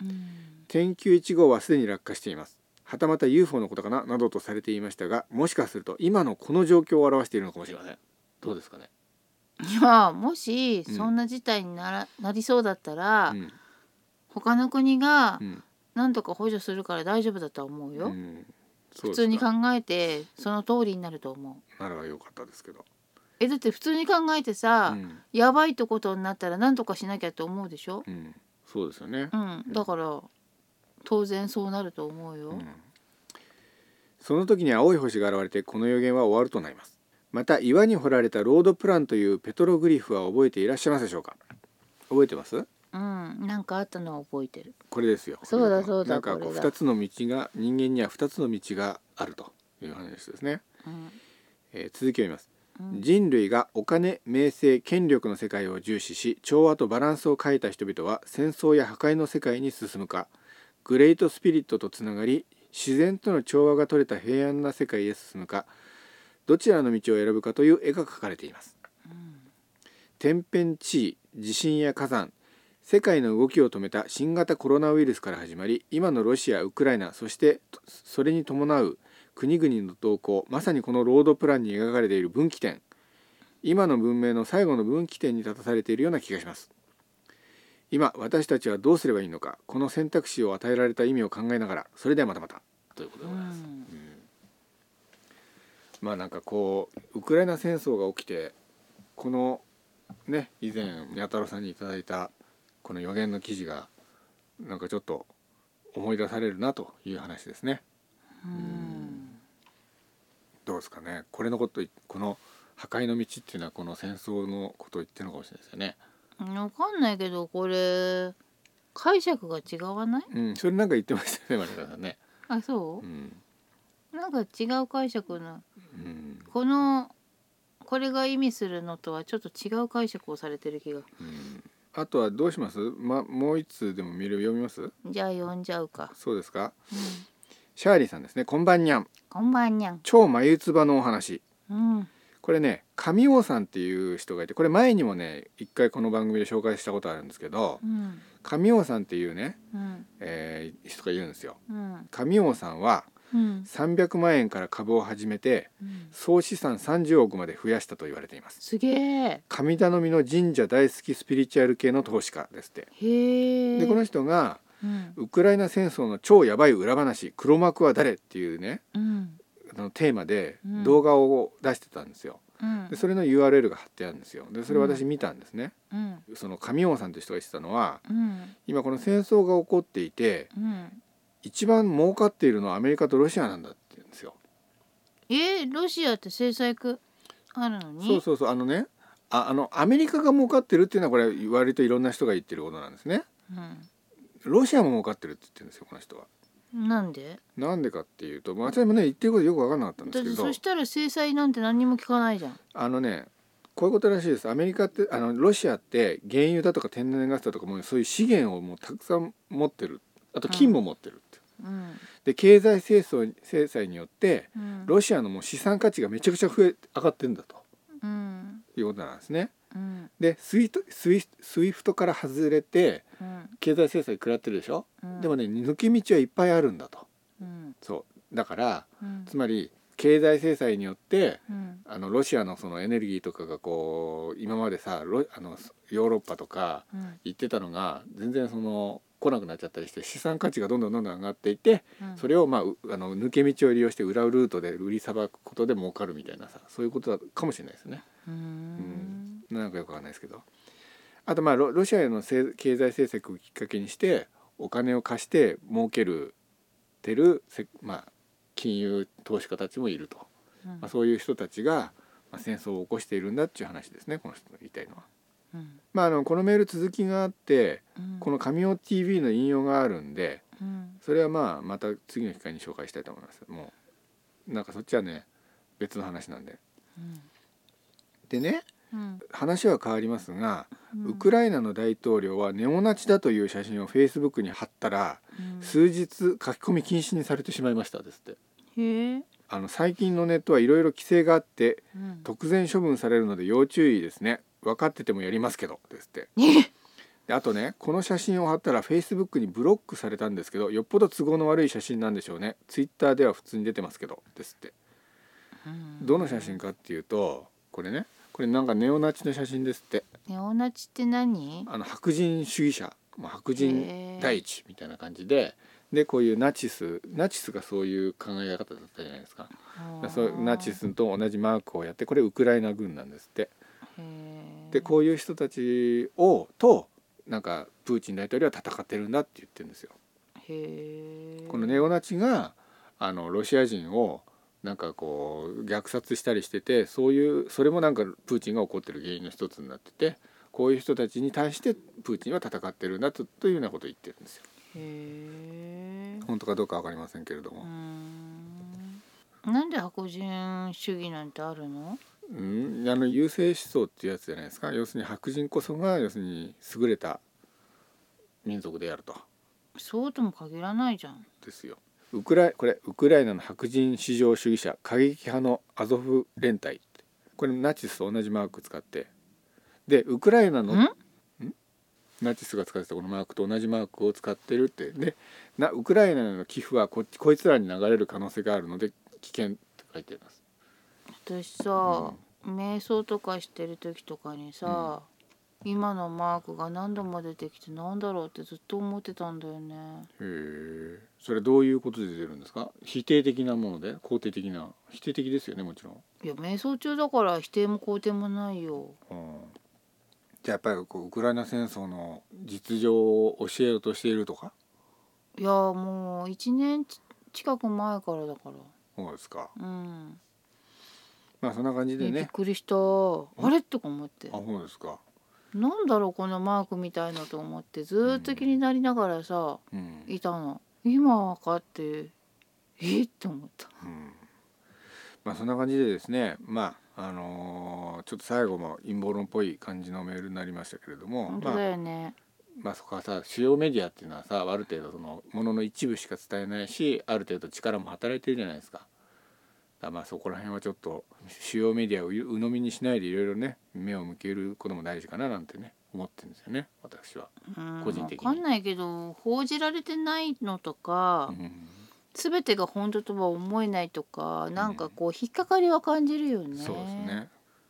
[SPEAKER 2] うん
[SPEAKER 1] 天球1号はすでに落下していますはたまた UFO のことかななどとされていましたがもしかすると今のこの状況を表しているのかもしれませんどうですかね、
[SPEAKER 2] いやもし
[SPEAKER 1] うん
[SPEAKER 2] そんな事態になら、なりそうだったら、
[SPEAKER 1] うん
[SPEAKER 2] 他の国が
[SPEAKER 1] うん
[SPEAKER 2] なんとか補助するから大丈夫だとは思うよ、
[SPEAKER 1] うん、そう
[SPEAKER 2] 普
[SPEAKER 1] ですか
[SPEAKER 2] 通に考えてその通りになると思う
[SPEAKER 1] ならばよかったですけど、
[SPEAKER 2] えだって普通に考えて
[SPEAKER 1] う
[SPEAKER 2] さ、
[SPEAKER 1] ん
[SPEAKER 2] やばいってことになったら何とかしなきゃって思うでしょ
[SPEAKER 1] うん、そうですよね、
[SPEAKER 2] うんだから当然そうなると思うよ、
[SPEAKER 1] うんその時に青い星が現れてこの予言は終わるとなりますまた岩に掘られたロードプランというペトログリフは覚えていらっしゃいますでしょうか覚えてます
[SPEAKER 2] うん、なんかあったのは覚えてる
[SPEAKER 1] これですよ
[SPEAKER 2] そうだそうだ
[SPEAKER 1] なんかこう
[SPEAKER 2] これだ
[SPEAKER 1] 二つの道が人間には二つの道があるという話ですね、
[SPEAKER 2] うん
[SPEAKER 1] えー続きを読みます
[SPEAKER 2] うん
[SPEAKER 1] 人類がお金名声権力の世界を重視し調和とバランスを変えた人々は戦争や破壊の世界に進むかグレートスピリットとつながり自然との調和が取れた平安な世界へ進むかどちらの道を選ぶかという絵が描かれています天変地異地震や火山世界の動きを止めた新型コロナウイルスから始まり今のロシアウクライナそしてとそれに伴う国々の動向まさにこのロードプランに描かれている分岐点今の文明の最後の分岐点に立たされているような気がします今私たちはどうすればいいのかこの選択肢を与えられた意味を考えながらそれではまたまたということでございます、
[SPEAKER 2] うん
[SPEAKER 1] まあなんかこうウクライナ戦争が起きてこのね以前八太郎さんにいただいたこの予言の記事がなんかちょっと思い出されるなという話ですね。
[SPEAKER 2] うん
[SPEAKER 1] どうですかねこれのことこの破壊の道っていうのはこの戦争のことを言ってるのかもしれないですよね。
[SPEAKER 2] わかんないけどこれ解釈が違わない
[SPEAKER 1] うん、それなんか言ってましたよね丸田さんね。
[SPEAKER 2] あそうう、
[SPEAKER 1] ん
[SPEAKER 2] なんか違う解釈の
[SPEAKER 1] うん
[SPEAKER 2] このこれが意味するのとはちょっと違う解釈をされてる気が
[SPEAKER 1] うん、あとはどうします、ま、もう一通でも見る読みます
[SPEAKER 2] じゃあ読んじゃうか、
[SPEAKER 1] そうですか
[SPEAKER 2] うん、
[SPEAKER 1] シャーリーさんですねこんばんにゃん
[SPEAKER 2] こんばんにゃん
[SPEAKER 1] 超眉唾のお話
[SPEAKER 2] うん
[SPEAKER 1] これね神尾さんっていう人がいてこれ前にもね一回この番組で紹介したことあるんですけど
[SPEAKER 2] うん
[SPEAKER 1] 神尾さんっていうね、
[SPEAKER 2] うん
[SPEAKER 1] えー人がいるんですよ。
[SPEAKER 2] うん
[SPEAKER 1] 神尾さんは
[SPEAKER 2] うん
[SPEAKER 1] 300万円から株を始めて
[SPEAKER 2] うん
[SPEAKER 1] 総資産30億まで増やしたと言われています。
[SPEAKER 2] すげえ
[SPEAKER 1] 神頼みの神社大好きスピリチュアル系の投資家ですって。
[SPEAKER 2] へえ
[SPEAKER 1] でこの人が
[SPEAKER 2] うん
[SPEAKER 1] ウクライナ戦争の超やばい裏話黒幕は誰っていうね
[SPEAKER 2] うん
[SPEAKER 1] あのテーマで
[SPEAKER 2] うん
[SPEAKER 1] 動画を出してたんですよ。
[SPEAKER 2] うん
[SPEAKER 1] でそれの URL が貼ってあるんですよ。でそれ私見たんですね。
[SPEAKER 2] うん
[SPEAKER 1] その神尾さんという人が言ってたのは
[SPEAKER 2] うん
[SPEAKER 1] 今この戦争が起こっていて
[SPEAKER 2] うん
[SPEAKER 1] 一番儲かっているのはアメリカとロシアなんだって言うんですよ。
[SPEAKER 2] えーロシアって制裁区あるのに
[SPEAKER 1] そうそうそうあのねああのアメリカが儲かってるっていうのはこれ割といろんな人が言ってることなんですね。ロシアも儲かってるって言ってるんですよこの人は。
[SPEAKER 2] うん、なんで
[SPEAKER 1] なんでかっていうとまあ私もね言ってることよく分かんなかったんで
[SPEAKER 2] だっ
[SPEAKER 1] すけ
[SPEAKER 2] て
[SPEAKER 1] ど
[SPEAKER 2] そしたら制裁なんて何にも聞かないじゃん
[SPEAKER 1] あのねこういうことらしいですアメリカってあのロシアって原油だとか天然ガスだとかもうそういう資源をもうたくさん持ってるあと金も持ってるって。
[SPEAKER 2] うん
[SPEAKER 1] で経済制争制裁によって
[SPEAKER 2] うん
[SPEAKER 1] ロシアのもう資産価値がめちゃくちゃ増え上がってんだと
[SPEAKER 2] うん
[SPEAKER 1] いうことなんですね。
[SPEAKER 2] うん
[SPEAKER 1] でスイートスイスイフトから外れて
[SPEAKER 2] うん
[SPEAKER 1] 経済制裁食らってるでしょ、
[SPEAKER 2] うん
[SPEAKER 1] でもね抜け道はいっぱいあるんだと
[SPEAKER 2] うん
[SPEAKER 1] そうだから
[SPEAKER 2] うん
[SPEAKER 1] つまり経済制裁によって
[SPEAKER 2] うん
[SPEAKER 1] あのロシアのそのエネルギーとかがこう今までさロあのヨーロッパとか
[SPEAKER 2] うん
[SPEAKER 1] 行ってたのが全然その来なくなっちゃったりして資産価値がどんどんどんどん上がっていって
[SPEAKER 2] うん
[SPEAKER 1] それをまあうあの抜け道を利用して裏ルートで売りさばくことで儲かるみたいなさそういうことだかもしれないですね。
[SPEAKER 2] うーん
[SPEAKER 1] んなんかよくわかんないですけどあとまあロロシアへのせい経済政策をきっかけにしてお金を貸して儲けるてるせ、まあ、金融投資家たちもいると、
[SPEAKER 2] うん
[SPEAKER 1] まあ、そういう人たちが、まあ、戦争を起こしているんだっていう話ですねこの人の言いたいのは。
[SPEAKER 2] うん
[SPEAKER 1] まあ、あのこのメール続きがあって
[SPEAKER 2] うん
[SPEAKER 1] この「神尾 TV」の引用があるんで
[SPEAKER 2] うん
[SPEAKER 1] それはまあまた次の機会に紹介したいと思います。もうなんかそっちはね別の話なんで。
[SPEAKER 2] うん
[SPEAKER 1] でね
[SPEAKER 2] うん
[SPEAKER 1] 話は変わりますが
[SPEAKER 2] うん
[SPEAKER 1] ウクライナの大統領はネオナチだという写真をフェイスブックに貼ったら
[SPEAKER 2] うん
[SPEAKER 1] 数日書き込み禁止にされてしまいましたですって
[SPEAKER 2] へえ
[SPEAKER 1] あの最近のネットはいろいろ規制があって
[SPEAKER 2] うん
[SPEAKER 1] 突然処分されるので要注意ですね分かっててもやりますけどです ってであとねこの写真を貼ったらフェイスブックにブロックされたんですけどよっぽど都合の悪い写真なんでしょうねツイッターでは普通に出てますけどですって
[SPEAKER 2] うん
[SPEAKER 1] どの写真かっていうとこれねこれなんかネオナチの写真ですって
[SPEAKER 2] ネオナチって何
[SPEAKER 1] あの白人主義者、まあ、白人第一みたいな感じででこういうナチスナチスがそういう考え方だったじゃないですか
[SPEAKER 2] あー
[SPEAKER 1] そうナチスと同じマークをやってこれウクライナ軍なんですって
[SPEAKER 2] へえ
[SPEAKER 1] でこういう人たちをとなんかプーチン大統領は戦ってるんだって言ってるんですよ。
[SPEAKER 2] へえ
[SPEAKER 1] このネオナチがあのロシア人をなんかこう虐殺したりしててそういうそれもなんかプーチンが怒ってる原因の一つになっててこういう人たちに対してプーチンは戦ってるんだとというようなことを言ってるんですよ。
[SPEAKER 2] へえ
[SPEAKER 1] 本当かどうかわかりませんけれど
[SPEAKER 2] うー
[SPEAKER 1] も、
[SPEAKER 2] んなんで白人主義なんてあるの
[SPEAKER 1] うん、あの優勢思想っていうやつじゃないですか要するに白人こそが要するに優れた民族であると
[SPEAKER 2] そうとも限らないじゃん
[SPEAKER 1] ですよ。ウクライこれウクライナの白人至上主義者過激派のアゾフ連隊これナチスと同じマーク使ってでウクライナの
[SPEAKER 2] ん
[SPEAKER 1] ナチスが使ってたこのマークと同じマークを使ってるってでなウクライナへの寄付はこっちこいつらに流れる可能性があるので危険って書いてます。
[SPEAKER 2] 私さ、瞑想とかしてる時とかにさ、今のマークが何度も出てきてなんだろうってずっと思ってたんだよね
[SPEAKER 1] へえそれどういうことで出てるんですか否定的なもので肯定的な否定的ですよねもちろん。
[SPEAKER 2] いや瞑想中だから否定も肯定もないよ
[SPEAKER 1] うんじゃあやっぱりこうウクライナ戦争の実情を教えようとしているとか
[SPEAKER 2] いやもう1年ち近く前からだから
[SPEAKER 1] そうですか
[SPEAKER 2] うん、
[SPEAKER 1] まあそんな感じで
[SPEAKER 2] びっ
[SPEAKER 1] ね
[SPEAKER 2] くりしたあれとか思って
[SPEAKER 1] あそうですか
[SPEAKER 2] なんだろうこのマークみたいのと思ってずーっと気になりながらさ、
[SPEAKER 1] うん、
[SPEAKER 2] いたの今分かってえっと思った
[SPEAKER 1] うん、まあそんな感じでですねまああのーちょっと最後も陰謀論っぽい感じのメールになりましたけれども
[SPEAKER 2] 本
[SPEAKER 1] ま
[SPEAKER 2] 当だ
[SPEAKER 1] あ、
[SPEAKER 2] よね、
[SPEAKER 1] まあそこはさ主要メディアっていうのはさある程度そのものの一部しか伝えないしある程度力も働いてるじゃないですか。だからまあそこら辺はちょっと主要メディアを鵜呑みにしないでいろいろね目を向けることも大事かななんてね思ってるんですよね私は。
[SPEAKER 2] うん、
[SPEAKER 1] 個人的に
[SPEAKER 2] 分かんないけど報じられてないのと
[SPEAKER 1] う
[SPEAKER 2] か、
[SPEAKER 1] ん
[SPEAKER 2] 全てが本当とは思えないとかなんかこう引っかかりは感じるよね,、
[SPEAKER 1] そうですね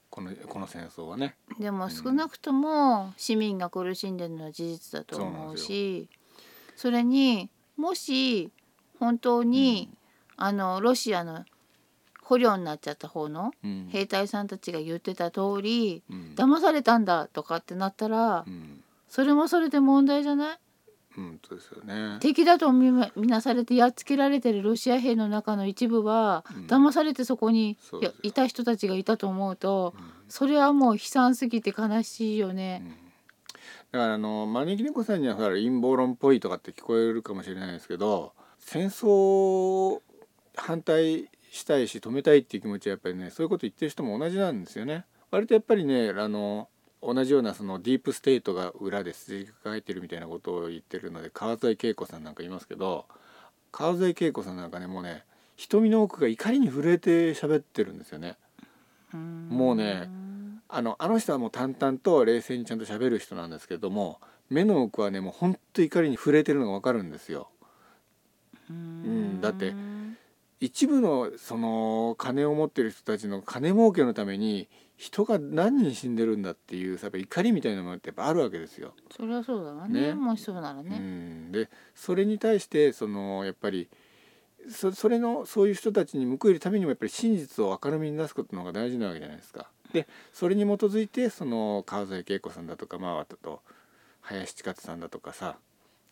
[SPEAKER 1] このこの戦争はね
[SPEAKER 2] でも
[SPEAKER 1] ん
[SPEAKER 2] 少なくとも市民が苦しんでるのは事実だと思うしそれにもし本当に、あのロシアの捕虜になっちゃった方の
[SPEAKER 1] うん
[SPEAKER 2] 兵隊さんたちが言ってた通り
[SPEAKER 1] うん
[SPEAKER 2] 騙されたんだとかってなったら
[SPEAKER 1] うん
[SPEAKER 2] それもそれで問題じゃない
[SPEAKER 1] うんそうですよね
[SPEAKER 2] 敵だと見ま見なされてやっつけられてるロシア兵の中の一部は
[SPEAKER 1] うん
[SPEAKER 2] 騙されてそこに
[SPEAKER 1] そう
[SPEAKER 2] いや
[SPEAKER 1] ですよ
[SPEAKER 2] いた人たちがいたと思うと
[SPEAKER 1] うん
[SPEAKER 2] それはもう悲惨すぎて悲しいよ
[SPEAKER 1] う
[SPEAKER 2] ね。
[SPEAKER 1] んだからあの招き猫さんにはほら陰謀論っぽいとかって聞こえるかもしれないですけど戦争を反対したいし止めたいっていう気持ちはやっぱりねそういうこと言ってる人も同じなんですよね。割とやっぱりねあの同じようなそのディープステートが裏で筋が書いてるみたいなことを言ってるので川添恵子さんなんかいますけど川添恵子さんなんかねもうね瞳の奥が怒りに震えて喋ってるんですよね。
[SPEAKER 2] も
[SPEAKER 1] もうねあのあの人はもう淡々と冷静にちゃんと喋る人なんですけれども目の奥はねもうほんと怒りに触れてるのがわかるんですよ。んだって一部のその金を持ってる人たちの金儲けのために人が何人死んでるんだっていうさやっぱ怒りみたいなものってやっぱあるわけですよ。
[SPEAKER 2] それはそうだわね
[SPEAKER 1] ね
[SPEAKER 2] もしそうなら
[SPEAKER 1] う
[SPEAKER 2] ね。
[SPEAKER 1] んでそれに対してそのやっぱりそそれのそういう人たちに報いるためにもやっぱり真実を明るみに出すことの方が大事なわけじゃないですか。でそれに基づいてその川添恵子さんだとかまああと林千勝さんだとかさ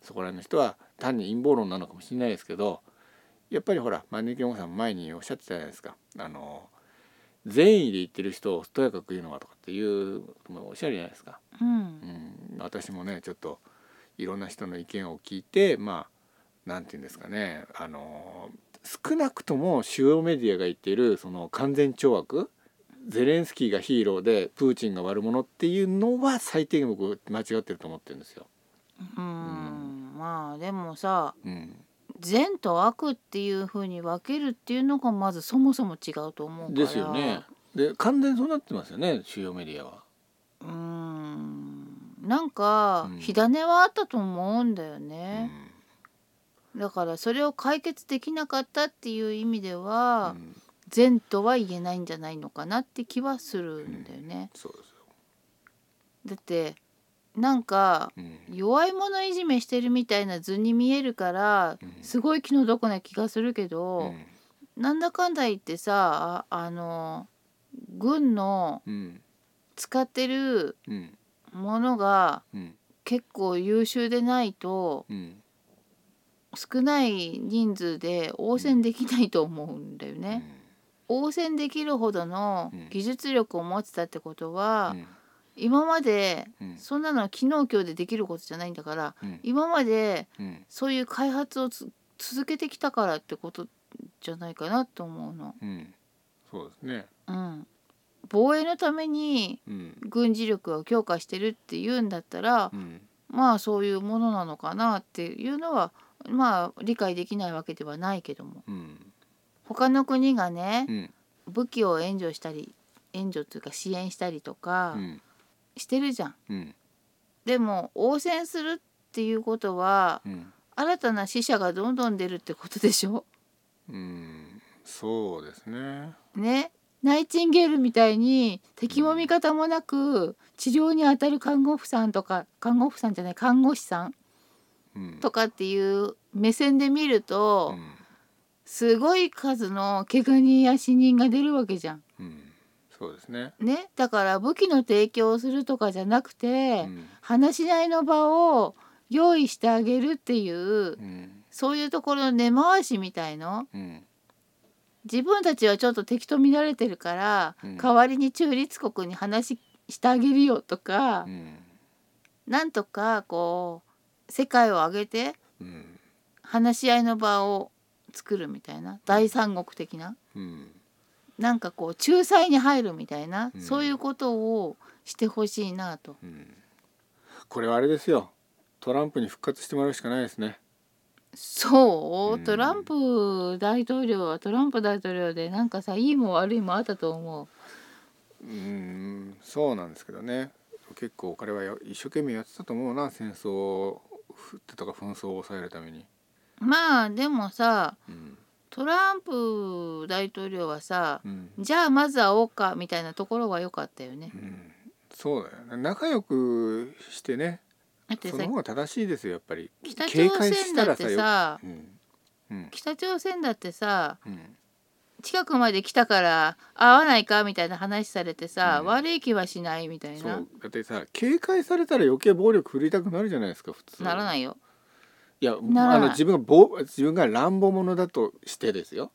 [SPEAKER 1] そこら辺の人は単に陰謀論なのかもしれないですけどやっぱりほら招き猫さんも前におっしゃってたじゃないですか。あの善意で言ってる人をとやかく言うのはとかっていうもおっしゃるじゃないですか。
[SPEAKER 2] うん
[SPEAKER 1] うん、私もねちょっといろんな人の意見を聞いてまあなんて言うんですかねあの少なくとも主要メディアが言っているその完全懲悪ゼレンスキーがヒーローでプーチンが悪者っていうのは最低限僕間違ってると思ってるんですよ。
[SPEAKER 2] うんまあでもさ
[SPEAKER 1] うん、
[SPEAKER 2] 善と悪っていうふうに分けるっていうのがまずそもそも違うと思うか
[SPEAKER 1] で
[SPEAKER 2] ら
[SPEAKER 1] すよね。で完全にそうなってますよね主要メディアは。
[SPEAKER 2] うんなんか
[SPEAKER 1] うん
[SPEAKER 2] 火種はあったと思うんだよ
[SPEAKER 1] う
[SPEAKER 2] ね、
[SPEAKER 1] ん
[SPEAKER 2] だからそれを解決できなかったっていう意味で
[SPEAKER 1] う
[SPEAKER 2] は、
[SPEAKER 1] ん、
[SPEAKER 2] 善とは言えないんじゃないのかなって気はするんだよね、
[SPEAKER 1] そうですよ。
[SPEAKER 2] だってなんか
[SPEAKER 1] うん
[SPEAKER 2] 弱い者いじめしてるみたいな図に見えるから
[SPEAKER 1] うん
[SPEAKER 2] すごい気の毒な気がするけど、
[SPEAKER 1] うん
[SPEAKER 2] なんだかんだ言ってさああの軍の
[SPEAKER 1] うん
[SPEAKER 2] 使ってる
[SPEAKER 1] うん
[SPEAKER 2] ものが
[SPEAKER 1] うん
[SPEAKER 2] 結構優秀でないと
[SPEAKER 1] うん
[SPEAKER 2] 少ない人数で応戦できないと思うんだよね。応戦できるほどの
[SPEAKER 1] うん
[SPEAKER 2] 技術力を持ってたってこと
[SPEAKER 1] う
[SPEAKER 2] は、
[SPEAKER 1] ん
[SPEAKER 2] 今まで
[SPEAKER 1] うん
[SPEAKER 2] そんなのは昨日今日でできることじゃないんだから
[SPEAKER 1] うん
[SPEAKER 2] 今まで
[SPEAKER 1] うん
[SPEAKER 2] そういう開発をつ続けてきたからってことじゃないかなと思うの。
[SPEAKER 1] うんそうですね。
[SPEAKER 2] うん、防衛のために
[SPEAKER 1] うん
[SPEAKER 2] 軍事力を強化してるっていうんだったら
[SPEAKER 1] うん
[SPEAKER 2] まあそういうものなのかなっていうのはまあ理解できないわけではないけども
[SPEAKER 1] うん
[SPEAKER 2] 他の国がね
[SPEAKER 1] うん
[SPEAKER 2] 武器を援助したり援助というか支援したりとか
[SPEAKER 1] うん
[SPEAKER 2] してるじゃん。
[SPEAKER 1] うん
[SPEAKER 2] でも応戦するっていうことは
[SPEAKER 1] うん
[SPEAKER 2] 新たな死者がどんどん出るってことでしょ
[SPEAKER 1] うんそうですね。
[SPEAKER 2] ねナイチンゲールみたいに敵も味方もなく治療に当たる看護婦さんとか看護婦さんじゃない看護師さん
[SPEAKER 1] うん
[SPEAKER 2] とかっていう目線で見る
[SPEAKER 1] う
[SPEAKER 2] と、
[SPEAKER 1] ん
[SPEAKER 2] すごい数の怪我人や死人が出るわけじゃん。
[SPEAKER 1] うんそうですね。
[SPEAKER 2] ね、だから武器の提供をするとかじゃなく
[SPEAKER 1] う
[SPEAKER 2] て、
[SPEAKER 1] ん
[SPEAKER 2] 話し合いの場を用意してあげるっていう、
[SPEAKER 1] うん
[SPEAKER 2] そういうところの根回しみたいの
[SPEAKER 1] うん
[SPEAKER 2] 自分たちはちょっと敵と見られてるから、
[SPEAKER 1] うん
[SPEAKER 2] 代わりに中立国に話してあげるよとか
[SPEAKER 1] う、ん
[SPEAKER 2] なんとかこう世界を挙げて
[SPEAKER 1] うん
[SPEAKER 2] 話し合いの場を作るみたいな第三国的な、
[SPEAKER 1] うん
[SPEAKER 2] なんかこう仲裁に入るみたいな、
[SPEAKER 1] うん
[SPEAKER 2] そういうことをしてほしいなと
[SPEAKER 1] うんこれはあれですよ。トランプに復活してもらうしかないですね。
[SPEAKER 2] そう、
[SPEAKER 1] うん
[SPEAKER 2] トランプ大統領はトランプ大統領でなんかさいいも悪いもあったと思
[SPEAKER 1] う
[SPEAKER 2] う
[SPEAKER 1] んそうなんですけどね。結構彼はや一生懸命やってたと思うな戦争をふってとか紛争を抑えるために。
[SPEAKER 2] まあでもさ
[SPEAKER 1] うん
[SPEAKER 2] トランプ大統領はさ
[SPEAKER 1] うん
[SPEAKER 2] じゃあまず会おうかみたいなところが良かったよね
[SPEAKER 1] う、んそうだよね仲良くしてね
[SPEAKER 2] だって
[SPEAKER 1] そ
[SPEAKER 2] さ
[SPEAKER 1] の方が正しいですよやっぱり
[SPEAKER 2] 北
[SPEAKER 1] 警
[SPEAKER 2] 朝
[SPEAKER 1] 戒し
[SPEAKER 2] 鮮
[SPEAKER 1] た
[SPEAKER 2] だ
[SPEAKER 1] ら
[SPEAKER 2] っ
[SPEAKER 1] さ
[SPEAKER 2] てさ
[SPEAKER 1] うんうん
[SPEAKER 2] 北朝鮮だってさ
[SPEAKER 1] うん
[SPEAKER 2] 近くまで来たから会わないかみたいな話されてさ、
[SPEAKER 1] うん
[SPEAKER 2] 悪い気はしないみたい
[SPEAKER 1] そ
[SPEAKER 2] な
[SPEAKER 1] うだってさ警戒されたら余計暴力振るいたくなるじゃないですか普通
[SPEAKER 2] なら
[SPEAKER 1] い
[SPEAKER 2] ないよ
[SPEAKER 1] いや
[SPEAKER 2] ならない
[SPEAKER 1] あの自分が暴自分が乱暴者だとしてですよ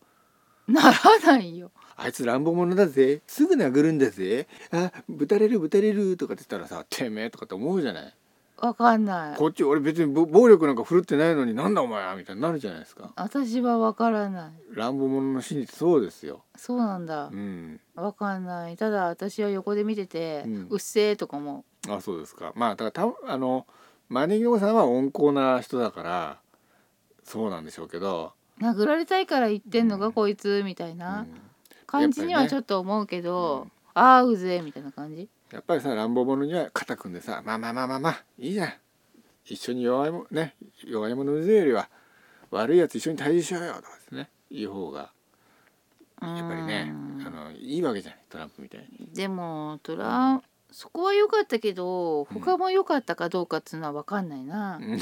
[SPEAKER 2] ならないよ
[SPEAKER 1] あいつ乱暴者だぜすぐ殴るんだぜあぶたれるぶたれるとかって言ったらさてめえとかって思うじゃない
[SPEAKER 2] わかんない
[SPEAKER 1] こっち俺別にぼ暴力なんか振るってないのになんだお前はみたいになるじゃないですか
[SPEAKER 2] 私はわからない
[SPEAKER 1] 乱暴者の心理ってそうですよ
[SPEAKER 2] そうなんだ
[SPEAKER 1] うん
[SPEAKER 2] わかんないただ私は横で見てて、う
[SPEAKER 1] うん
[SPEAKER 2] っせーとかも
[SPEAKER 1] あそうですかまあだからたあのマネギノさんは温厚な人だからそうなんでしょうけど、
[SPEAKER 2] 殴られたいから言ってんのか、
[SPEAKER 1] うん
[SPEAKER 2] こいつみたいうな、
[SPEAKER 1] ん、
[SPEAKER 2] 感じには
[SPEAKER 1] やっぱりね
[SPEAKER 2] ちょっと思うけど、
[SPEAKER 1] うん
[SPEAKER 2] ああうぜみたいな感じ
[SPEAKER 1] やっぱりさ乱暴者には肩組んでさまあまあまあまあまあいいじゃん一緒に弱いもね弱い者のよりは悪いやつ一緒に対峙しようよとかですねいい方がやっぱりね
[SPEAKER 2] うん
[SPEAKER 1] あのいいわけじゃないトランプみたいに。
[SPEAKER 2] でもトランそこは良かったけど
[SPEAKER 1] うん
[SPEAKER 2] 他も良かったかどうかっつうのは分かんないな、
[SPEAKER 1] うん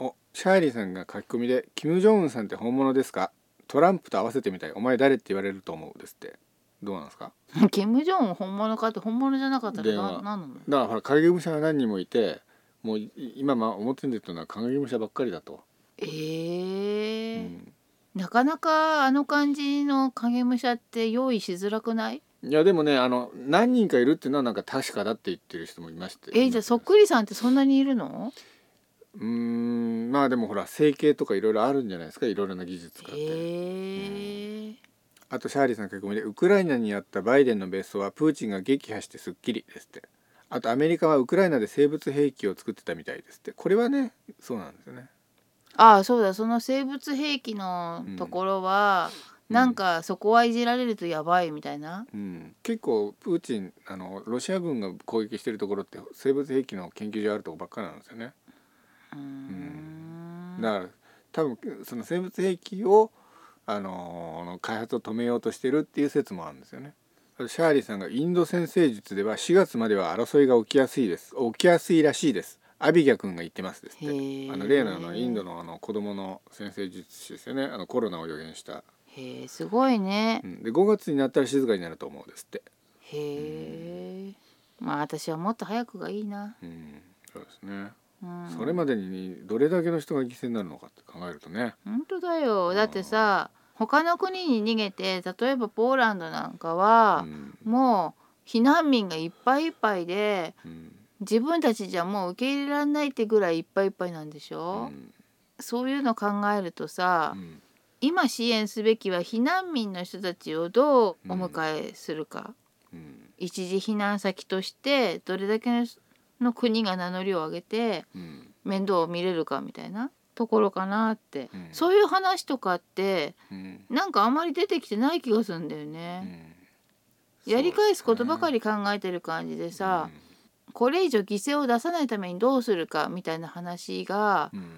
[SPEAKER 1] おシャーリーさんが書き込みで「キム・ジョンウンさんって本物ですかトランプと合わせてみたいお前誰って言われると思う」ですってどうなんですか
[SPEAKER 2] キム・ジョンウン本物かって本物じゃなかったら
[SPEAKER 1] 電話
[SPEAKER 2] ななんな
[SPEAKER 1] だ
[SPEAKER 2] の
[SPEAKER 1] からほら影武者が何人もいてもうい今まあ表に出てるのは影武者ばっかりだと。
[SPEAKER 2] え
[SPEAKER 1] う
[SPEAKER 2] ー
[SPEAKER 1] ん
[SPEAKER 2] なかなかあの感じの影武者って用意しづらくない
[SPEAKER 1] いやでもねあの何人かいるっていうのはなんか確かだって言ってる人もいまして
[SPEAKER 2] えじゃあそっくりさんってそんなにいるの
[SPEAKER 1] うーんまあでもほら整形とかいろいろあるんじゃないですかいろいろな技術
[SPEAKER 2] え
[SPEAKER 1] 使って、
[SPEAKER 2] ー
[SPEAKER 1] あとシャーリーさん書き込みで「ウクライナにあったバイデンの別荘はプーチンが撃破してすっきり」ですってあとアメリカはウクライナで生物兵器を作ってたみたいですってこれはねそうなんですよね
[SPEAKER 2] ああそうだその生物兵器のところは、
[SPEAKER 1] うん
[SPEAKER 2] なんかそこはいじられるとやばいみたいな、
[SPEAKER 1] うん結構プーチンあのロシア軍が攻撃してるところって生物兵器の研究所あるとこばっかりなんですよね
[SPEAKER 2] うーん
[SPEAKER 1] だから多分その生物兵器をあのの開発を止めようとしてるっていう説もあるんですよね。シャーリーさんがインド先生術では4月までは争いが起きやすいです起きやすいらしいですアビギャ君が言ってますですって
[SPEAKER 2] へー
[SPEAKER 1] あの例のあのインドのあの子供の先生術師ですよねあのコロナを予言した、
[SPEAKER 2] へえすごいね
[SPEAKER 1] う、ん、で5月になったら静かになると思うですって
[SPEAKER 2] へえまあ私はもっと早くがいいな、
[SPEAKER 1] うんそうですね、
[SPEAKER 2] うん、
[SPEAKER 1] それまでにどれだけの人が犠牲になるのかって考えるとね
[SPEAKER 2] 本当だよだってさ他の国に逃げて例えばポーランドなんかは
[SPEAKER 1] う、ん
[SPEAKER 2] もう避難民がいっぱいいっぱいで
[SPEAKER 1] うん
[SPEAKER 2] 自分たちじゃもう受け入れられないってぐらいいっぱいいっぱいなんでし
[SPEAKER 1] う
[SPEAKER 2] ょ、
[SPEAKER 1] ん
[SPEAKER 2] そういうの考えるとさ、
[SPEAKER 1] うん
[SPEAKER 2] 今支援すべきは避難民の人たちをどうお迎えするか、
[SPEAKER 1] うん
[SPEAKER 2] 一時避難先としてどれだけの国が名乗りを上げて
[SPEAKER 1] うん
[SPEAKER 2] 面倒を見れるかみたいなところかなって、
[SPEAKER 1] うん
[SPEAKER 2] そういう話とかって
[SPEAKER 1] うん
[SPEAKER 2] なんかあまり出てきてない気がするんだよね。
[SPEAKER 1] うん
[SPEAKER 2] やり返すことばかり考えてる感じでさ、これ以上犠牲を出さないためにどうするかみたいな話が
[SPEAKER 1] うんうん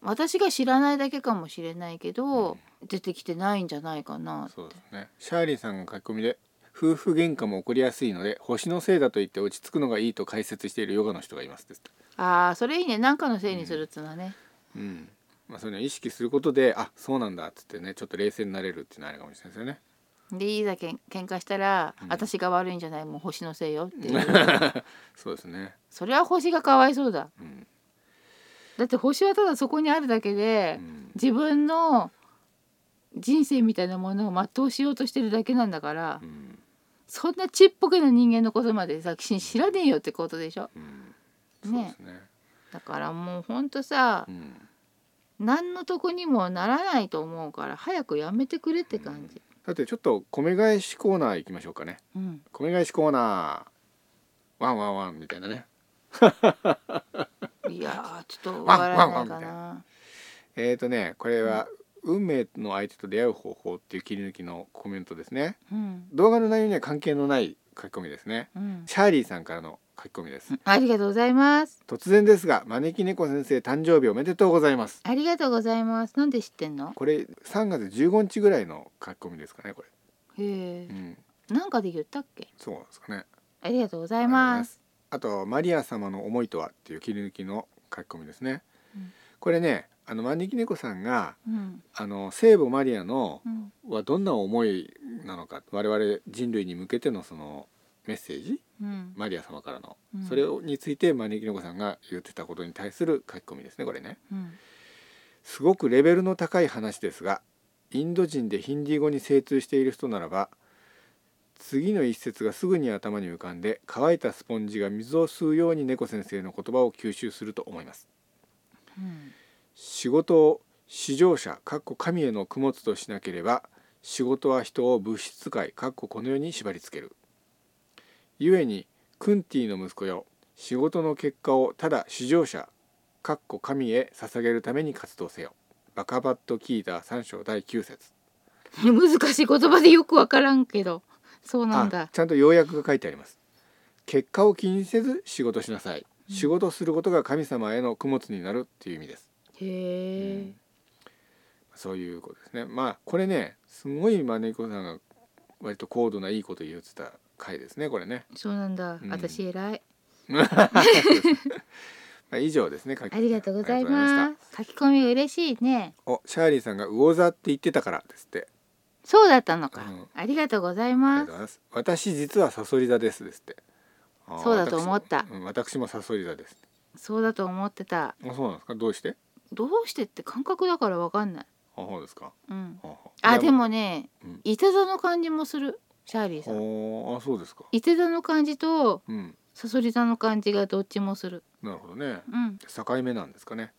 [SPEAKER 2] 私が知らないだけかもしれないけど、出てきてないんじゃないかな
[SPEAKER 1] そうですねシャーリーさんが書き込みで夫婦喧嘩も起こりやすいので星のせいだと言って落ち着くのがいいと解説しているヨガの人がいますです、
[SPEAKER 2] あーそれいいね何かのせいにするっつうのはね、
[SPEAKER 1] うんまあ、そういうのを意識することであそうなんだっつってねちょっと冷静になれるっていうのはあるかもしれないですよね
[SPEAKER 2] でいざけん喧嘩したら、
[SPEAKER 1] うん
[SPEAKER 2] 私が悪いんじゃないもう星のせいよっていう
[SPEAKER 1] そうですね、
[SPEAKER 2] それは星がかわいそうだ
[SPEAKER 1] うん
[SPEAKER 2] だって星はただそこにあるだけ
[SPEAKER 1] う
[SPEAKER 2] で、
[SPEAKER 1] ん
[SPEAKER 2] 自分の人生みたいなものを全うしようとしてるだけなんだから、
[SPEAKER 1] うん
[SPEAKER 2] そんなちっぽけな人間のことまでさし知らねえよってことでしょ
[SPEAKER 1] うんそうで
[SPEAKER 2] ね
[SPEAKER 1] すね
[SPEAKER 2] だからもうほんとさ
[SPEAKER 1] う、ん
[SPEAKER 2] 何のとこにもならないと思うから早くやめてくれって感じ、
[SPEAKER 1] さてちょっと米返しコーナー行きましょうかね
[SPEAKER 2] うん、
[SPEAKER 1] 米返しコーナーワンワンワンみたいなね
[SPEAKER 2] いやーちょっと
[SPEAKER 1] ワン
[SPEAKER 2] 笑え
[SPEAKER 1] ワ
[SPEAKER 2] ない
[SPEAKER 1] ンワ
[SPEAKER 2] か
[SPEAKER 1] ンみたい
[SPEAKER 2] な。
[SPEAKER 1] えーとねこれは「運命の相手と出会う方法」っていう切り抜きのコメントですね
[SPEAKER 2] うん
[SPEAKER 1] 動画の内容には関係のない書き込みですね
[SPEAKER 2] うん、
[SPEAKER 1] シャーリーさんからの書き込みです
[SPEAKER 2] ありがとうございます。
[SPEAKER 1] 突然ですが招き猫先生誕生日おめでとうございます
[SPEAKER 2] ありがとうございます。なんで知ってんの？
[SPEAKER 1] これ3月15日ぐらいの書き込みですかねこれ
[SPEAKER 2] へ
[SPEAKER 1] う
[SPEAKER 2] え、
[SPEAKER 1] ん
[SPEAKER 2] なんかで言ったっけ？
[SPEAKER 1] そうなんですかね
[SPEAKER 2] ありがとうございます。
[SPEAKER 1] あと「マリア様の思いとは」っていう切り抜きの書き込みですね、
[SPEAKER 2] うん
[SPEAKER 1] これねあの招き猫さんが
[SPEAKER 2] うん
[SPEAKER 1] あの聖母マリアの
[SPEAKER 2] うん
[SPEAKER 1] はどんな思いなのか我々人類に向けてのそのメッセージ
[SPEAKER 2] うん
[SPEAKER 1] マリア様からの、
[SPEAKER 2] うん
[SPEAKER 1] それをについて招き猫さんが言ってたことに対する書き込みですねこれね。
[SPEAKER 2] うん
[SPEAKER 1] すごくレベルの高い話ですがインド人でヒンディー語に精通している人ならば次の一節がすぐに頭に浮かんで乾いたスポンジが水を吸うように猫先生の言葉を吸収すると思います
[SPEAKER 2] うん
[SPEAKER 1] 仕事を至上者かっこ神への供物としなければ仕事は人を物質界かっここの世に縛りつける故にクンティの息子よ仕事の結果をただ至上者かっこ神へ捧げるために活動せよバカバットキーター3章第9節
[SPEAKER 2] 難しい言葉でよくわからんけどそうなん
[SPEAKER 1] あ
[SPEAKER 2] だ
[SPEAKER 1] ちゃんと要約が書いてあります結果を気にせず仕事しなさい仕事することが神様への供物になるっていう意味です
[SPEAKER 2] へえ
[SPEAKER 1] そういうことですね。まあこれねすごい招き子さんが割と高度ないいこと言ってた回ですねこれね。
[SPEAKER 2] そうなんだ
[SPEAKER 1] うん
[SPEAKER 2] 私偉い
[SPEAKER 1] まあ以上ですね。書き
[SPEAKER 2] ありがとうございます書き込み嬉しいね
[SPEAKER 1] おシャーリーさんが魚座って言ってたからですって。
[SPEAKER 2] そうだったのか
[SPEAKER 1] うん
[SPEAKER 2] ありがとうござい
[SPEAKER 1] ありが
[SPEAKER 2] ま
[SPEAKER 1] とうござ
[SPEAKER 2] す
[SPEAKER 1] います。私実はサソリ座ですですって。あー
[SPEAKER 2] そうだと思った
[SPEAKER 1] 私,、うん、私もサソリ座です。
[SPEAKER 2] そうだと思ってた
[SPEAKER 1] あそうなんですか。どうして？
[SPEAKER 2] どうしてって感覚だからわかんない
[SPEAKER 1] あそうですか。
[SPEAKER 2] うん
[SPEAKER 1] はは
[SPEAKER 2] あで。もね
[SPEAKER 1] うん
[SPEAKER 2] いて座の感じもするシャーリーさん
[SPEAKER 1] おあそうですか。
[SPEAKER 2] いて座の感じと
[SPEAKER 1] うん。
[SPEAKER 2] サソリ座の感じがどっちもする
[SPEAKER 1] なるほどね。
[SPEAKER 2] うん
[SPEAKER 1] 境目なんですかね。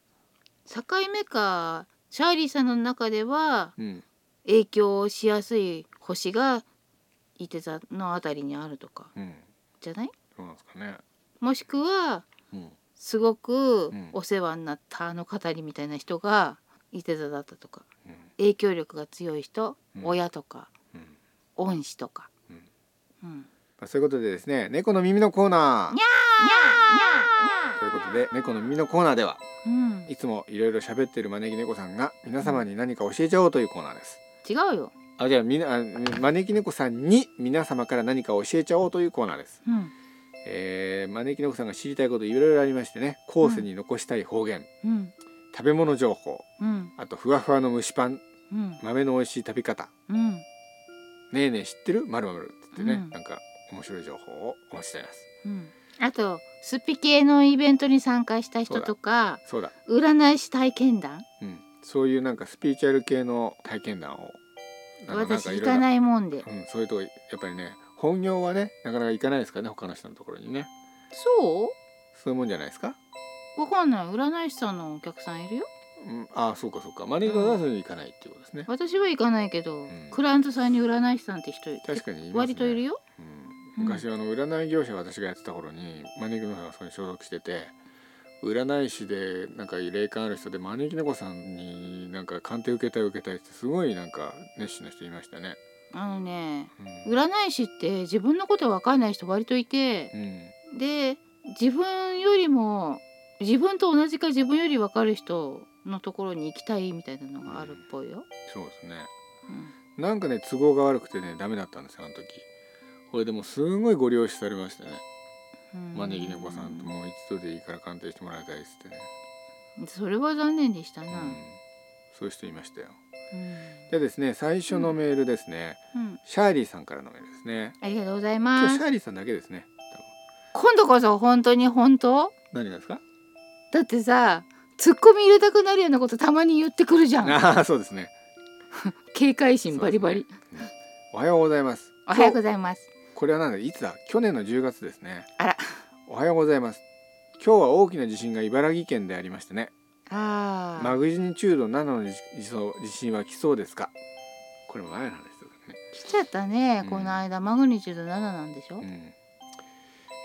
[SPEAKER 2] 境目かシャーリーさんの中では
[SPEAKER 1] うん。
[SPEAKER 2] 影響しやすい星がいて座のあたりにあるとか
[SPEAKER 1] うん。
[SPEAKER 2] じゃない
[SPEAKER 1] そうなんですかね。
[SPEAKER 2] もしくは
[SPEAKER 1] うん。
[SPEAKER 2] すごく
[SPEAKER 1] うん
[SPEAKER 2] お世話になったあの語りみたいな人がいて座だったとか
[SPEAKER 1] うん。
[SPEAKER 2] 影響力が強い人、
[SPEAKER 1] うん
[SPEAKER 2] 親とか
[SPEAKER 1] うん
[SPEAKER 2] 恩師とか、
[SPEAKER 1] うんま
[SPEAKER 2] うん、
[SPEAKER 1] あ、そういうことでですね猫の耳のコーナーということで猫の耳のコーナーでは
[SPEAKER 2] うん、違
[SPEAKER 1] いつもいろいろ喋ってる招き猫さんが皆様に何か教えちゃおうというコーナーです
[SPEAKER 2] うよ、
[SPEAKER 1] あじゃあみなあ招き猫さんに皆様から何か教えちゃおうというコーナーです、
[SPEAKER 2] うん
[SPEAKER 1] えー、招き猫さんが知りたいこといろいろありましてね後世に残したい方言、
[SPEAKER 2] うん
[SPEAKER 1] 食べ物情報
[SPEAKER 2] うん
[SPEAKER 1] あとふわふわの蒸しパン
[SPEAKER 2] うん
[SPEAKER 1] 豆の美味しい食べ方
[SPEAKER 2] うん、
[SPEAKER 1] ねえねえ知ってるまるまるって言ってね、
[SPEAKER 2] うん
[SPEAKER 1] なんか面白い情報をお持ちしています
[SPEAKER 2] うん、あとスピ系のイベントに参加した人とか
[SPEAKER 1] そうだ
[SPEAKER 2] 占い師体験談
[SPEAKER 1] うん、そういうなんかスピリチュアル系の体験談をあの
[SPEAKER 2] 私行
[SPEAKER 1] ろ
[SPEAKER 2] か
[SPEAKER 1] い
[SPEAKER 2] ないもんで
[SPEAKER 1] ろうん、そういうとこやっぱりね本業はねなかなか行かないですからね他の人のところにね
[SPEAKER 2] そ
[SPEAKER 1] そういうもんじゃないですか、
[SPEAKER 2] うわかんない占い師さんのお客さんいるよ
[SPEAKER 1] うん、ああそうかそうかマネージャーはそういうのに行かないっていうことですね、
[SPEAKER 2] 私は行かないけど、
[SPEAKER 1] ん
[SPEAKER 2] クライアントさんに占い師さんって人
[SPEAKER 1] 確かにいますね
[SPEAKER 2] 割といるよ、
[SPEAKER 1] うん、昔あの占い業者私がやってた頃に招き猫さんがそこに所属してて占い師でなんか霊感ある人で招き猫さんになんか鑑定受けたい受けたいってすごいなんか熱心な人いましたね、
[SPEAKER 2] あのね
[SPEAKER 1] うん
[SPEAKER 2] 占い師って自分のことわかんない人割といて
[SPEAKER 1] うん
[SPEAKER 2] で自分よりも自分と同じか自分よりわかる人のところに行きたいみたいなのがあるっぽいよ、
[SPEAKER 1] そうですね
[SPEAKER 2] うん
[SPEAKER 1] なんかね都合が悪くてねダメだったんですよあの時これでもすごいご利用しされましたね
[SPEAKER 2] うん
[SPEAKER 1] 招き猫さんともう一度でいいから鑑定してもらいたいっつってね、
[SPEAKER 2] それは残念でした
[SPEAKER 1] うん
[SPEAKER 2] な、
[SPEAKER 1] そういう人いましたよ
[SPEAKER 2] うん
[SPEAKER 1] じゃあですね最初のメールですね、
[SPEAKER 2] うん
[SPEAKER 1] シャーリーさんからのメールですね
[SPEAKER 2] ありがとうござい
[SPEAKER 1] 今
[SPEAKER 2] ま
[SPEAKER 1] 日シ
[SPEAKER 2] す
[SPEAKER 1] ャーリーさんだけですね
[SPEAKER 2] 今度こそ本当に本当
[SPEAKER 1] 多分何がですか
[SPEAKER 2] だってさツッコミ入れたくなるようなことたまに言ってくるじゃん
[SPEAKER 1] ああそうですね
[SPEAKER 2] 警戒心バリバリ、
[SPEAKER 1] そうですねうんおはようございます
[SPEAKER 2] おはようございます
[SPEAKER 1] これは何だいつだ去年の10月ですね
[SPEAKER 2] あら
[SPEAKER 1] おはようございます今日は大きな地震が茨城県でありましてね
[SPEAKER 2] あ
[SPEAKER 1] マ
[SPEAKER 2] あ
[SPEAKER 1] グニチュード7の地地震は来そうですかこれも前の話です
[SPEAKER 2] 来ちゃったね、
[SPEAKER 1] うん
[SPEAKER 2] この間マグニチュード7なんでしょ、
[SPEAKER 1] よね、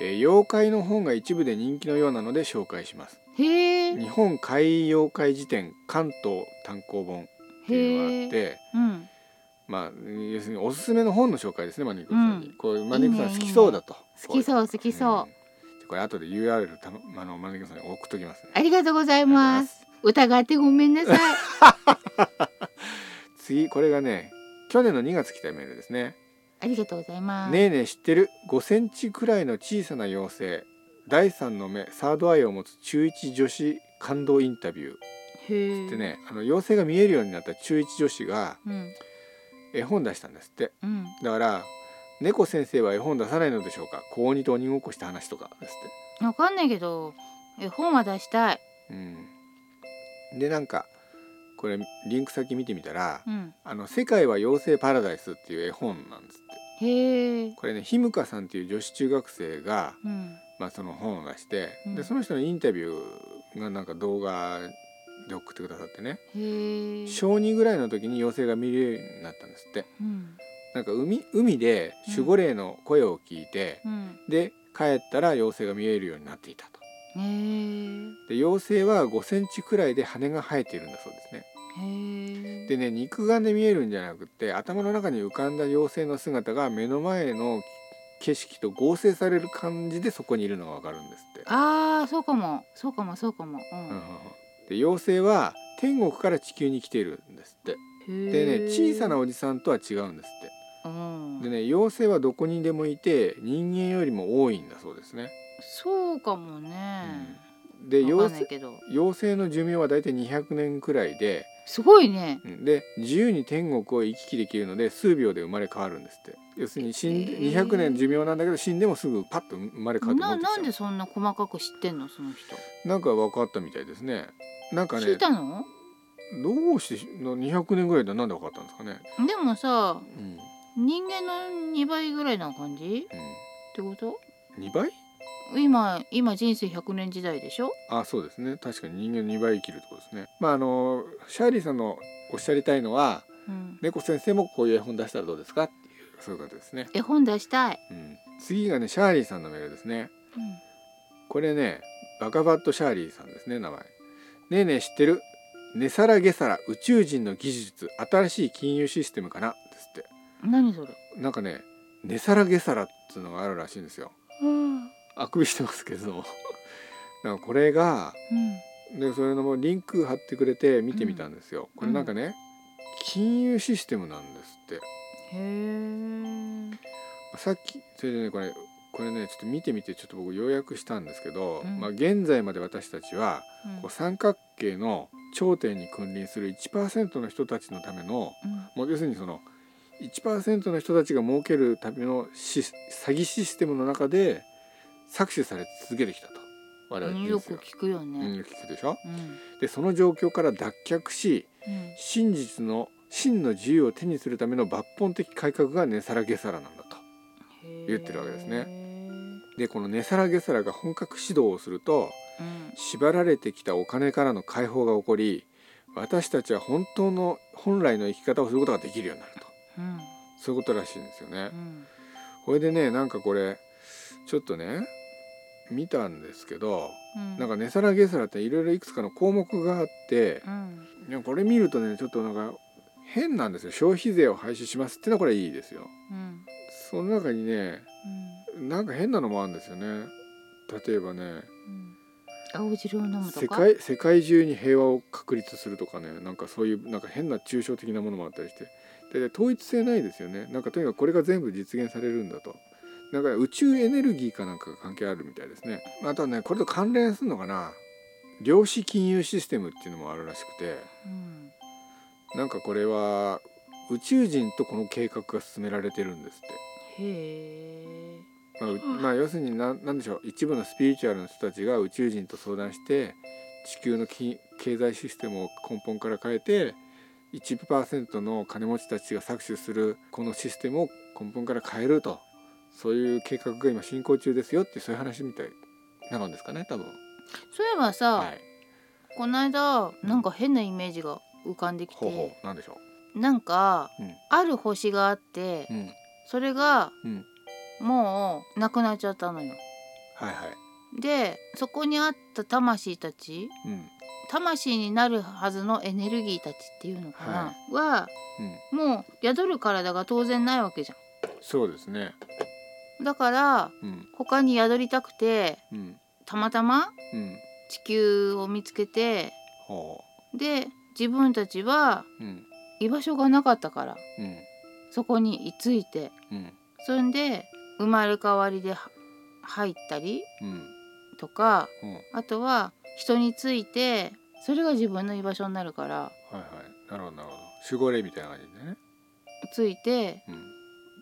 [SPEAKER 1] うんえー妖怪の本が一部で人気のようなので紹介します
[SPEAKER 2] へえ
[SPEAKER 1] 日本怪異妖怪辞典関東単行本っていうのがあ
[SPEAKER 2] へ
[SPEAKER 1] っ
[SPEAKER 2] え
[SPEAKER 1] て
[SPEAKER 2] うん
[SPEAKER 1] まあ要するにおすすめの本の紹介ですねマニクさんに、
[SPEAKER 2] うん
[SPEAKER 1] こうマニクさん好きそうだと
[SPEAKER 2] 好きそう好きそう、
[SPEAKER 1] うんじゃあこれ後で URL たまあのマニクさんに送っときますね
[SPEAKER 2] ありがとうございます疑ってごめんなさい
[SPEAKER 1] 次これがね去年の2月来たメールですね
[SPEAKER 2] ありがとうございます、
[SPEAKER 1] ねえねえ知ってる5センチくらいの小さな妖精第三の目サードアイを持つ中1女子感動インタビュー
[SPEAKER 2] へえ
[SPEAKER 1] でねあの妖精が見えるようになった中1女子が
[SPEAKER 2] うん
[SPEAKER 1] 絵本出したんですって
[SPEAKER 2] うん
[SPEAKER 1] だから「猫先生は絵本出さないのでしょうか高2と鬼ごっこした話とか」ですって
[SPEAKER 2] わかんないけど絵本は出したい
[SPEAKER 1] うん、でなんかこれリンク先見てみたら「
[SPEAKER 2] うん
[SPEAKER 1] あの世界は妖精パラダイス」っていう絵本なんですって
[SPEAKER 2] へえ
[SPEAKER 1] これねひむかさんっていう女子中学生が、
[SPEAKER 2] うん
[SPEAKER 1] まあ、その本を出して、
[SPEAKER 2] う
[SPEAKER 1] で
[SPEAKER 2] ん
[SPEAKER 1] その人のインタビューがなんか動画で送ってくださってね
[SPEAKER 2] へえ
[SPEAKER 1] 小2ぐらいの時に妖精が見れるようになったんですって
[SPEAKER 2] うん
[SPEAKER 1] なんか海海で守護霊の声を聞いて、
[SPEAKER 2] うん
[SPEAKER 1] で帰ったら妖精が見えるようになっていたと
[SPEAKER 2] へえ
[SPEAKER 1] で妖精は5センチくらいで羽が生えているんだそうですね
[SPEAKER 2] へえ
[SPEAKER 1] でね肉眼で見えるんじゃなくって頭の中に浮かんだ妖精の姿が目の前の景色と合成される感じでそこにいるのがわかるんですって。
[SPEAKER 2] ああそうかもそうかもそうかもう
[SPEAKER 1] うんうんうん
[SPEAKER 2] ん
[SPEAKER 1] で妖精は天国から地球に来ているんですって。
[SPEAKER 2] へえ
[SPEAKER 1] でね小さなおじさんとは違うんですっ
[SPEAKER 2] うん
[SPEAKER 1] て。でね妖精はどこにでもいて人間よりも多いんだそうですね。
[SPEAKER 2] そうかもね
[SPEAKER 1] で
[SPEAKER 2] わか
[SPEAKER 1] 妖
[SPEAKER 2] んない
[SPEAKER 1] 精
[SPEAKER 2] けど
[SPEAKER 1] 妖精の寿命はだいたい200年くらいで、
[SPEAKER 2] すごいね
[SPEAKER 1] うんで自由に天国を行き来できるので数秒で生まれ変わるんですって要するに死んで
[SPEAKER 2] えー
[SPEAKER 1] 200年寿命なんだけど死んでもすぐパッと生まれ変わって戻
[SPEAKER 2] な
[SPEAKER 1] って
[SPEAKER 2] なんで
[SPEAKER 1] きちゃ
[SPEAKER 2] そんな細かく知ってんのその人
[SPEAKER 1] うなんか分かったみたいですねなんかね
[SPEAKER 2] 聞いたの
[SPEAKER 1] どうしての200年ぐらいでなんで分かったんですかね、
[SPEAKER 2] でもさ
[SPEAKER 1] うん
[SPEAKER 2] 人間の2倍ぐらいな感じってこと
[SPEAKER 1] うん、2倍
[SPEAKER 2] 今今人生100年時代でしょ
[SPEAKER 1] あそうですね確かに人間2倍生きるってことですねまああのシャーリーさんのおっしゃりたいのは
[SPEAKER 2] うん
[SPEAKER 1] 猫先生もこういう絵本出したらどうですかっていうそういうことですね、
[SPEAKER 2] 絵本出したい
[SPEAKER 1] うん、次がねシャーリーさんのメールですね
[SPEAKER 2] うん
[SPEAKER 1] これねバカバットシャーリーさんですね名前ねえねえ知ってるネサラゲサラ宇宙人の技術新しい金融システムかなですって
[SPEAKER 2] 何それ
[SPEAKER 1] なんかねネサラゲサラっていうのがあるらしいんですよ
[SPEAKER 2] うん
[SPEAKER 1] あくびしてますけども なんかこれがでそれのもうリンク貼ってくれて見てみたんですよ、これなんかね、金融システムなんですって
[SPEAKER 2] へえ
[SPEAKER 1] さっきそれでねこれこれねちょっと見てみてちょっと僕要約したんですけど、
[SPEAKER 2] うん
[SPEAKER 1] まあ現在まで私たちはこう三角形の頂点に君臨する1%の人たちのためのもう要するにその1%の人たちが儲けるためのシス詐欺システムの中で搾取され続けてきたと我々
[SPEAKER 2] うん
[SPEAKER 1] 人
[SPEAKER 2] よ
[SPEAKER 1] 生
[SPEAKER 2] く
[SPEAKER 1] は
[SPEAKER 2] 聞くよ
[SPEAKER 1] うん
[SPEAKER 2] ね
[SPEAKER 1] よく聞くでしょ
[SPEAKER 2] うん
[SPEAKER 1] でその状況から脱却し
[SPEAKER 2] うん
[SPEAKER 1] 真実の真の自由を手にするための抜本的改革がネサラゲサラなんだと。言ってるわけですね
[SPEAKER 2] へえ
[SPEAKER 1] でこのネサラゲサラが本格始動をすると
[SPEAKER 2] うん
[SPEAKER 1] 縛られてきたお金からの解放が起こり私たちは本当の本来の生き方をすることができるようになると
[SPEAKER 2] うん
[SPEAKER 1] そういうことらしいんですよね
[SPEAKER 2] う。ん
[SPEAKER 1] これでねなんかこれちょっとね見たんですけど
[SPEAKER 2] うん
[SPEAKER 1] なんかネサラゲサラっていろいろいくつかの項目があって
[SPEAKER 2] うん
[SPEAKER 1] いやこれ見るとねちょっとなんか変なんですよ消費税を廃止しますってのはこれいいですよ。
[SPEAKER 2] うん
[SPEAKER 1] その中にね
[SPEAKER 2] うん
[SPEAKER 1] なんか変なのもあるんですよね。例えばね
[SPEAKER 2] うん青汁を飲むとか
[SPEAKER 1] 世界世界中に平和を確立するとかねなんかそういうなんか変な抽象的なものもあったりしてで統一性ないですよねなんかとにかくこれが全部実現されるんだとなんか宇宙エネルギーかなんかが関係あるみたいですねあとはねこれと関連するのかな量子金融システムっていうのもあるらしくて
[SPEAKER 2] うん
[SPEAKER 1] なんかこれは宇宙人とこの計画が進められてるんですって
[SPEAKER 2] へえ
[SPEAKER 1] まあう、まあ要するに何でしょう一部のスピリチュアルの人たちが宇宙人と相談して地球のき経済システムを根本から変えて1%の金持ちたちが搾取するこのシステムを根本から変えるとそういう計画が今進行中ですよってそういう話みたいなのですかね多分。
[SPEAKER 2] そういえばさ、
[SPEAKER 1] はい、
[SPEAKER 2] この間なんか変なイメージが浮かんできて、
[SPEAKER 1] ほうほうなんでしょ
[SPEAKER 2] なんか、
[SPEAKER 1] うん
[SPEAKER 2] ある星があって、
[SPEAKER 1] う。うん
[SPEAKER 2] それが
[SPEAKER 1] うん
[SPEAKER 2] もうなくなっちゃったのよ。
[SPEAKER 1] はいはい。
[SPEAKER 2] でそこにあった魂たち
[SPEAKER 1] うん
[SPEAKER 2] 魂になるはずのエネルギーたちっていうのかな、は
[SPEAKER 1] うん
[SPEAKER 2] もう宿る体が当然ないわけじゃ
[SPEAKER 1] そうですね。
[SPEAKER 2] ん。だから
[SPEAKER 1] うん
[SPEAKER 2] 他に宿りたくて
[SPEAKER 1] うん
[SPEAKER 2] たまたま
[SPEAKER 1] うん
[SPEAKER 2] 地球を見つけて
[SPEAKER 1] ほ
[SPEAKER 2] で自分たちは
[SPEAKER 1] ううん
[SPEAKER 2] 居場所がなかったから
[SPEAKER 1] うん
[SPEAKER 2] そこに居ついて
[SPEAKER 1] うん
[SPEAKER 2] そんで生まれ変わりでは入ったり
[SPEAKER 1] うん
[SPEAKER 2] とか
[SPEAKER 1] うん、はい
[SPEAKER 2] あとは人についてそれが自分の居場所になるから
[SPEAKER 1] はいなるほどなるほど守護霊みたいな感じでね
[SPEAKER 2] ついて
[SPEAKER 1] うん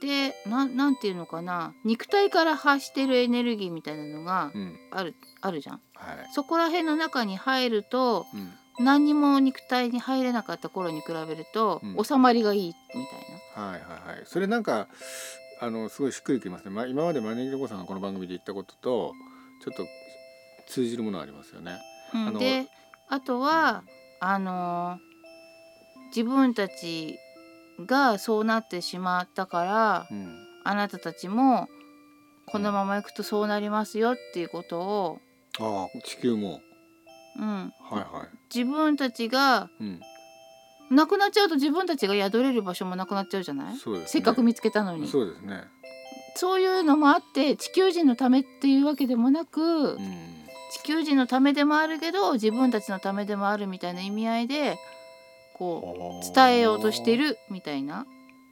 [SPEAKER 2] でなんなんていうのかな肉体から発してるエネルギーみたいなのが
[SPEAKER 1] うん
[SPEAKER 2] あるあるじゃん。
[SPEAKER 1] はい
[SPEAKER 2] そこら辺の中に入ると
[SPEAKER 1] うん
[SPEAKER 2] 何にも肉体に入れなかった頃に比べると、
[SPEAKER 1] うん
[SPEAKER 2] 収まりがいいみたいな。
[SPEAKER 1] はいはいはいそれなんかあのすごいしっくりきますね、ま、今までマネージャーさんがこの番組で言ったこととちょっと通じるものありますよね
[SPEAKER 2] うん
[SPEAKER 1] あの
[SPEAKER 2] であとはあのー自分たちがそうなってしまったから
[SPEAKER 1] うん
[SPEAKER 2] あなたたちもこのままいくとそうなりますよっていうことを、
[SPEAKER 1] ああ地球も
[SPEAKER 2] うん、
[SPEAKER 1] はいは
[SPEAKER 2] 自分たちが
[SPEAKER 1] いうん
[SPEAKER 2] なくなっちゃうと自分たちが宿れる場所もなくなっちゃうじゃない、
[SPEAKER 1] そうですね
[SPEAKER 2] せっかく見つけたのにそう
[SPEAKER 1] そうですね
[SPEAKER 2] いうのもあって地球人のためっていうわけでもな
[SPEAKER 1] う
[SPEAKER 2] く、
[SPEAKER 1] ん
[SPEAKER 2] 地球人のためでもあるけど自分たちのためでもあるみたいな意味合いでこう伝えようとしてるみたいな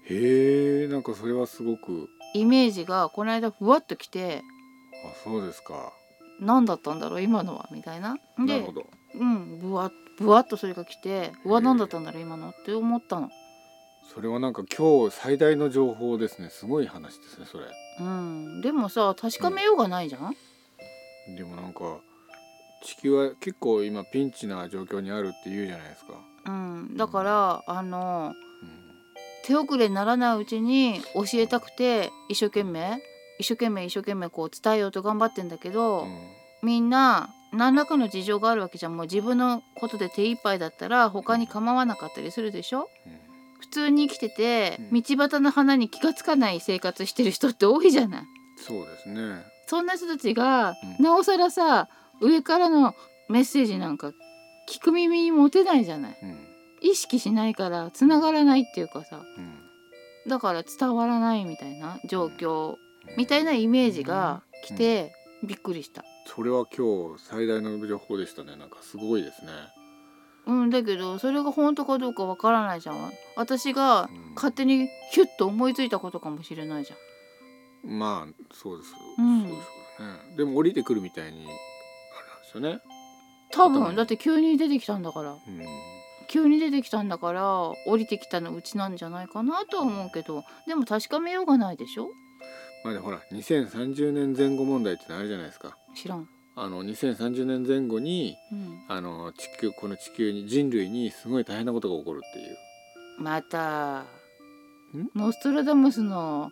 [SPEAKER 1] へえなんかそれはすごく
[SPEAKER 2] イメージがこの間ふわっときて
[SPEAKER 1] あそうですか
[SPEAKER 2] 何だったんだろう今のはみたいな。
[SPEAKER 1] なる
[SPEAKER 2] で
[SPEAKER 1] ほど
[SPEAKER 2] うんぶわぶわっとそれが来てうわ
[SPEAKER 1] へえ
[SPEAKER 2] 何だったんだろう今のって思ったの。
[SPEAKER 1] それはなんか今日最大の情報ですねすごい話ですねそれ
[SPEAKER 2] うん、でもさ確かめようがないじゃん、
[SPEAKER 1] でもなんか地球は結構今ピンチな状況にあるって言うじゃないですか、
[SPEAKER 2] うん、だからあの
[SPEAKER 1] うん
[SPEAKER 2] 手遅れにならないうちに教えたくて一生懸命一生懸命一生懸命こう伝えようと頑張ってんだけど、
[SPEAKER 1] うん
[SPEAKER 2] みんな何らかの事情があるわけじゃんもう自分のことで手一杯だったら他に構わなかったりするでしょ
[SPEAKER 1] うん
[SPEAKER 2] 普通に生きてて
[SPEAKER 1] うん
[SPEAKER 2] 道端の花に気がつかない生活してる人って多いじゃない
[SPEAKER 1] そうですね
[SPEAKER 2] そんな人たちが、
[SPEAKER 1] うん
[SPEAKER 2] なおさらさ上からのメッセージなんか聞く耳に持てないじゃない
[SPEAKER 1] うん
[SPEAKER 2] 意識しないから繋がらないっていうかさ
[SPEAKER 1] うん
[SPEAKER 2] だから伝わらないみたいな状
[SPEAKER 1] う
[SPEAKER 2] 況
[SPEAKER 1] ん
[SPEAKER 2] みたいなイメージが来てびっくりした。
[SPEAKER 1] それは今日最大の情報でしたねなんかすごいですね
[SPEAKER 2] うんだけどそれが本当かどうかわからないじゃん私が
[SPEAKER 1] うん
[SPEAKER 2] 勝手にヒュッと思いついたことかもしれないじゃん
[SPEAKER 1] まあそうです、
[SPEAKER 2] うん
[SPEAKER 1] そうでしょうねでも降りてくるみたいにあれなんで
[SPEAKER 2] 多
[SPEAKER 1] 頭
[SPEAKER 2] 分
[SPEAKER 1] に
[SPEAKER 2] だって急に出てきたんだから
[SPEAKER 1] すよね
[SPEAKER 2] 急に出てきたんだから降りてきたのうちなんじゃないかなとは思うけどでも確かめようがないでしょ
[SPEAKER 1] うんまあでほら2030年前後問題ってのあるじゃないですか
[SPEAKER 2] 知らん、
[SPEAKER 1] あの2030年前後に
[SPEAKER 2] うん、
[SPEAKER 1] あの地球この地球に人類にすごい大変なことが起こるっていう
[SPEAKER 2] また
[SPEAKER 1] ん
[SPEAKER 2] ノストラダムスの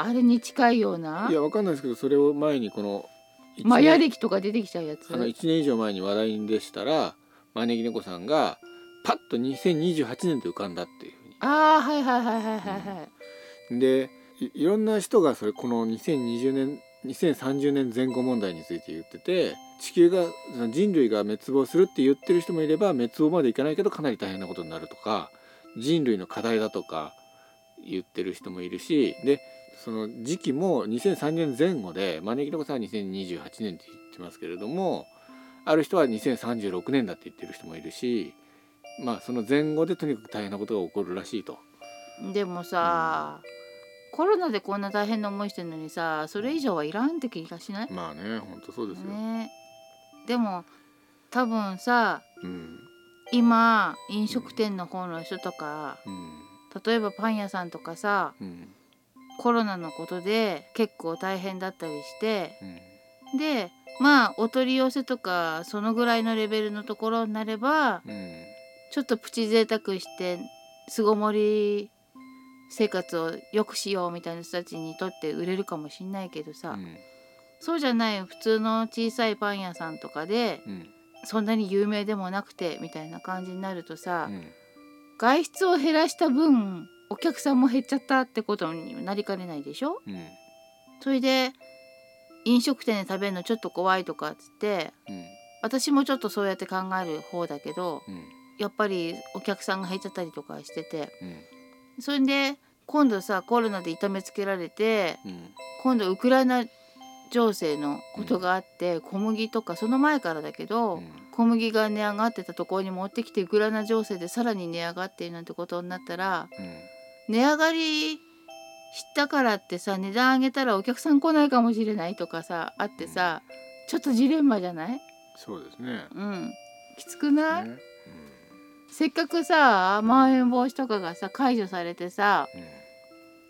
[SPEAKER 2] あれに近いようない
[SPEAKER 1] やわかんないですけどそれを前にこの一年
[SPEAKER 2] マヤ歴とか出てきちゃうやつ
[SPEAKER 1] あの1年以上前に話題でしたら招き猫さんがパッと2028年で浮かんだっていうふう
[SPEAKER 2] ああはいはいはいはいはいはい、
[SPEAKER 1] にでいいろんな人がそれこの2020年2030年前後問題について言ってて地球がその人類が滅亡するって言ってる人もいれば滅亡までいかないけどかなり大変なことになるとか人類の課題だとか言ってる人もいるしでその時期も2030年前後で招き猫さんは2028年って言ってますけれどもある人は2036年だって言ってる人もいるしまあその前後でとにかく大変なことが起こるらしいと。
[SPEAKER 2] でもさ、コロナでこんな大変な思いしてるのにさそれ以上はいらんって気がしない、
[SPEAKER 1] まあね本当そうですよ、
[SPEAKER 2] ね、でも多分さ
[SPEAKER 1] うん
[SPEAKER 2] 今飲食店の方の人とか
[SPEAKER 1] うん
[SPEAKER 2] 例えばパン屋さんとかさ
[SPEAKER 1] うん
[SPEAKER 2] コロナのことで結構大変だったりして
[SPEAKER 1] うん
[SPEAKER 2] でまあお取り寄せとかそのぐらいのレベルのところになれば
[SPEAKER 1] うん
[SPEAKER 2] ちょっとプチ贅沢して巣ごもり生活を良くしようみたいな人たちにとって売れるかもしんないけどさ、
[SPEAKER 1] うん
[SPEAKER 2] そうじゃない普通の小さいパン屋さんとかで
[SPEAKER 1] うん
[SPEAKER 2] そんなに有名でもなくてみたいな感じになるとさ、
[SPEAKER 1] うん
[SPEAKER 2] 外出を減らした分お客さんも減っちゃったってことになりかねないでしょ
[SPEAKER 1] うん
[SPEAKER 2] それで飲食店で食べるのちょっと怖いとかっつって
[SPEAKER 1] うん
[SPEAKER 2] 私もちょっとそうやって考える方だけど
[SPEAKER 1] うん
[SPEAKER 2] やっぱりお客さんが減っちゃったりとかしてて
[SPEAKER 1] うん
[SPEAKER 2] それで今度さコロナで痛めつけられて
[SPEAKER 1] うん
[SPEAKER 2] 今度ウクライナ情勢のことがあって、小麦とかその前からだけど、小麦が値上がってたところに持ってきてウクライナ情勢でさらに値上がっているなんてことになったら
[SPEAKER 1] うん
[SPEAKER 2] 値上がりしたからってさ値段上げたらお客さん来ないかもしれないとかさあってさ、ちょっとジレンマじゃない
[SPEAKER 1] そうですね。
[SPEAKER 2] うんきつくない、
[SPEAKER 1] ね
[SPEAKER 2] せっかくさまん延防止とかがさ解除されてさ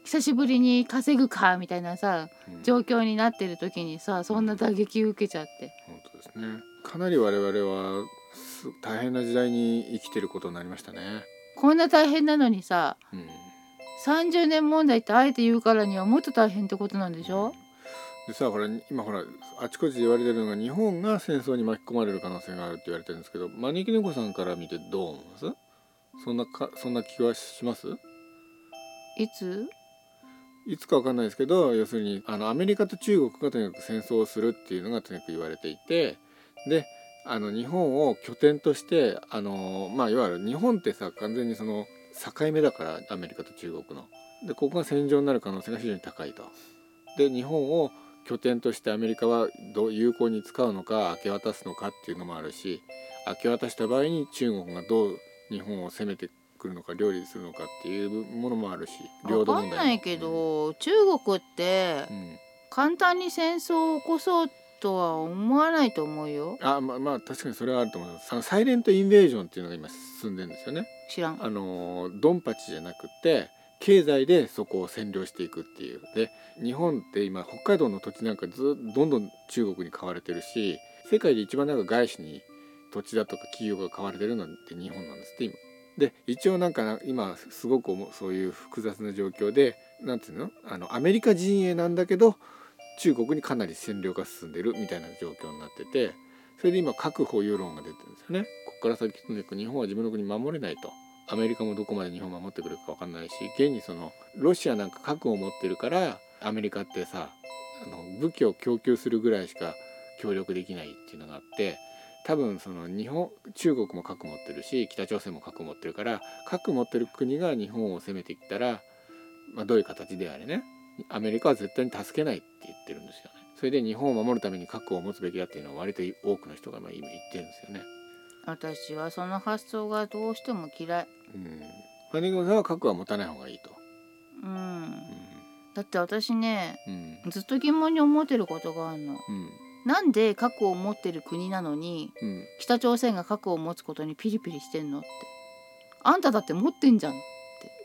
[SPEAKER 2] 久しぶりに稼ぐかみたいなさ
[SPEAKER 1] うんうん
[SPEAKER 2] 状況になってる時にさそんな打撃受けちゃって
[SPEAKER 1] 本当ですね。かなり我々はす大変な時代に生きてることになりましたね。
[SPEAKER 2] こんな大変なのにさ
[SPEAKER 1] うん、
[SPEAKER 2] 30年問題ってあえて言うからにはもっと大変ってことなんでし
[SPEAKER 1] うん
[SPEAKER 2] ょ、
[SPEAKER 1] でさほら今ほらあちこちで言われてるのが日本が戦争に巻き込まれる可能性があるって言われてるんですけど招き猫さんから見てどう思いますそんなかそんな気はします
[SPEAKER 2] いつ
[SPEAKER 1] いつかわかんないですけど要するにあのアメリカと中国がとにかく戦争をするっていうのがとにかく言われていてであの日本を拠点としてあのまあいわゆる日本ってさ完全にその境目だからアメリカと中国の。でここが戦場になる可能性が非常に高いと。で日本を拠点としてアメリカはどう有効に使うのか明け渡すのかっていうのもあるし明け渡した場合に中国がどう日本を攻めてくるのか料理するのかっていうものもあるし
[SPEAKER 2] わか
[SPEAKER 1] も
[SPEAKER 2] んないけど中国って
[SPEAKER 1] うん、
[SPEAKER 2] 簡単に戦争を起こそうとは思わないと思うよ
[SPEAKER 1] あまあまあ確かにそれはあると思いますあのサイレントインベージョンっていうのが今進んでるんですよね
[SPEAKER 2] 知らん
[SPEAKER 1] あのドンパチじゃなくて経済でそこを占領していくっていうで日本って今北海道の土地なんかずっとどんどん中国に買われてるし世界で一番なんか外資に土地だとか企業が買われてるのって日本なんですって今。で一応なんかな今すごく思うそういう複雑な状況でなんていうのあのアメリカ陣営なんだけど中国にかなり占領が進んでるみたいな状況になっててそれで今核保有論が出てるんですよね。ここから先とにかく日本は自分の国守れないとアメリカもどこまで日本を守ってくれるか分かんないし現にそのロシアなんか核を持ってるからアメリカってさあの武器を供給するぐらいしか協力できないっていうのがあって多分その日本中国も核持ってるし北朝鮮も核持ってるから核持ってる国が日本を攻めてきたら、まあ、どういう形であれねアメリカは絶対に助けないって言ってるんですよね。それで日本を守るために核を持つべきだっていうのは割と多くの人がまあ今言ってるんですよね。
[SPEAKER 2] 私はその発想がどうしても嫌い
[SPEAKER 1] うん、ファニグマさんは核は持たない方がいいと。
[SPEAKER 2] うんだって私ね
[SPEAKER 1] うんうん
[SPEAKER 2] ずっと疑問に思ってることがあるの
[SPEAKER 1] うん
[SPEAKER 2] なんで核を持ってる国なのに
[SPEAKER 1] うん
[SPEAKER 2] 北朝鮮が核を持つことにピリピリしてんのってあんただって持ってんじゃん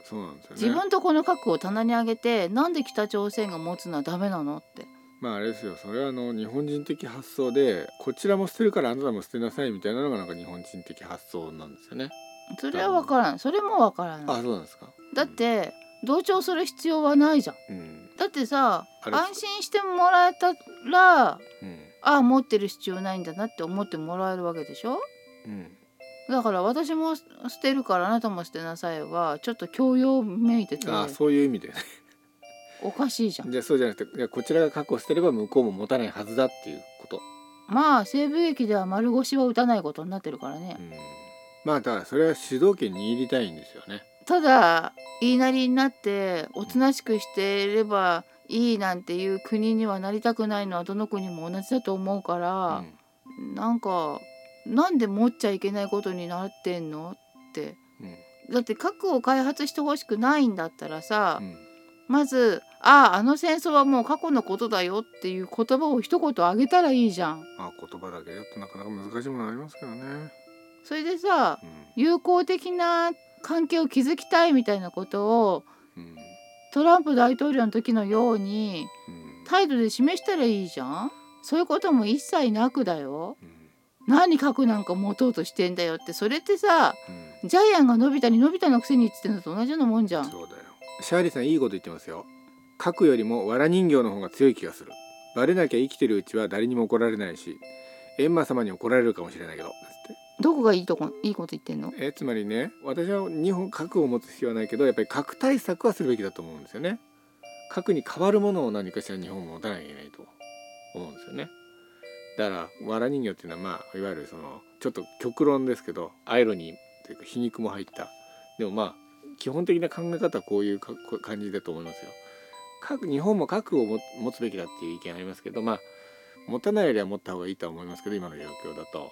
[SPEAKER 1] そうなんですよね。
[SPEAKER 2] 自分とこの核を棚に上げてなんで北朝鮮が持つのはダメなのって
[SPEAKER 1] まああれですよそれはあの日本人的発想でこちらも捨てるからあなたも捨てなさいみたいなのがなんか日本人的発想なんですよね。
[SPEAKER 2] それは分からんそれも分から
[SPEAKER 1] あ
[SPEAKER 2] ない
[SPEAKER 1] そうなんですか。
[SPEAKER 2] だっ、て同調する必要はないじゃん
[SPEAKER 1] うん
[SPEAKER 2] だってさ
[SPEAKER 1] あれ
[SPEAKER 2] 安心してもらえたら
[SPEAKER 1] うん
[SPEAKER 2] ああ持ってる必要ないんだなって思ってもらえるわけでしょ
[SPEAKER 1] うん、
[SPEAKER 2] だから私も捨てるからあなたも捨てなさいはちょっと教養めいてて
[SPEAKER 1] あそういう意味でね。
[SPEAKER 2] おかしいじゃん
[SPEAKER 1] じゃあそうじゃなくていやこちらが核を捨てれば向こうも持たないはずだっていうこと。
[SPEAKER 2] まあ西部劇では丸腰は打たないことになってるからね
[SPEAKER 1] うん、まあだからそれは主導権握りたいんですよね。
[SPEAKER 2] ただ言いなりになっておとなしくしてればいいなんていう国にはなりたくないのはどの国も同じだと思うから、なんかなんで持っちゃいけないことになってんのって
[SPEAKER 1] うんうん
[SPEAKER 2] だって核を開発してほしくないんだったらさ、
[SPEAKER 1] うん
[SPEAKER 2] まず「あああの戦争はもう過去のことだよ」っていう言葉を一言あげたらいいじゃん。
[SPEAKER 1] まあ言葉だけだとなかなか難しいものありますけどね。
[SPEAKER 2] それでさ
[SPEAKER 1] うん
[SPEAKER 2] 友好的な関係を築きたいみたいなことを
[SPEAKER 1] うん
[SPEAKER 2] トランプ大統領の時のように
[SPEAKER 1] うん
[SPEAKER 2] 態度で示したらいいじゃんそういうことも一切なくだよ
[SPEAKER 1] うん
[SPEAKER 2] 何核なんか持とうとしてんだよってそれってさ
[SPEAKER 1] うん
[SPEAKER 2] ジャイアンがのび太にのび太のくせに言ってんのと同じようなもんじゃん
[SPEAKER 1] そうだよシャーリーさんいいこと言ってますよ書くよりも藁人形の方が強い気がするバレなきゃ生きてるうちは誰にも怒られないしエンマ様に怒られるかもしれないけどつっ
[SPEAKER 2] どこがいいとこいいこと言ってんの
[SPEAKER 1] てえつまりね私は日本核を持つ必要はないけどやっぱり核対策はするべきだと思うんですよね核に代わるものを何かしら日本も持たなきゃいけないと思うんですよねだから藁人形っていうのはまあいわゆるそのちょっと極論ですけどアイロニーというか皮肉も入ったでもまあ基本的な考え方はこういうかこう感じだと思いますよ。核日本も核をも持つべきだっていう意見ありますけどまあ持たないよりは持った方がいいとは思いますけど今の状況だと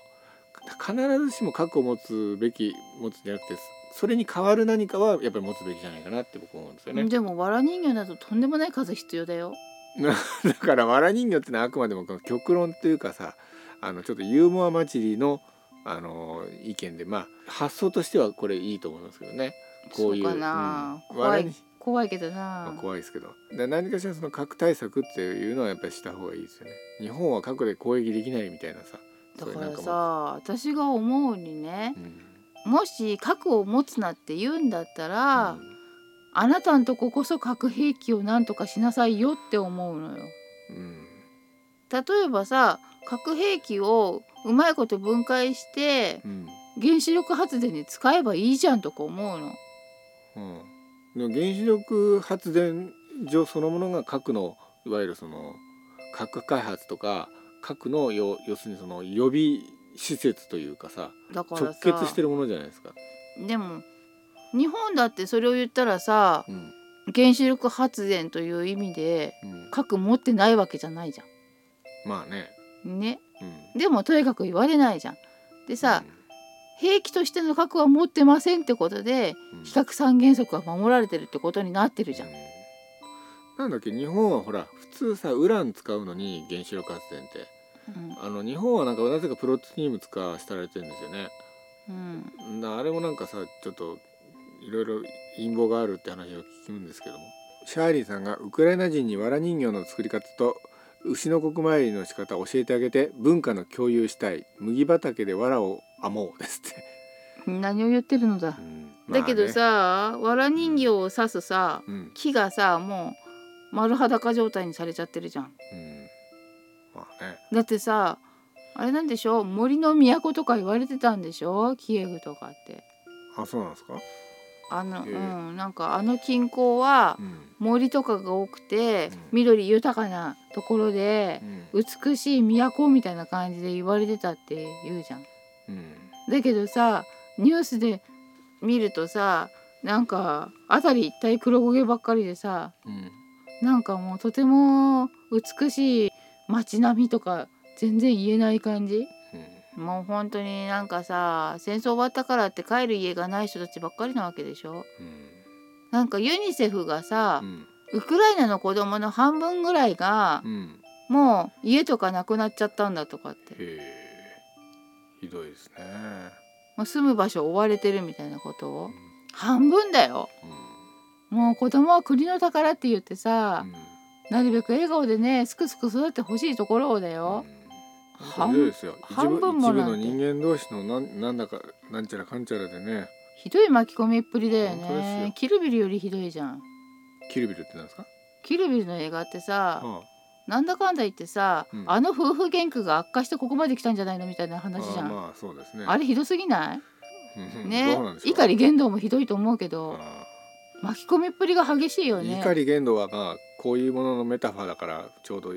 [SPEAKER 1] か必ずしも核を持つべき持つんじゃなくてそれに代わる何かはやっぱり持つべきじゃないかなって僕思うんですよね。
[SPEAKER 2] でも藁人形だととんでもない数必要だよ
[SPEAKER 1] なだからわら人形ってのはあくまでもこの極論というかさあのちょっとユーモア交じりのあの意見でまあ発想としてはこれいいと思いますけどねこういう
[SPEAKER 2] そうかな、
[SPEAKER 1] うん
[SPEAKER 2] 怖
[SPEAKER 1] 笑い
[SPEAKER 2] い
[SPEAKER 1] に
[SPEAKER 2] 怖いけど
[SPEAKER 1] まあ
[SPEAKER 2] な、
[SPEAKER 1] 怖いですけどで何かしらその核対策っていうのはやっぱりした方がいいですよね日本は核で攻撃できないみたいなさ
[SPEAKER 2] だ
[SPEAKER 1] そういう
[SPEAKER 2] か
[SPEAKER 1] なん
[SPEAKER 2] ら
[SPEAKER 1] かも
[SPEAKER 2] さ私が思うにね
[SPEAKER 1] う、ん
[SPEAKER 2] もし核を持つなって言うんだったら、
[SPEAKER 1] うん
[SPEAKER 2] あなたんとここそ核兵器をなんとかしなさいよって思うのよ。
[SPEAKER 1] うん
[SPEAKER 2] 例えばさ核兵器をうまいこと分解して
[SPEAKER 1] うん
[SPEAKER 2] 原子力発電に使えばいいじゃんとか思うの。
[SPEAKER 1] うん、でも原子力発電所そのものが核のいわゆるその核開発とか核の要要するにその予備施設というかさ
[SPEAKER 2] だか
[SPEAKER 1] 直
[SPEAKER 2] らさ
[SPEAKER 1] 結してるものじゃないですか。
[SPEAKER 2] でも日本だってそれを言ったらさ
[SPEAKER 1] うん
[SPEAKER 2] 原子力発電という意味で
[SPEAKER 1] うん、
[SPEAKER 2] 核持ってないわけじゃないじゃ
[SPEAKER 1] まあね。
[SPEAKER 2] ん。ね。
[SPEAKER 1] うん、
[SPEAKER 2] でもとにかく言われないじゃん。でさ、兵器としての核は持ってませんってことで
[SPEAKER 1] うん、うん
[SPEAKER 2] 非核三原則は守られてるってことになってるじゃん
[SPEAKER 1] う。んなんだっけ日本はほら普通さウラン使うのに原子力発電ってあの日本はなんかなぜかプロトニウム使わせられてるんですよね。
[SPEAKER 2] うん、
[SPEAKER 1] なあれもなんかさちょっといろいろ陰謀があるって話を聞くんですけどもシャーリーさんがウクライナ人に藁人形の作り方と牛の国参りの仕方を教えてあげて文化の共有したい麦畑で藁を編もうですって、
[SPEAKER 2] うん、何を言ってるのだ。
[SPEAKER 1] まあね
[SPEAKER 2] だけど、さ、わら人形を刺すさ、
[SPEAKER 1] うん
[SPEAKER 2] 木がさ、もう丸裸状態にされちゃってるじゃん。
[SPEAKER 1] うん、まあね
[SPEAKER 2] だってさ、あれなんでしょ森の都とか言われてたんでしょキエフとかって。
[SPEAKER 1] あそうなんですか、
[SPEAKER 2] あの、
[SPEAKER 1] へえ
[SPEAKER 2] うん、なんかあの近郊は
[SPEAKER 1] うん
[SPEAKER 2] 森とかが多くて、
[SPEAKER 1] うん
[SPEAKER 2] 緑豊かなところで
[SPEAKER 1] う。ん
[SPEAKER 2] 美しい都みたいな感じで言われてたって言うじゃん。
[SPEAKER 1] うん、
[SPEAKER 2] だけどさニュースで見るとさなんか辺り一帯黒焦げばっかりでさ
[SPEAKER 1] うん
[SPEAKER 2] なんかもうとても美しい街並みとか全然言えない感じ
[SPEAKER 1] うん
[SPEAKER 2] もう本当になんかさ戦争終わったからって帰る家がない人たちばっかりなわけでしょなんかユニセフがさ
[SPEAKER 1] う、ん
[SPEAKER 2] ウクライナの子供の半分ぐらいが
[SPEAKER 1] う、ん
[SPEAKER 2] もう家とかなくなっちゃったんだとかって
[SPEAKER 1] へえひどいですね、
[SPEAKER 2] もう住む場所追われてるみたいなこと
[SPEAKER 1] う
[SPEAKER 2] を
[SPEAKER 1] ん
[SPEAKER 2] 半分だよもう子供は国の宝って言ってさ、
[SPEAKER 1] うん
[SPEAKER 2] なるべく笑顔でねすくすく育ってほしいところをだよ、
[SPEAKER 1] うん
[SPEAKER 2] 半
[SPEAKER 1] ひどいですよ一
[SPEAKER 2] 半
[SPEAKER 1] 部
[SPEAKER 2] 分も
[SPEAKER 1] 一部
[SPEAKER 2] な
[SPEAKER 1] の
[SPEAKER 2] んて
[SPEAKER 1] 人間同士のなんなんだかなんちゃらかんちゃらでね
[SPEAKER 2] ひどい巻き込みっぷりだよ
[SPEAKER 1] 本当ですよ
[SPEAKER 2] ねキルビルよりひどいじゃん
[SPEAKER 1] キルビルってなんですか
[SPEAKER 2] キルビルの映画ってさ、
[SPEAKER 1] あ
[SPEAKER 2] なんだかんだ言ってさ、
[SPEAKER 1] うん
[SPEAKER 2] あの夫婦喧嘩が悪化してここまで来たんじゃないのみたいな話じゃ
[SPEAKER 1] あ
[SPEAKER 2] んあ,、
[SPEAKER 1] まあそうですね
[SPEAKER 2] れひどすぎない、
[SPEAKER 1] うん
[SPEAKER 2] ね
[SPEAKER 1] どうなんでしょう
[SPEAKER 2] 碇言動もひどいと思うけど
[SPEAKER 1] あ
[SPEAKER 2] 巻き込みっぷりが激しいよ
[SPEAKER 1] あ
[SPEAKER 2] ね
[SPEAKER 1] 碇言動はまあこういうもののメタファーだからちょうど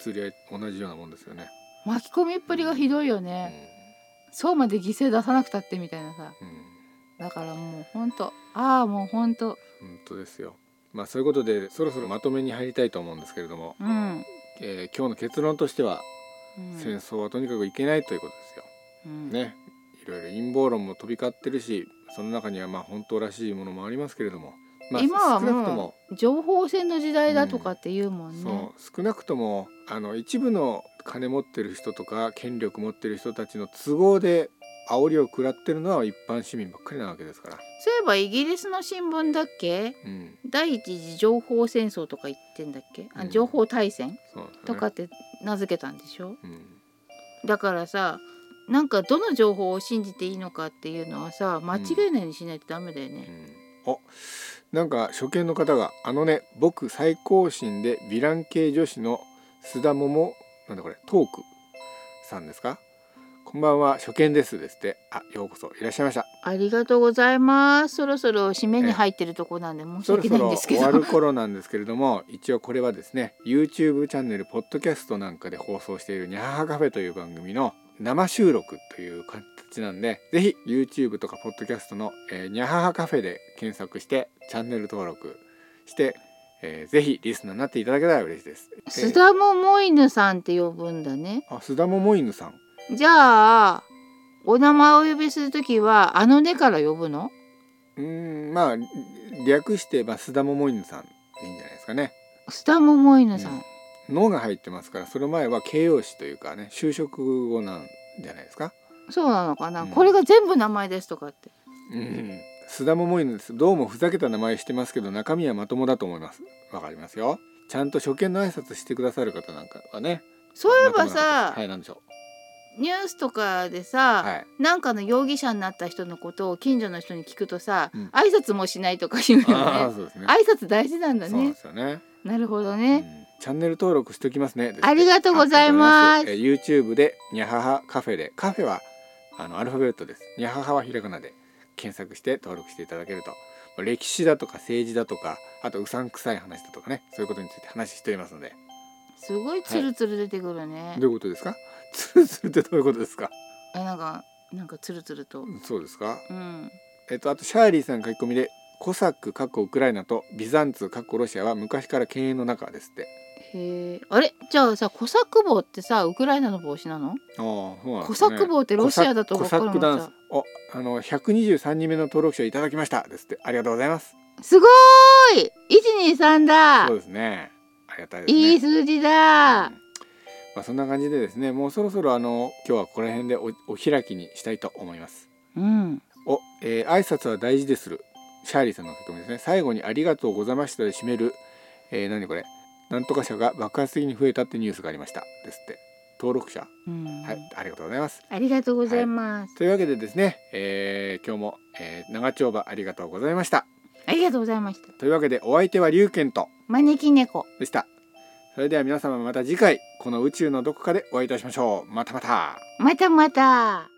[SPEAKER 1] 釣り合い同じようなもんですよね
[SPEAKER 2] 巻き込みっぷりがひどいよね、そうまで犠牲出さなくたってみたいなさ
[SPEAKER 1] うんうん
[SPEAKER 2] だからもうほんとああもうほんと
[SPEAKER 1] 本当ですよまあそういうことでそろそろまとめに入りたいと思うんですけれども、
[SPEAKER 2] うん、
[SPEAKER 1] えー今日の結論としては
[SPEAKER 2] うん
[SPEAKER 1] 戦争はとにかくいけないということですよ
[SPEAKER 2] うん
[SPEAKER 1] ね、いろいろ陰謀論も飛び交ってるしその中にはまあ本当らしいものもありますけれども、まあ、
[SPEAKER 2] 今はもう
[SPEAKER 1] 少なくとも
[SPEAKER 2] 情報戦の時代だとかって言うもんね。
[SPEAKER 1] そう少なくともあの一部の金持ってる人とか権力持ってる人たちの都合で煽りを食らってるのは一般市民ばっかりなわけですから、
[SPEAKER 2] そういえばイギリスの新聞だっけ
[SPEAKER 1] うん、
[SPEAKER 2] 第一次情報戦争とか言ってんだっけ、あ
[SPEAKER 1] うん
[SPEAKER 2] 情報大戦
[SPEAKER 1] そうなんですね
[SPEAKER 2] とかっ、て名付けたんでしょ、
[SPEAKER 1] うん
[SPEAKER 2] だからさなんかどの情報を信じていいのかっていうのはさ間違いないようにしないとダメだよ
[SPEAKER 1] う
[SPEAKER 2] ね。
[SPEAKER 1] ん、おなんか初見の方が「あのね僕最高進でヴィラン系女子の須田桃なんだこれトークさんですかこんばんは初見です」ですって「あようこそいらっしゃいました
[SPEAKER 2] ありがとうございますそろそろ締めに入ってるとこなんで」申し
[SPEAKER 1] そろ
[SPEAKER 2] 訳
[SPEAKER 1] そ
[SPEAKER 2] ないん
[SPEAKER 1] ろ
[SPEAKER 2] ですけ
[SPEAKER 1] 終
[SPEAKER 2] ど
[SPEAKER 1] わる頃なんですけれども一応これはですね YouTube チャンネルポッドキャストなんかで放送している「にゃははカフェ」という番組の生収録という形なんでぜひ YouTube とかポッドキャストの「えーにゃははカフェ」で検索してチャンネル登録して、えーぜひリスナーになっていただけたら嬉しいです。
[SPEAKER 2] 須
[SPEAKER 1] え
[SPEAKER 2] 田もモイヌさんって呼ぶんだね。
[SPEAKER 1] ーあ須田桃犬さん
[SPEAKER 2] じゃあお名前をお呼びするときはあのねから呼ぶの
[SPEAKER 1] うーんまあ略して、まあ、須田桃犬さんでいいんじゃないですかね。
[SPEAKER 2] 須田桃稲さん、
[SPEAKER 1] のが入ってますからその前は形容詞というかね就職後なんじゃないですか、
[SPEAKER 2] そうなのかな、
[SPEAKER 1] うん
[SPEAKER 2] これが全部名前ですとかって
[SPEAKER 1] うん、須田桃井ですどうもふざけた名前してますけど中身はまともだと思いますわかりますよちゃんと初見の挨拶してくださる方なんかはね
[SPEAKER 2] そういえば
[SPEAKER 1] まともな方
[SPEAKER 2] さ、
[SPEAKER 1] はいなんでしょ
[SPEAKER 2] ニュースとかで
[SPEAKER 1] う
[SPEAKER 2] さ、
[SPEAKER 1] はい
[SPEAKER 2] なんかの容疑者になった人のことを近所の人に聞くとさ、
[SPEAKER 1] うん
[SPEAKER 2] 挨拶もしないとか言う
[SPEAKER 1] あ
[SPEAKER 2] よ
[SPEAKER 1] あ
[SPEAKER 2] ね
[SPEAKER 1] そうですね
[SPEAKER 2] 挨拶大事なんだ
[SPEAKER 1] そうなん
[SPEAKER 2] ね
[SPEAKER 1] ですよね
[SPEAKER 2] なるほど
[SPEAKER 1] う
[SPEAKER 2] ね、
[SPEAKER 1] んチャンネル登録しておきますねですって
[SPEAKER 2] ありがとうござい
[SPEAKER 1] あ
[SPEAKER 2] ま
[SPEAKER 1] り
[SPEAKER 2] す
[SPEAKER 1] がとうございますえ YouTube でにゃははカフェでカフェはあのアルファベットですにゃはははひらがなで検索して登録していただけるとまあ歴史だとか政治だとかあとうさんくさい話だとかねそういうことについて話しておりますのです
[SPEAKER 2] ごいツルツル出てくるね、
[SPEAKER 1] どういうことですかつるつるってどういうことですか
[SPEAKER 2] えなんかなんかツルツルと
[SPEAKER 1] そうですか
[SPEAKER 2] うん
[SPEAKER 1] えっとあとシャーリーさん書き込みでコサックかっこウクライナとビザンツかっこロシアは昔から犬猿の中ですって
[SPEAKER 2] へえあれじゃあさコサック帽ってさウクライナの帽子な
[SPEAKER 1] あ
[SPEAKER 2] の
[SPEAKER 1] あそうなんですね
[SPEAKER 2] コサック帽ってロシアだと
[SPEAKER 1] コ
[SPEAKER 2] 分
[SPEAKER 1] サ
[SPEAKER 2] かる
[SPEAKER 1] ック
[SPEAKER 2] の
[SPEAKER 1] ダンス
[SPEAKER 2] さ
[SPEAKER 1] おあの123人目の登録者いただきましたですってありがとうございます
[SPEAKER 2] すごーい123だ、
[SPEAKER 1] そうですねありがたいですね
[SPEAKER 2] いい数字だ、
[SPEAKER 1] うんまあそんな感じでですねもうそろそろあの今日はここら辺でおお開きにしたいと思います
[SPEAKER 2] うん、
[SPEAKER 1] お、えー挨拶は大事でするシャーリーさんの書き込みですね最後にありがとうございましたで締める、えー、何これなんとか者が爆発的に増えたってニュースがありましたですって登録者
[SPEAKER 2] うん
[SPEAKER 1] はいありがとうございます
[SPEAKER 2] ありがとうございます、
[SPEAKER 1] というわけでですね、えー今日も、えー長丁場ありがとうございました
[SPEAKER 2] ありがとうございました
[SPEAKER 1] というわけでお相手は龍賢と
[SPEAKER 2] 招き猫
[SPEAKER 1] でしたそれでは皆様また次回この宇宙のどこかでお会いいたしましょうまたまた
[SPEAKER 2] またまた